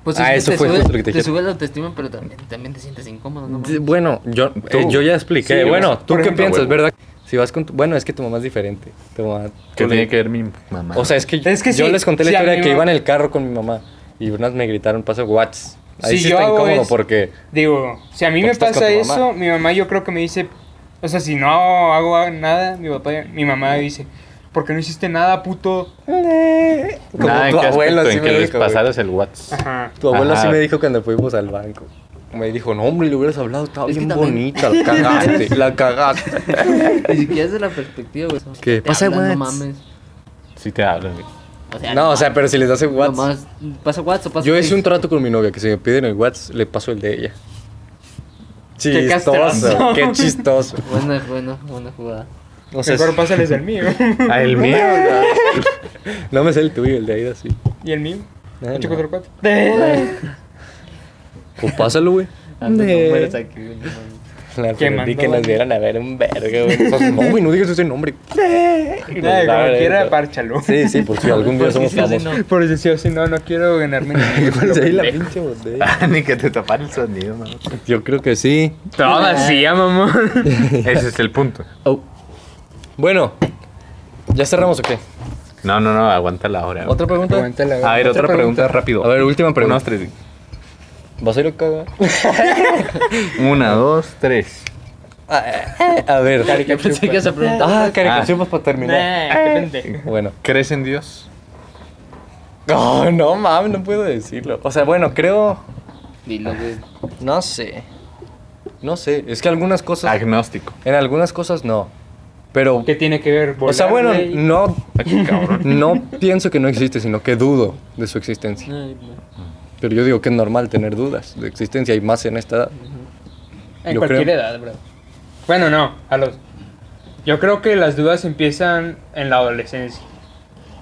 Speaker 1: Pues
Speaker 2: Ah,
Speaker 1: es que
Speaker 2: eso
Speaker 1: te
Speaker 2: fue
Speaker 1: sube,
Speaker 2: justo lo que te
Speaker 1: te
Speaker 2: dije.
Speaker 1: sube la autoestima, pero también, también te sientes incómodo, ¿no?
Speaker 2: Sí, Bueno, yo,
Speaker 4: Tú.
Speaker 2: eh, yo ya expliqué.
Speaker 4: Sí,
Speaker 2: bueno,
Speaker 4: yo-
Speaker 2: ¿tú
Speaker 4: por
Speaker 2: qué
Speaker 4: ejemplo,
Speaker 2: piensas,
Speaker 4: huevo.
Speaker 2: verdad? Si vas con tu- Bueno, es que tu mamá es diferente. Tu mamá...
Speaker 4: ¿Qué tiene que ver mi mamá?
Speaker 2: O sea, es que,
Speaker 3: Es que
Speaker 2: yo
Speaker 3: sí,
Speaker 2: les conté la
Speaker 3: sí, a
Speaker 2: historia
Speaker 3: mí
Speaker 2: que
Speaker 3: me-
Speaker 2: iba en el carro con mi mamá y unas me gritaron, paso Whats. Ahí
Speaker 3: Si
Speaker 2: sí
Speaker 3: yo
Speaker 2: está
Speaker 3: hago
Speaker 2: incómodo
Speaker 3: es-
Speaker 2: porque...
Speaker 3: Digo, si a mí
Speaker 2: Porque
Speaker 3: me
Speaker 2: estás con
Speaker 3: pasa
Speaker 2: tu mamá.
Speaker 3: eso, mi mamá yo creo que me dice, o sea, si no hago nada, mi papá, mi mamá dice, porque no hiciste nada, puto.
Speaker 2: Como
Speaker 4: Nada,
Speaker 2: tu
Speaker 4: ¿en qué
Speaker 2: abuelo
Speaker 4: aspecto?
Speaker 2: sí
Speaker 4: en que
Speaker 2: me
Speaker 4: les
Speaker 2: dijo, güey.
Speaker 4: pasaras el WhatsApp.
Speaker 3: Ajá.
Speaker 2: Tu abuelo sí
Speaker 4: Ajá.
Speaker 2: me dijo cuando fuimos al banco. Me dijo, no, hombre, le hubieras hablado, estaba
Speaker 1: Es que
Speaker 2: bien
Speaker 1: también-
Speaker 2: bonita, la cagaste, la cagaste.
Speaker 1: Ni siquiera es de la perspectiva, güey.
Speaker 2: ¿Qué?
Speaker 1: Te
Speaker 2: Pasa,
Speaker 1: hablan, No
Speaker 2: güey.
Speaker 1: mames.
Speaker 4: Sí te hablan. güey.
Speaker 1: O sea,
Speaker 2: No, o sea, pero si les hace Whats...
Speaker 1: Nomás, pasa WhatsApp, pasa
Speaker 2: Yo hice un
Speaker 1: Facebook.
Speaker 2: trato con mi novia que si me piden el WhatsApp, le paso el de ella.
Speaker 3: Qué
Speaker 2: Chistoso,
Speaker 3: castroso.
Speaker 2: qué chistoso.
Speaker 1: Buena, buena, buena jugada.
Speaker 2: O sea,
Speaker 3: Mejor pásales el mío.
Speaker 4: Ah, el mío.
Speaker 2: no me sé el tuyo, el de Aida sí.
Speaker 3: ¿Y el mío?
Speaker 2: Ah, no.
Speaker 3: 844.
Speaker 2: O pásalo, güey. Pues
Speaker 1: Ah, los números aquí, güey, no mames.
Speaker 2: La perdí
Speaker 3: mandó
Speaker 2: que nos
Speaker 3: al-
Speaker 2: vieran a ver un verga, güey. Nosotros, No, güey, no digas ese nombre.
Speaker 3: Y nada,
Speaker 2: La
Speaker 3: como quiera,
Speaker 2: verga.
Speaker 3: párchalo.
Speaker 2: Sí, sí, por si algún día somos famosos.
Speaker 3: Por eso sí o sí, no, no quiero ganarme. ningún
Speaker 2: Igual se ahí la
Speaker 3: pendejo.
Speaker 2: pinche botella.
Speaker 4: Ah, Ni que te tapara el sonido, mano.
Speaker 2: Yo creo que sí.
Speaker 3: Todavía, mamón.
Speaker 4: Ese es el punto.
Speaker 2: Oh. Bueno, ¿ya cerramos o qué?
Speaker 4: No, no, no, aguanta la hora. güey.
Speaker 2: ¿Otra pregunta?
Speaker 3: Aguántala,
Speaker 4: A ver, otra, pregunta, rápido.
Speaker 2: A ver, última pregunta.
Speaker 4: Unos tres.
Speaker 2: ¿Vas a ir a cagar?
Speaker 4: Una, dos, tres.
Speaker 2: Ah, eh, A ver.
Speaker 1: Yo pensé que se preguntaba.
Speaker 2: Ah, caricachupas para terminar.
Speaker 3: Nah, qué pendejo.
Speaker 2: Bueno.
Speaker 4: ¿Crees en Dios?
Speaker 2: No, no mames, no puedo decirlo. O sea, bueno, creo.
Speaker 1: Dilo, güey.
Speaker 2: No sé. No sé. Es que algunas
Speaker 4: Ah,
Speaker 2: cosas.
Speaker 4: Agnóstico.
Speaker 2: En algunas cosas no. Pero.
Speaker 3: ¿Qué tiene que ver?
Speaker 2: O sea,
Speaker 3: Volar,
Speaker 2: bueno,
Speaker 3: güey.
Speaker 2: no.
Speaker 4: Ay, cabrón.
Speaker 2: No pienso que no existe, sino que dudo de su existencia.
Speaker 1: Ay, güey.
Speaker 2: Pero yo digo que es normal tener dudas de existencia y más en esta edad.
Speaker 3: En
Speaker 2: Yo
Speaker 3: cualquier
Speaker 2: creo.
Speaker 3: edad, bro. Bueno, no, a los. Yo creo que las dudas empiezan en la adolescencia.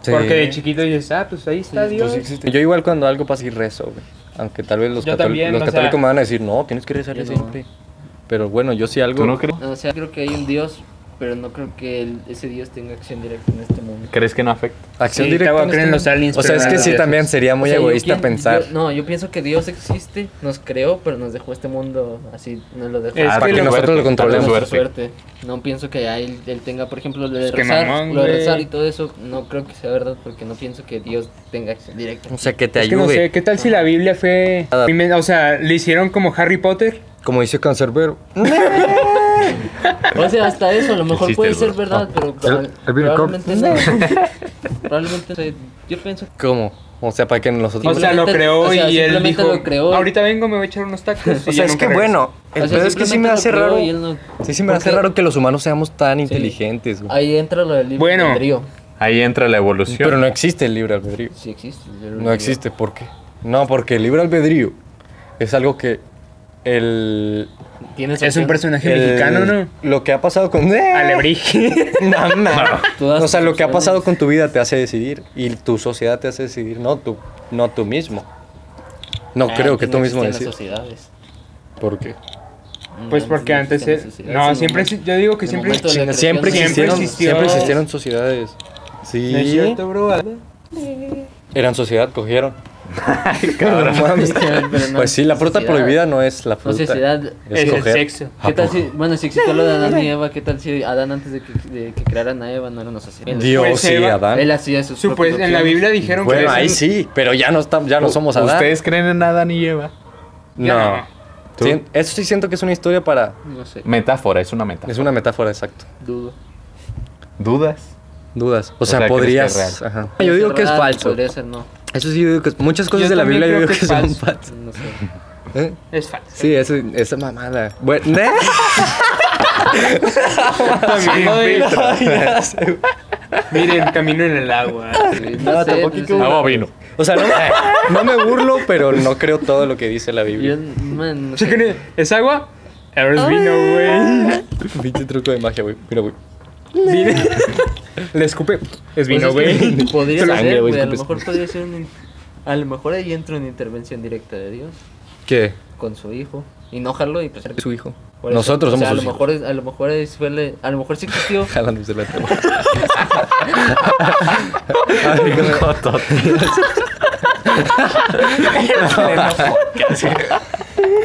Speaker 3: Porque de chiquito dices, ah, pues ahí está Dios.
Speaker 2: Pues sí existe. Yo igual cuando algo pasa y rezo, güey. Aunque tal vez los,
Speaker 3: Yo
Speaker 2: catol-
Speaker 3: también,
Speaker 2: los
Speaker 3: o
Speaker 2: católicos
Speaker 3: sea-
Speaker 2: me van a decir, no, tienes que rezarle
Speaker 1: Yo no.
Speaker 2: siempre. Pero bueno, yo sí algo...
Speaker 4: ¿Tú no crees?
Speaker 1: No, o sea, creo que hay un Dios, pero no creo que el- ese Dios tenga acción directa en este mundo.
Speaker 4: ¿Crees que no afecta?
Speaker 2: Acción
Speaker 3: Sí,
Speaker 2: directa.
Speaker 3: acabo
Speaker 2: en
Speaker 3: de creer en
Speaker 2: este
Speaker 3: los
Speaker 2: mundo.
Speaker 3: aliens,
Speaker 2: o sea,
Speaker 3: pero
Speaker 2: es
Speaker 3: no
Speaker 2: que
Speaker 3: los
Speaker 2: sí
Speaker 3: dioses.
Speaker 2: también sería muy
Speaker 1: O sea, yo
Speaker 2: egoísta
Speaker 1: quien-
Speaker 2: pensar.
Speaker 1: yo- no, yo pienso que Dios existe, nos creó, pero nos dejó este mundo así, nos lo dejó.
Speaker 3: Es
Speaker 4: Ah,
Speaker 3: que
Speaker 2: para que
Speaker 3: lo-
Speaker 2: nosotros lo
Speaker 4: controlemos.
Speaker 2: controlemos.
Speaker 1: Por
Speaker 4: suerte.
Speaker 1: suerte. No pienso que ya él, él tenga, por ejemplo, lo de,
Speaker 3: que
Speaker 1: rezar,
Speaker 3: mamón,
Speaker 1: lo de
Speaker 3: güey.
Speaker 1: rezar y todo eso, no creo que sea verdad, porque no pienso que Dios tenga acción directa.
Speaker 2: O sea, que te
Speaker 3: Es que no sé, ¿qué tal si la Biblia fue. inven- O sea, le hicieron como Harry Potter.
Speaker 2: Como dice Cancerbero.
Speaker 1: O sea, hasta eso, a lo mejor
Speaker 4: chiste,
Speaker 1: puede ser
Speaker 4: güey.
Speaker 1: verdad, pero proba-
Speaker 2: el Bill
Speaker 1: probablemente no. Probablemente, o sea, yo pienso
Speaker 2: ¿Cómo? O sea, para que nosotros...
Speaker 3: O sea, lo
Speaker 1: Simplemente-
Speaker 3: creó
Speaker 1: o sea,
Speaker 3: y él
Speaker 1: simplemente
Speaker 3: dijo.
Speaker 1: lo creó.
Speaker 3: Ahorita vengo, me voy a echar unos tacos. y
Speaker 2: O sea,
Speaker 3: ya
Speaker 2: es
Speaker 3: nunca
Speaker 2: que
Speaker 3: regresó.
Speaker 2: bueno, el
Speaker 1: O sea,
Speaker 2: pedo es que sí
Speaker 1: simplemente
Speaker 2: me
Speaker 1: lo
Speaker 2: hace
Speaker 1: creó
Speaker 2: raro.
Speaker 1: y él no-
Speaker 2: Sí, sí me hace
Speaker 1: porque
Speaker 2: raro que los humanos seamos tan
Speaker 1: Sí.
Speaker 2: inteligentes, güey.
Speaker 1: Ahí entra lo del libre
Speaker 3: Bueno.
Speaker 1: albedrío.
Speaker 4: Ahí entra la evolución.
Speaker 2: Pero no existe el libre albedrío.
Speaker 1: Sí existe. el libre
Speaker 2: No
Speaker 1: albedrío.
Speaker 2: existe, ¿por qué? No, porque el libre albedrío es algo que el...
Speaker 1: Tienes
Speaker 3: Es un
Speaker 1: opción.
Speaker 3: personaje
Speaker 2: el-
Speaker 3: mexicano, ¿no?
Speaker 2: Lo que ha pasado con... ¡Eh!
Speaker 3: Alebrije.
Speaker 2: No, no.
Speaker 1: Tú das
Speaker 2: O sea, lo que ha
Speaker 1: opciones.
Speaker 2: pasado con tu vida te hace decidir y tu sociedad te hace decidir, no tú, no tú mismo. No
Speaker 1: Ah,
Speaker 2: creo que
Speaker 1: antes
Speaker 2: tú
Speaker 1: no
Speaker 2: mismo
Speaker 1: existían
Speaker 2: decidas.
Speaker 1: las sociedades. Mm,
Speaker 2: ¿Por qué?
Speaker 3: Pues porque antes.
Speaker 1: existían las
Speaker 3: eh,
Speaker 1: sociedades. En
Speaker 3: No,
Speaker 1: el
Speaker 3: siempre.
Speaker 1: momento-
Speaker 3: exi- Yo digo que
Speaker 1: en el
Speaker 3: siempre.
Speaker 1: momento de la
Speaker 2: Chinga, siempre
Speaker 1: creación
Speaker 3: siempre
Speaker 2: existieron,
Speaker 3: existió.
Speaker 2: siempre existieron sociedades.
Speaker 3: No es
Speaker 2: Sí.
Speaker 3: cierto, bro.
Speaker 2: Eran sociedad, cogieron.
Speaker 4: Cabrón.
Speaker 2: No mames.
Speaker 1: Pero no
Speaker 2: pues sí, la fruta
Speaker 1: sociedad.
Speaker 2: prohibida no es la fruta.
Speaker 1: sociedad.
Speaker 3: Es el
Speaker 2: coger.
Speaker 3: sexo.
Speaker 1: ¿Qué tal si, bueno, si existió lo de Adán y Eva, qué tal si Adán antes de que, de que crearan a Eva no era una sociedad?
Speaker 2: Dios
Speaker 3: Pues,
Speaker 2: sí,
Speaker 3: Eva,
Speaker 2: Adán.
Speaker 1: Él hacía sus
Speaker 3: Supue-
Speaker 1: propias
Speaker 3: pues, en la
Speaker 1: opciones.
Speaker 3: Biblia dijeron que.
Speaker 2: Bueno,
Speaker 3: es
Speaker 2: ahí
Speaker 3: un-
Speaker 2: sí, pero ya no, estamos, ya no somos Adán.
Speaker 4: ¿Ustedes creen en Adán y Eva?
Speaker 3: Ya
Speaker 2: No.
Speaker 3: no.
Speaker 2: ¿Tú? Sí, eso sí siento que es una historia para...
Speaker 1: No sé,
Speaker 4: Metáfora, es una metáfora.
Speaker 2: Es una metáfora, exacto.
Speaker 1: dudo.
Speaker 4: ¿Dudas?
Speaker 2: Dudas. O
Speaker 4: sea,
Speaker 2: sea,
Speaker 4: ¿crees que
Speaker 2: podrías...
Speaker 4: es real?
Speaker 2: ajá. Yo digo que es
Speaker 1: Cerrar,
Speaker 2: falso.
Speaker 1: Podría ser no.
Speaker 2: Eso sí, yo digo que es- muchas cosas
Speaker 3: Yo
Speaker 2: de la
Speaker 3: también
Speaker 2: Biblia yo
Speaker 3: creo
Speaker 2: digo
Speaker 3: que
Speaker 2: que,
Speaker 3: es
Speaker 2: son
Speaker 3: falso.
Speaker 2: falsas.
Speaker 1: No sé.
Speaker 2: ¿Eh?
Speaker 3: Es falso.
Speaker 2: Sí, eso, esa mamada. Bueno, ¿eh?
Speaker 3: Ay,
Speaker 2: Ya sé.
Speaker 3: Miren, camino en el agua.
Speaker 1: Sí, sé,
Speaker 2: No, Ah, tampoco hay
Speaker 1: no
Speaker 2: que
Speaker 1: sé.
Speaker 4: Agua Ah, vino.
Speaker 2: o sea, no me, no me burlo, pero no creo todo lo que dice la
Speaker 1: Yo,
Speaker 2: Biblia.
Speaker 1: man, no sé. Pues
Speaker 3: Chequen, ¿es agua? Ahora es vino, güey.
Speaker 2: Pinche truco de magia, güey. Mira, güey.
Speaker 3: Vine. Le escupe. Es
Speaker 1: Pues
Speaker 3: vino,
Speaker 1: es que
Speaker 3: güey.
Speaker 1: Podría
Speaker 2: Sangre,
Speaker 1: ser,
Speaker 2: güey,
Speaker 1: güey, a lo
Speaker 2: escupes.
Speaker 1: mejor podría ser un... A lo mejor ahí entra una intervención directa de Dios
Speaker 2: ¿Qué?
Speaker 1: con su hijo. Enojarlo y pues...
Speaker 2: Su hijo.
Speaker 1: Por eso,
Speaker 2: Nosotros
Speaker 1: o sea,
Speaker 2: somos
Speaker 1: a lo
Speaker 2: sus hijos.
Speaker 1: mejor es- a lo mejor es- fue le- a lo mejor sí existió
Speaker 2: Jalándose la tela. Ay, no.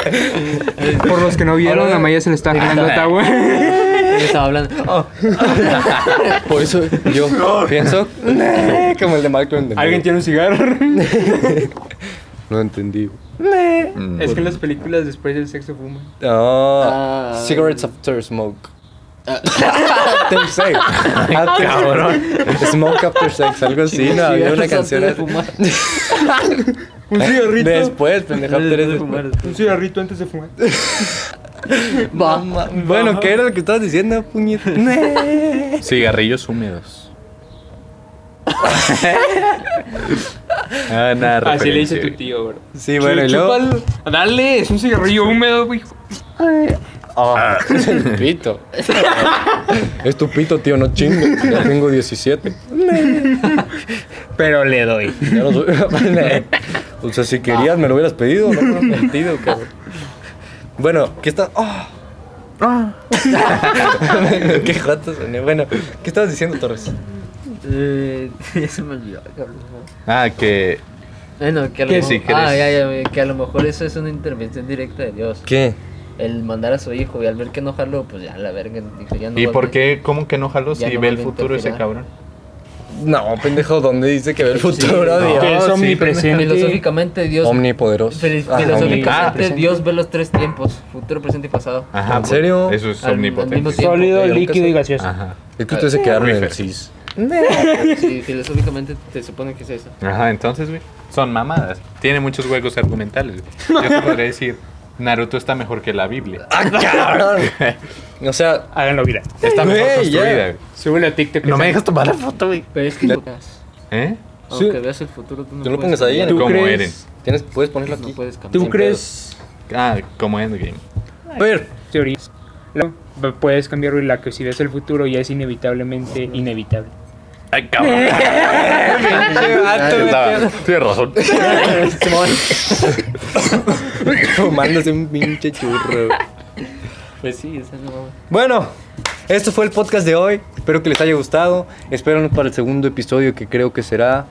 Speaker 3: Eh, Por los que no vieron, la Maya se le está arreglando esta agua.
Speaker 1: Yo estaba hablando oh,
Speaker 2: Por eso yo pienso como el de Malcolm.
Speaker 3: ¿Alguien tiene un cigarro?
Speaker 2: No entendí.
Speaker 3: es que en las películas después del sexo fuman.
Speaker 2: Ah,
Speaker 1: Ah.
Speaker 2: cigarettes after smoke. after sex. After- Smoke after sex, algo así. No, había una
Speaker 1: cigarros
Speaker 2: canción.
Speaker 1: antes de fumar.
Speaker 3: Un cigarrito.
Speaker 2: Después, pendejo, after
Speaker 1: Antes de
Speaker 2: es-
Speaker 1: fumar.
Speaker 3: Un cigarrito antes de fumar.
Speaker 1: Va.
Speaker 2: Bueno, ¿qué era lo que estabas diciendo, puñeta?
Speaker 4: Cigarrillos húmedos. Ah, nada,
Speaker 3: Así le dice
Speaker 4: referencia,
Speaker 3: tu
Speaker 4: güey.
Speaker 3: tío, bro.
Speaker 2: Sí, bueno, y luego.
Speaker 3: Chúpalo. Dale, es un cigarrillo húmedo, güey.
Speaker 2: Ah, es el pito. es tu pito, tío, no chingo. Ya tengo 17.
Speaker 3: Pero le doy.
Speaker 2: Ya no soy- o sea, si querías me lo hubieras pedido, no me lo hubieras pedido, cabrón. Bueno, ¿qué está? ah. Ah. Qué jato soné. Bueno, ¿qué estabas diciendo, Torres?
Speaker 1: Eh, ya se me olvidó, cabrón.
Speaker 4: Ah, que.
Speaker 1: Bueno, que a lo,
Speaker 4: ¿Qué
Speaker 1: mejor,
Speaker 4: sí
Speaker 1: ah,
Speaker 4: crees?
Speaker 1: ya, ya, que a lo mejor eso es una intervención directa de Dios.
Speaker 2: ¿Qué?
Speaker 1: El mandar a su hijo y al ver que enojarlo, pues ya la verga. dijo, ya no
Speaker 4: ¿Y
Speaker 1: va a-
Speaker 4: por qué? ¿Cómo que no jaló si
Speaker 1: Ya no
Speaker 4: ve el
Speaker 1: vuelve a
Speaker 4: futuro ese
Speaker 1: interferir.
Speaker 4: cabrón?
Speaker 2: No, pendejo, ¿dónde dice que ve el futuro?
Speaker 3: no.
Speaker 2: Dios,
Speaker 3: Que es
Speaker 2: sí,
Speaker 3: omnipresente.
Speaker 1: Pues Filosóficamente, Dios.
Speaker 2: pendejo. Omnipoderoso.
Speaker 1: fili-
Speaker 2: Ah,
Speaker 4: omnipoderoso.
Speaker 1: filosóficamente,
Speaker 3: omnipresente.
Speaker 1: Dios ve los tres tiempos: futuro, presente y pasado.
Speaker 4: Ajá.
Speaker 2: ¿En
Speaker 4: pues,
Speaker 2: serio?
Speaker 4: Eso es
Speaker 1: Al- al mismo
Speaker 4: omnipotente.
Speaker 1: tiempo.
Speaker 3: Sólido,
Speaker 2: pero nunca
Speaker 3: líquido
Speaker 2: se-
Speaker 3: y gaseoso.
Speaker 4: Ajá.
Speaker 2: Es que ustedes se quedaron en el
Speaker 4: Reefer.
Speaker 2: cis.
Speaker 1: Sí, filosóficamente te supone que es eso.
Speaker 4: Ajá, entonces, güey, son mamadas. Tiene muchos huecos argumentales. güey. Yo te podría decir, Naruto está mejor que la Biblia.
Speaker 2: ¡Ah, cabrón! O sea,
Speaker 3: Háganlo viral.
Speaker 4: Está mejor
Speaker 2: Güey,
Speaker 4: construida,
Speaker 2: ya.
Speaker 4: güey.
Speaker 3: Súbelo a TikTok.
Speaker 4: tomar la foto, güey.
Speaker 1: Pero es que lo veas.
Speaker 4: ¿Eh?
Speaker 1: Aunque veas el futuro, tú no,
Speaker 2: Tú lo
Speaker 1: puedes
Speaker 2: pongas ahí
Speaker 1: cambiar.
Speaker 2: en-
Speaker 4: Como
Speaker 3: crees?
Speaker 4: Eren.
Speaker 2: tienes, puedes ponerlo
Speaker 1: No
Speaker 2: aquí.
Speaker 1: puedes cambiar.
Speaker 3: ¿Tú
Speaker 2: Sin
Speaker 3: crees
Speaker 4: Ah, como Endgame.
Speaker 2: A ver,
Speaker 3: teorías? La- Puedes cambiar güey, la que si ves el futuro ya es inevitablemente inevitable.
Speaker 4: Ay, cabrón. Ah, Estaba- Tienes razón.
Speaker 2: fumándose un pinche churro.
Speaker 1: Pues sí, esa es la mamá.
Speaker 2: Bueno, esto fue el podcast de hoy. Espero que les haya gustado. Espéranos para el segundo episodio que creo que será.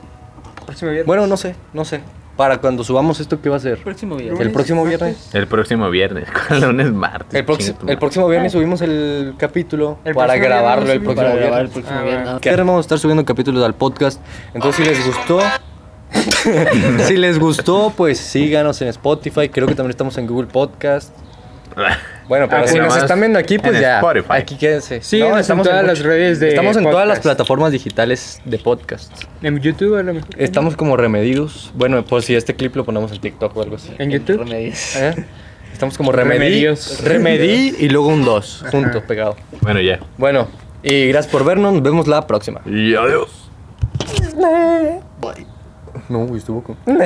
Speaker 3: Próximo viernes.
Speaker 2: Bueno, no sé, no sé. Para cuando subamos esto, ¿qué va a ser?
Speaker 1: Próximo video.
Speaker 2: El próximo viernes.
Speaker 4: El próximo viernes, con lunes, martes.
Speaker 2: El, proxi-
Speaker 4: chinga tu
Speaker 2: el
Speaker 4: madre.
Speaker 2: próximo viernes subimos el capítulo
Speaker 3: El
Speaker 2: para
Speaker 3: próximo viernes
Speaker 2: grabarlo el
Speaker 3: subimos.
Speaker 2: próximo
Speaker 1: Para grabar el
Speaker 2: viernes.
Speaker 1: próximo
Speaker 3: Ah,
Speaker 1: video.
Speaker 3: bueno.
Speaker 2: Que ahora vamos a estar subiendo capítulos al podcast. Entonces, si les gustó, si les gustó, pues síganos en Spotify. Creo que también estamos en Google Podcast. Bueno, pero
Speaker 3: Ah,
Speaker 2: si
Speaker 3: pues,
Speaker 2: nos
Speaker 4: nomás
Speaker 2: están viendo aquí, pues
Speaker 4: en
Speaker 2: ya.
Speaker 4: Spotify.
Speaker 2: Aquí quédense.
Speaker 3: Síguenos en todas las
Speaker 2: mucho-
Speaker 3: redes de
Speaker 2: Estamos en todas las
Speaker 3: podcast.
Speaker 2: plataformas digitales de podcast.
Speaker 3: En YouTube a lo mejor.
Speaker 2: Estamos como remedidos. Bueno, pues si este clip lo ponemos en TikTok o algo así.
Speaker 3: En YouTube.
Speaker 1: Remedios.
Speaker 2: ¿Eh? Estamos como remedí,
Speaker 3: Remedios.
Speaker 2: remedí y luego un 2, juntos, pegado.
Speaker 4: Bueno, ya.
Speaker 2: Bueno, y gracias por vernos, nos vemos la próxima.
Speaker 4: Y adiós.
Speaker 2: No, estuvo con...